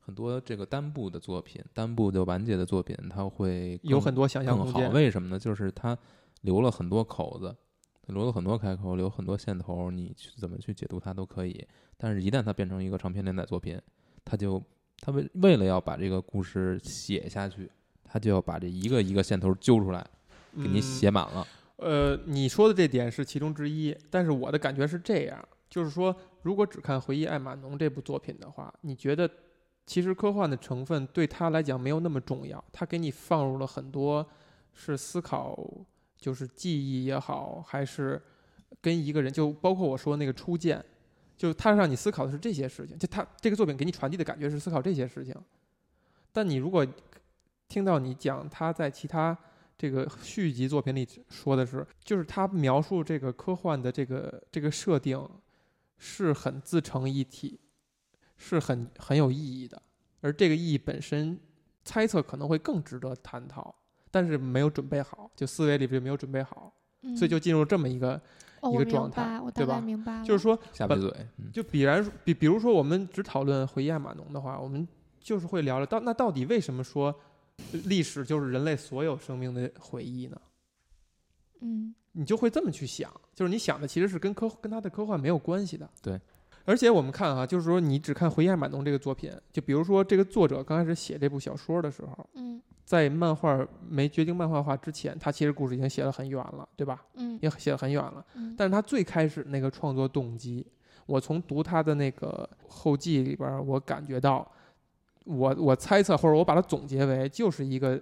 S3: 很多这个单部的作品、单部的完结的作品，它会
S1: 有
S3: 更
S1: 很多想象
S3: 更
S1: 空
S3: 好
S1: 间。。
S3: 为什么呢？就是它留了很多口子，留了很多开口，留很多线头，你去怎么去解读它都可以。但是，一旦它变成一个长篇连载作品，它就它为为了要把这个故事写下去，它就要把这一个一个线头揪出来，给你
S1: 嗯
S3: 写满了。
S1: 呃，你说的这点是其中之一，但是我的感觉是这样，就是说，如果只看《回忆爱哎马农》这部作品的话，你觉得其实科幻的成分对他来讲没有那么重要，他给你放入了很多是思考，就是记忆也好，还是跟一个人，就包括我说那个初见，就他让你思考的是这些事情，就他这个作品给你传递的感觉是思考这些事情，但你如果听到你讲他在其他。这个续集作品里说的是，就是他描述这个科幻的这个这个设定是很自成一体，是很很有意义的，而这个意义本身猜测可能会更值得探讨，但是没有准备好，就思维里边没有准备好，
S2: 嗯，
S1: 所以就进入这么一个，
S2: 哦
S1: 一
S2: 我
S1: 个
S2: 明
S1: 状态
S2: 白我大
S1: 对
S2: 概
S1: 吧
S2: 明白了，
S1: 就是说
S3: 下不去嘴，嗯，
S1: 就比然比，比如说我们只讨论回忆爱马农的话，我们就是会聊聊到那到底为什么说历史就是人类所有生命的回忆呢？
S2: 嗯，
S1: 你就会这么去想，就是你想的其实是跟科跟他的科幻没有关系的。
S3: 对，
S1: 而且我们看啊，就是说你只看《回忆爱马农》这个作品，就比如说这个作者刚开始写这部小说的时候，
S2: 嗯
S1: 在漫画没决定漫画化之前，他其实故事已经写得很远了，对吧？
S2: 嗯
S1: 也写得很远了。
S2: 嗯，
S1: 但是他最开始那个创作动机，我从读他的那个后记里边儿，我感觉到，我我猜测或者我把它总结为就是一个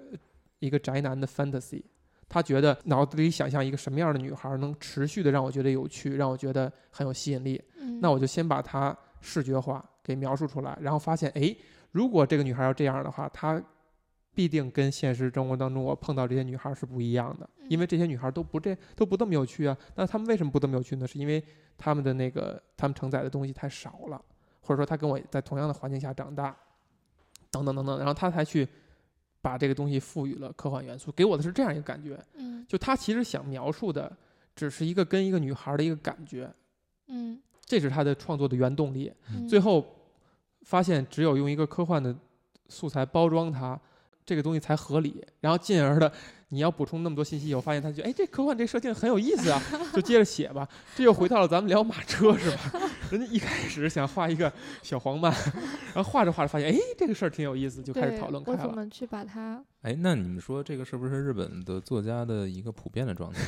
S1: 一个宅男的 fantasy。他觉得脑子里想象一个什么样的女孩儿能持续的让我觉得有趣，让我觉得很有吸引力，
S2: 嗯
S1: 那我就先把它视觉化给描述出来，然后发现，诶，如果这个女孩要这样的话，她必定跟现实生活当中我碰到这些女孩是不一样的，因为这些女孩都不这都不这么有趣啊。那她们为什么不这么有趣呢？是因为她们的那个她们承载的东西太少了，或者说她跟我在同样的环境下长大，等等等等，然后她才去把这个东西赋予了科幻元素，给我的是这样一个感觉。
S2: 嗯
S1: 就她其实想描述的只是一个跟一个女孩的一个感觉，
S2: 嗯，
S1: 这是她的创作的原动力。
S2: 嗯
S1: 最后发现只有用一个科幻的素材包装它，这个东西才合理。然后进而的，你要补充那么多信息以后，发现他觉得，哎，这科幻这设定很有意
S2: *laughs*
S1: 思啊，就接着写吧。这又回到了咱们聊马车是吧？ *laughs* 人家一开始想画一个小黄漫，然后画着画着发现，哎，这个事儿挺有意思，就开始
S2: 对
S1: 讨论开
S2: 我怎
S1: 了。
S2: 么去把它
S3: 哎，那你们说这个是不是日本的作家的一个普遍的状态？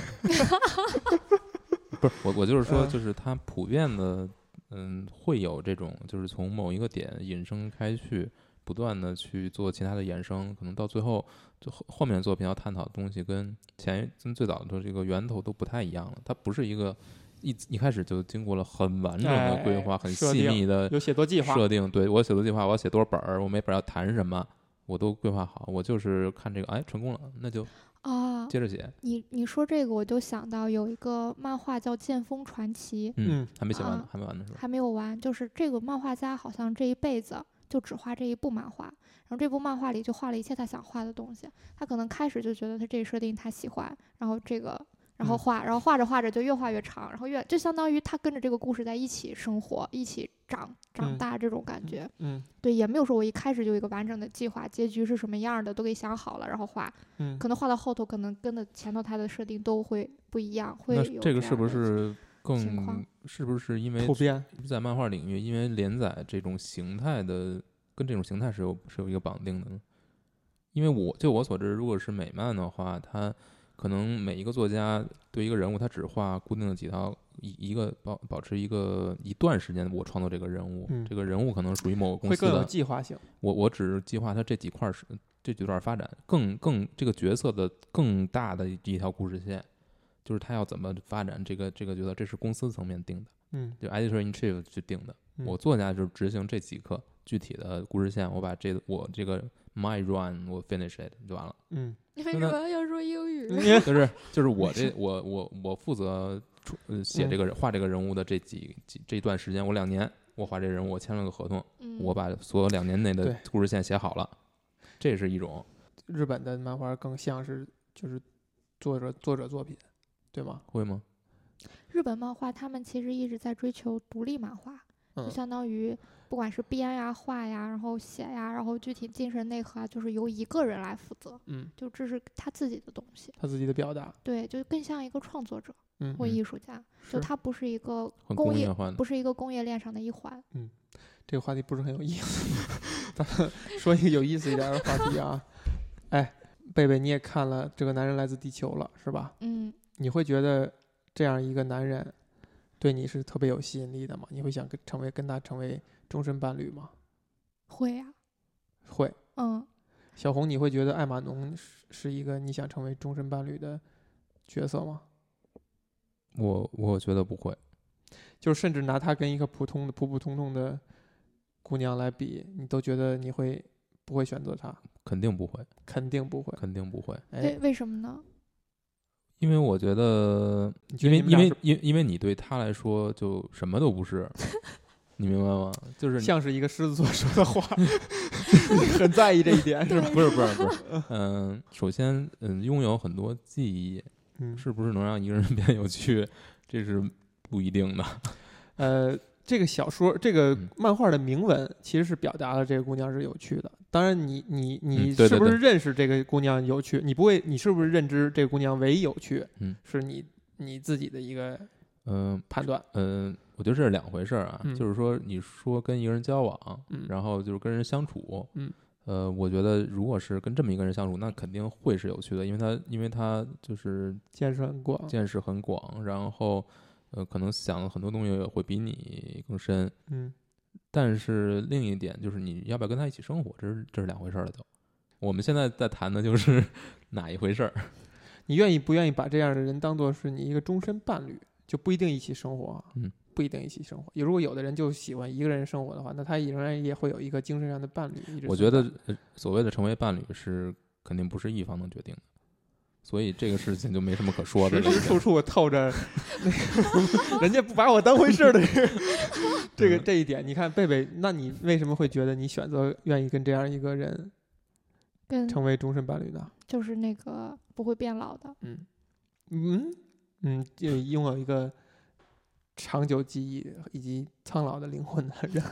S1: *laughs*
S3: 不是，我我就是说，
S1: 嗯
S3: 就是它普遍的，嗯，会有这种，就是从某一个点引申开去，不断的去做其他的衍生，可能到最后，就后后面的作品要探讨的东西跟前跟最早的这个源头都不太一样了。它不是一个一一开始就经过了很完整的规划、
S1: 哎
S3: 很
S1: 设
S3: 细
S1: 定
S3: 腻的
S1: 有写作计划，
S3: 设定。对我有写作计划，我要写多少本儿，我每本儿要谈什么，我都规划好。我就是看这个，哎，成功了，那就
S2: 啊，
S3: 接着写。
S2: 你你说这个，我就想到有一个漫画叫《剑锋传奇》，
S1: 嗯
S3: 还没写完呢
S2: 啊，
S3: 还没完呢是吧？
S2: 还没有完，就是这个漫画家好像这一辈子就只画这一部漫画，然后这部漫画里就画了一切他想画的东西。他可能开始就觉得他这个设定他喜欢，然后这个。然后
S1: 嗯
S2: 画，然后画着画着就越画越长，然后越就相当于他跟着这个故事在一起生活，一起长长
S1: 嗯
S2: 大这种感觉。
S1: 嗯
S2: 对，也没有说我一开始就有一个完整的计划，结局是什么样儿的都给想好了，然后画。
S1: 嗯，
S2: 可能画到后头，可能跟的前头它的设定都会不一样，会
S3: 那
S2: 有
S3: 这个
S2: 样
S3: 是不
S2: 的
S3: 是
S2: 情
S3: 更
S2: 况
S3: 是不是因为
S1: 普遍
S3: 在漫画领域，因为连载这种形态的跟这种形态是有是有一个绑定的呢？因为我就我所知，如果是美漫的话，它可能每一个作家对一个人物，他只画固定的几条，一一个保保持一个一段时间，我创作这个人物，
S1: 嗯
S3: 这个人物可能属于某个公
S1: 会
S3: 司
S1: 更有
S3: 的，
S1: 计划性。
S3: 我我只计划他这几块儿是这几段发展，更更这个角色的更大的一条故事线，就是他要怎么发展这个这个角色，这是公司层面定的。
S1: 嗯
S3: 就 editor in chief 去定的。
S1: 嗯
S3: 我作家就是执行这几个具体的故事线，我把这我这个 my run 我 finish it 就完了。
S1: 嗯，
S2: 你为
S3: 那
S2: 什
S3: 那
S2: 么要说英 *laughs* 语？
S3: 就是就是我这我我我负责出呃写这个人画这个人物的这几几这一段时间，我两年我画这人物，我签了个合同，
S2: 嗯，
S3: 我把所有两年内的
S1: 对
S3: 故事线写好了，这是一种。
S1: 日本的漫画更像是就是作者作者作品，对吗？
S3: 会吗？
S2: 日本漫画他们其实一直在追求独立漫画，就
S1: 嗯
S2: 相当于不管是编呀、画呀，然后写呀，然后具体精神内核啊，就是由一个人来负责，
S1: 嗯，
S2: 就这是他自己的东西。
S1: 他自己的表达，
S2: 对，就更像一个创作者
S1: 嗯，
S2: 或
S3: 嗯
S2: 艺术家，就是他不是一个
S3: 很
S2: 工业
S3: 业，化的。
S2: 不是一个工业链上的一环。
S1: 这个话题不是很有意思，咱们说一个有意思一点的话题啊。 *laughs* 哎，贝贝，你也看了《这个男人来自地球》了，是吧？
S2: 嗯，
S1: 你会觉得这样一个男人对你是特别有吸引力的吗？你会想跟成为跟他成为终身伴侣吗？
S2: 会呀、
S1: 会。
S2: 嗯，
S1: 小红，你会觉得艾玛农是是一个你想成为终身伴侣的角色吗？
S3: 我我觉得不会。
S1: 就甚至拿她跟一个普通的、普普通通的姑娘来比，你都觉得你会不会选择她？
S3: 肯定不会，
S1: 肯定不会。
S3: 肯定不会，
S2: 为
S1: 哎，
S2: 为什么呢？
S3: 因为我觉得
S1: 你觉
S3: 因
S1: 得
S3: 为
S1: 你们俩
S3: 因为
S1: 是
S3: 因因为你对他来说就什么都不是，
S1: *laughs*
S3: 你明白吗？就是你
S1: 像是一个狮子座说的
S3: *laughs*
S1: 话，你很在意这一点是吧？
S3: 不是不是不
S1: *laughs*
S3: 是，嗯、首先嗯，拥有很多记忆，
S1: 嗯，
S3: 是不是能让一个人 *laughs* 变有趣，这是不一定的。
S1: 呃，这个小说、这个
S3: 嗯
S1: 漫画的铭文，其实是表达了这个姑娘是有趣的。当然你，你你
S3: 嗯对
S1: 是不
S3: 对
S1: 是认识这个姑娘有趣？你不会，你是不是认知这个姑娘唯一有趣？
S3: 嗯，
S1: 是你你自己的一个
S3: 嗯
S1: 判断。
S3: 嗯、我觉得这是两回事儿啊，
S1: 嗯
S3: 就是说你说跟一个人交往，
S1: 嗯
S3: 然后就是跟人相处，
S1: 嗯。
S3: 呃，我觉得如果是跟这么一个人相处，那肯定会是有趣的，因为他因为他就是
S1: 见识很广，
S3: 见识很广，然后呃，可能想的很多东西会比你更深。
S1: 嗯，
S3: 但是另一点就是，你要不要跟他一起生活，这是这是两回事儿了。就我们现在在谈的就是 *laughs* 哪一回事儿。
S1: 你愿意不愿意把这样的人当做是你一个终身伴侣？就不一定一起生活啊，
S3: 嗯
S1: 不一定一起生活。如果有的人就喜欢一个人生活的话，那他仍然也会有一个精神上的伴侣。一直
S3: 我觉
S1: 存在
S3: 得呃所谓的成为伴侣是肯定不是一方能决定的，所以这个事情就没什么可说
S1: 时
S3: 的了已
S1: 时
S3: 经。
S1: 处处透着那个，人家不把我当回事儿的这个这
S3: 嗯
S1: 个这一点，你看贝贝，那你为什么会觉得你选择愿意跟这样一个人
S2: 跟
S1: 成为终身伴侣呢？
S2: 就是那个不会变老的，
S1: 嗯嗯嗯，就拥有一个长久记忆以及苍老的灵魂的人，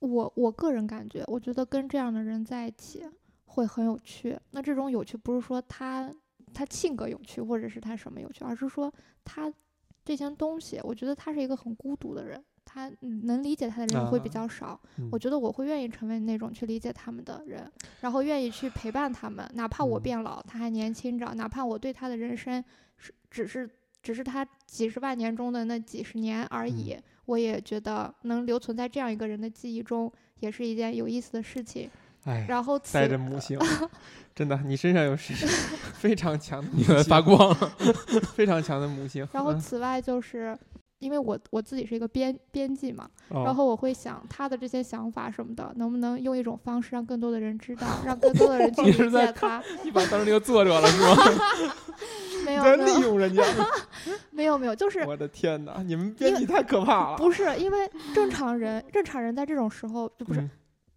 S2: 我我个人感觉，我觉得跟这样的人在一起会很有趣。那这种有趣不是说他他性格有趣，或者是他什么有趣，而是说他这些东西，我觉得他是一个很孤独的人，他嗯能理解他的人会比
S1: 啊
S2: 较少。
S1: 嗯
S2: 我觉得我会愿意成为那种去理解他们的人，然后愿意去陪伴他们，哪怕我
S1: 嗯
S2: 变老，他还年轻着，哪怕我对
S1: 嗯
S2: 他的人生是只是只是他几十万年中的那几十年而已，我也觉得能留存在这样一个人的记忆中，也是一件有意思的事情。
S1: 哎，
S2: 然后此
S1: 带着母性， *laughs* 真的，你身上有
S2: *laughs*
S1: 是非常强的母
S3: 你们
S1: 性，
S3: 发光 *laughs* 了。
S1: 非常强的母性。
S2: 然后
S1: 嗯
S2: 此外就是，因为我我自己是一个编编辑嘛，
S1: 哦、
S2: 然后我会想他的这些想法什么的，能不能用一种方式让更多的人
S1: *laughs*
S2: 知道，让更多的人去
S3: 你是
S2: 理
S3: 在
S2: 解他？
S3: 你把当成那个作者了是吗？
S2: 没
S1: 你
S2: 有
S1: 在
S2: 没
S1: 利
S2: 有
S1: 用人家，
S2: 没有没有，就是
S1: 我的天哪！你们编辑太可怕了。
S2: 不是
S1: *laughs*
S2: 因为正常人正常人在这种时候就不是
S1: 嗯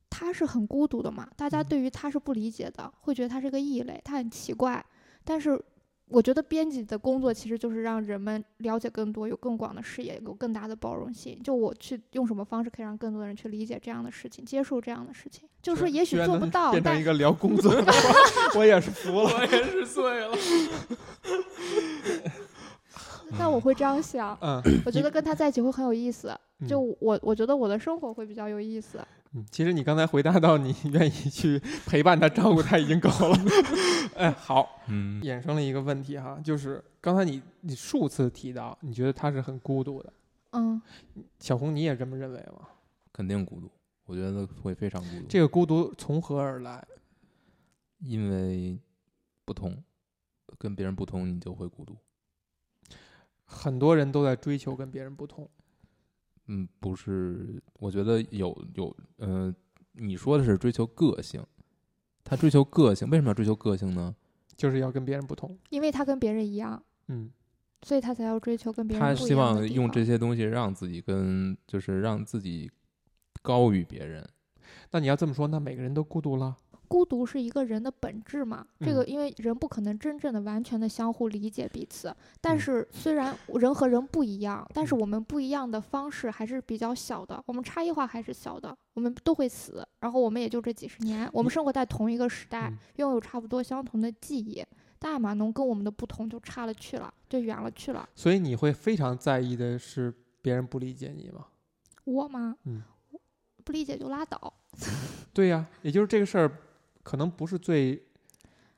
S2: 他是很孤独的嘛，大家
S1: 嗯
S2: 对于他是不理解的，会觉得他是个异类，他很奇怪。但是我觉得编辑的工作其实就是让人们了解更多，有更广的视野，有更大的包容性。就我去用什么方式可以让更多的人去理解这样的事情，接受这样的事情，就是说也
S1: 居
S2: 许
S1: 然
S2: 做不
S1: 能
S2: 到，
S1: 变成
S2: 但
S1: 一个聊工作的话，我也是服了。
S3: *laughs* 我也是碎了。
S2: 但我会这
S1: *laughs*
S2: 样想， *clears throat*
S1: 嗯，
S2: 我觉得跟他在一起会很有意思。就我我觉得我的生活会比较有意思。
S1: 嗯，其实你刚才回答到你愿意去陪伴他、照顾他已经够了。 *laughs* 哎，好，
S3: 嗯，
S1: 衍生了一个问题哈，就是刚才你你数次提到，你觉得他是很孤独的，
S2: 嗯，
S1: 小红你也这么认为吗？
S3: 肯定孤独，我觉得会非常孤独。
S1: 这个孤独从何而来？
S3: 因为不同，跟别人不同，你就会孤独。
S1: 很多人都在追求跟别人不同，
S3: 嗯，不是，我觉得有有，呃，你说的是追求个性，他追求个性，为什么要追求个性呢？
S1: 就是要跟别人不同。
S2: 因为他跟别人一样，
S1: 嗯，
S2: 所以他才要追求跟别人
S3: 他
S2: 不一
S3: 希
S2: 样的
S3: 望
S2: 地
S3: 用
S2: 方
S3: 这些东西让自己跟，就是让自己高于别人。
S1: 那你要这么说，那每个人都孤独了？
S2: 孤独是一个人的本质嘛，这个
S1: 嗯
S2: 因为人不可能真正的完全的相互理解彼此，但
S1: 嗯
S2: 是虽然人和人不一样，但是
S1: 嗯
S2: 我们不一样的方式还是比较小的，我们差异化还是小的，我们都会死，然后我们也就这几十年，我们
S1: 你
S2: 生活在同一个时代
S1: 嗯，
S2: 拥有差不多相同的记忆，大马农跟我们的不同就差了去了，就远了去了。
S1: 所以你会非常在意的是别人不理解你吗？
S2: 我嘛，
S1: 嗯
S2: 不理解就拉倒，
S1: 对呀、也就是这个事儿，可能不是最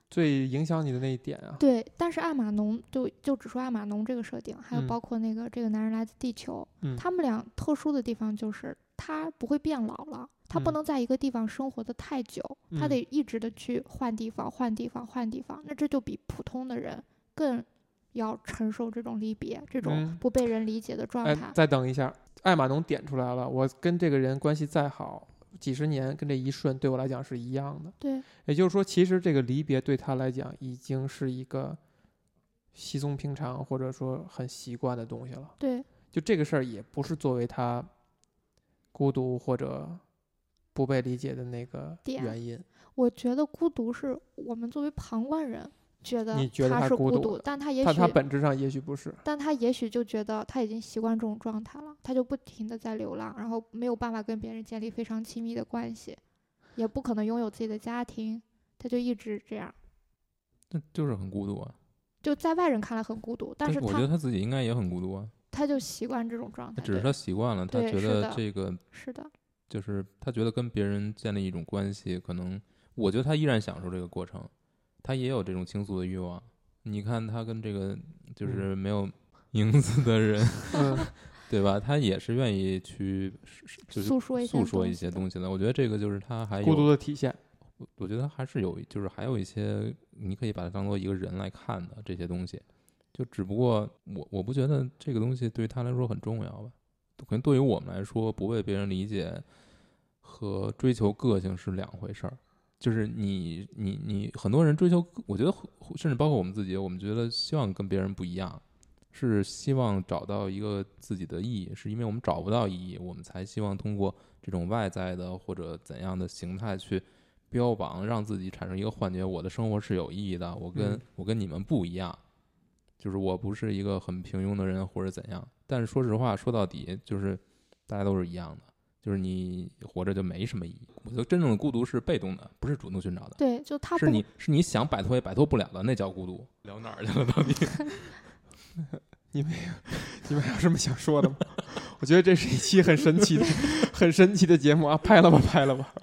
S1: 最影响你的那一点啊。
S2: 对，但是艾玛农就就只说艾玛农这个设定，还有
S1: 嗯
S2: 包括那个、这个男人来自地球，
S1: 嗯
S2: 他们俩特殊的地方就是他不会变老了，他不
S1: 嗯
S2: 能在一个地方生活的太久，他
S1: 嗯
S2: 得一直的去换地方、换地方、换地方，那这就比普通的人更要承受这种离别、这种
S1: 嗯
S2: 不被人理解的状
S1: 哎
S2: 态。，
S1: 再等一下，艾玛农点出来了，我跟这个人关系再好，几十年跟这一瞬对我来讲是一样的。
S2: 对，
S1: 也就是说，其实这个离别对他来讲已经是一个稀松平常或者说很习惯的东西了。
S2: 对，
S1: 就这个事儿也不是作为他孤独或者不被理解的那个
S2: 点
S1: 原因。
S2: 我觉得孤独是我们作为旁观人觉得
S1: 你觉得他
S2: 是
S1: 孤
S2: 孤
S1: 独
S2: 独
S1: 的，
S2: 但他也
S1: 但
S2: 许
S1: 他本质上也许不
S2: *laughs*
S1: 是。
S2: 但他也许就觉得他已经习惯这种状态了，他就不停的在流浪，然后没有办法跟别人建立非常亲密的关系，也不可能拥有自己的家庭，他就一直这样，
S3: 那就是很孤独啊，
S2: 就在外人看来很孤独，但是
S3: 我觉得
S2: 他
S3: 他自己应该也很孤独啊，
S2: 他就习惯这种状态，
S3: 他只是
S2: 对
S3: 他习惯了，他
S2: 对
S3: 觉
S2: 是
S3: 得
S2: 的
S3: 这个
S2: 是的，
S3: 就是他觉得跟别人建立一种关系，可能我觉得他依然享受这个过程，他也有这种倾诉的欲望。你看他跟这个
S2: 嗯
S3: 就是没有名字的人，
S1: 嗯，
S3: 对吧？他也是愿意去是是就是
S2: 诉说一些
S3: 诉说一
S2: 东西
S3: 些
S2: 的
S3: 东西的。我觉得这个就是他还
S1: 孤独
S3: 有，
S1: 的体现。
S3: 我我觉得还是有，就是还有一些你可以把它当做一个人来看的这些东西。就只不过我我不觉得这个东西对于他来说很重要吧，可能对于我们来说，不被别人理解和追求个性是两回事儿。就是你你你，很多人追求，我觉得甚至包括我们自己，我们觉得希望跟别人不一样，是希望找到一个自己的意义，是因为我们找不到意义，我们才希望通过这种外在的或者怎样的形态去标榜，让自己产生一个幻觉，我的生活是有意义的，我跟、
S1: 嗯
S3: 我跟你们不一样，就是我不是一个很平庸的人或者怎样。但是说实话，说到底就是大家都是一样的。就是你活着就没什么意义。我觉得真正的孤独是被动的，不是主动寻找的。
S2: 对，就他不
S3: 是你是你想摆脱也摆脱不了的，那叫孤独。聊哪儿去了？到底？
S1: 你们有你们还有什么想 *laughs* 说的吗？我觉得这是一期很神奇的、很神奇的节目啊！拍了吧，拍了吧。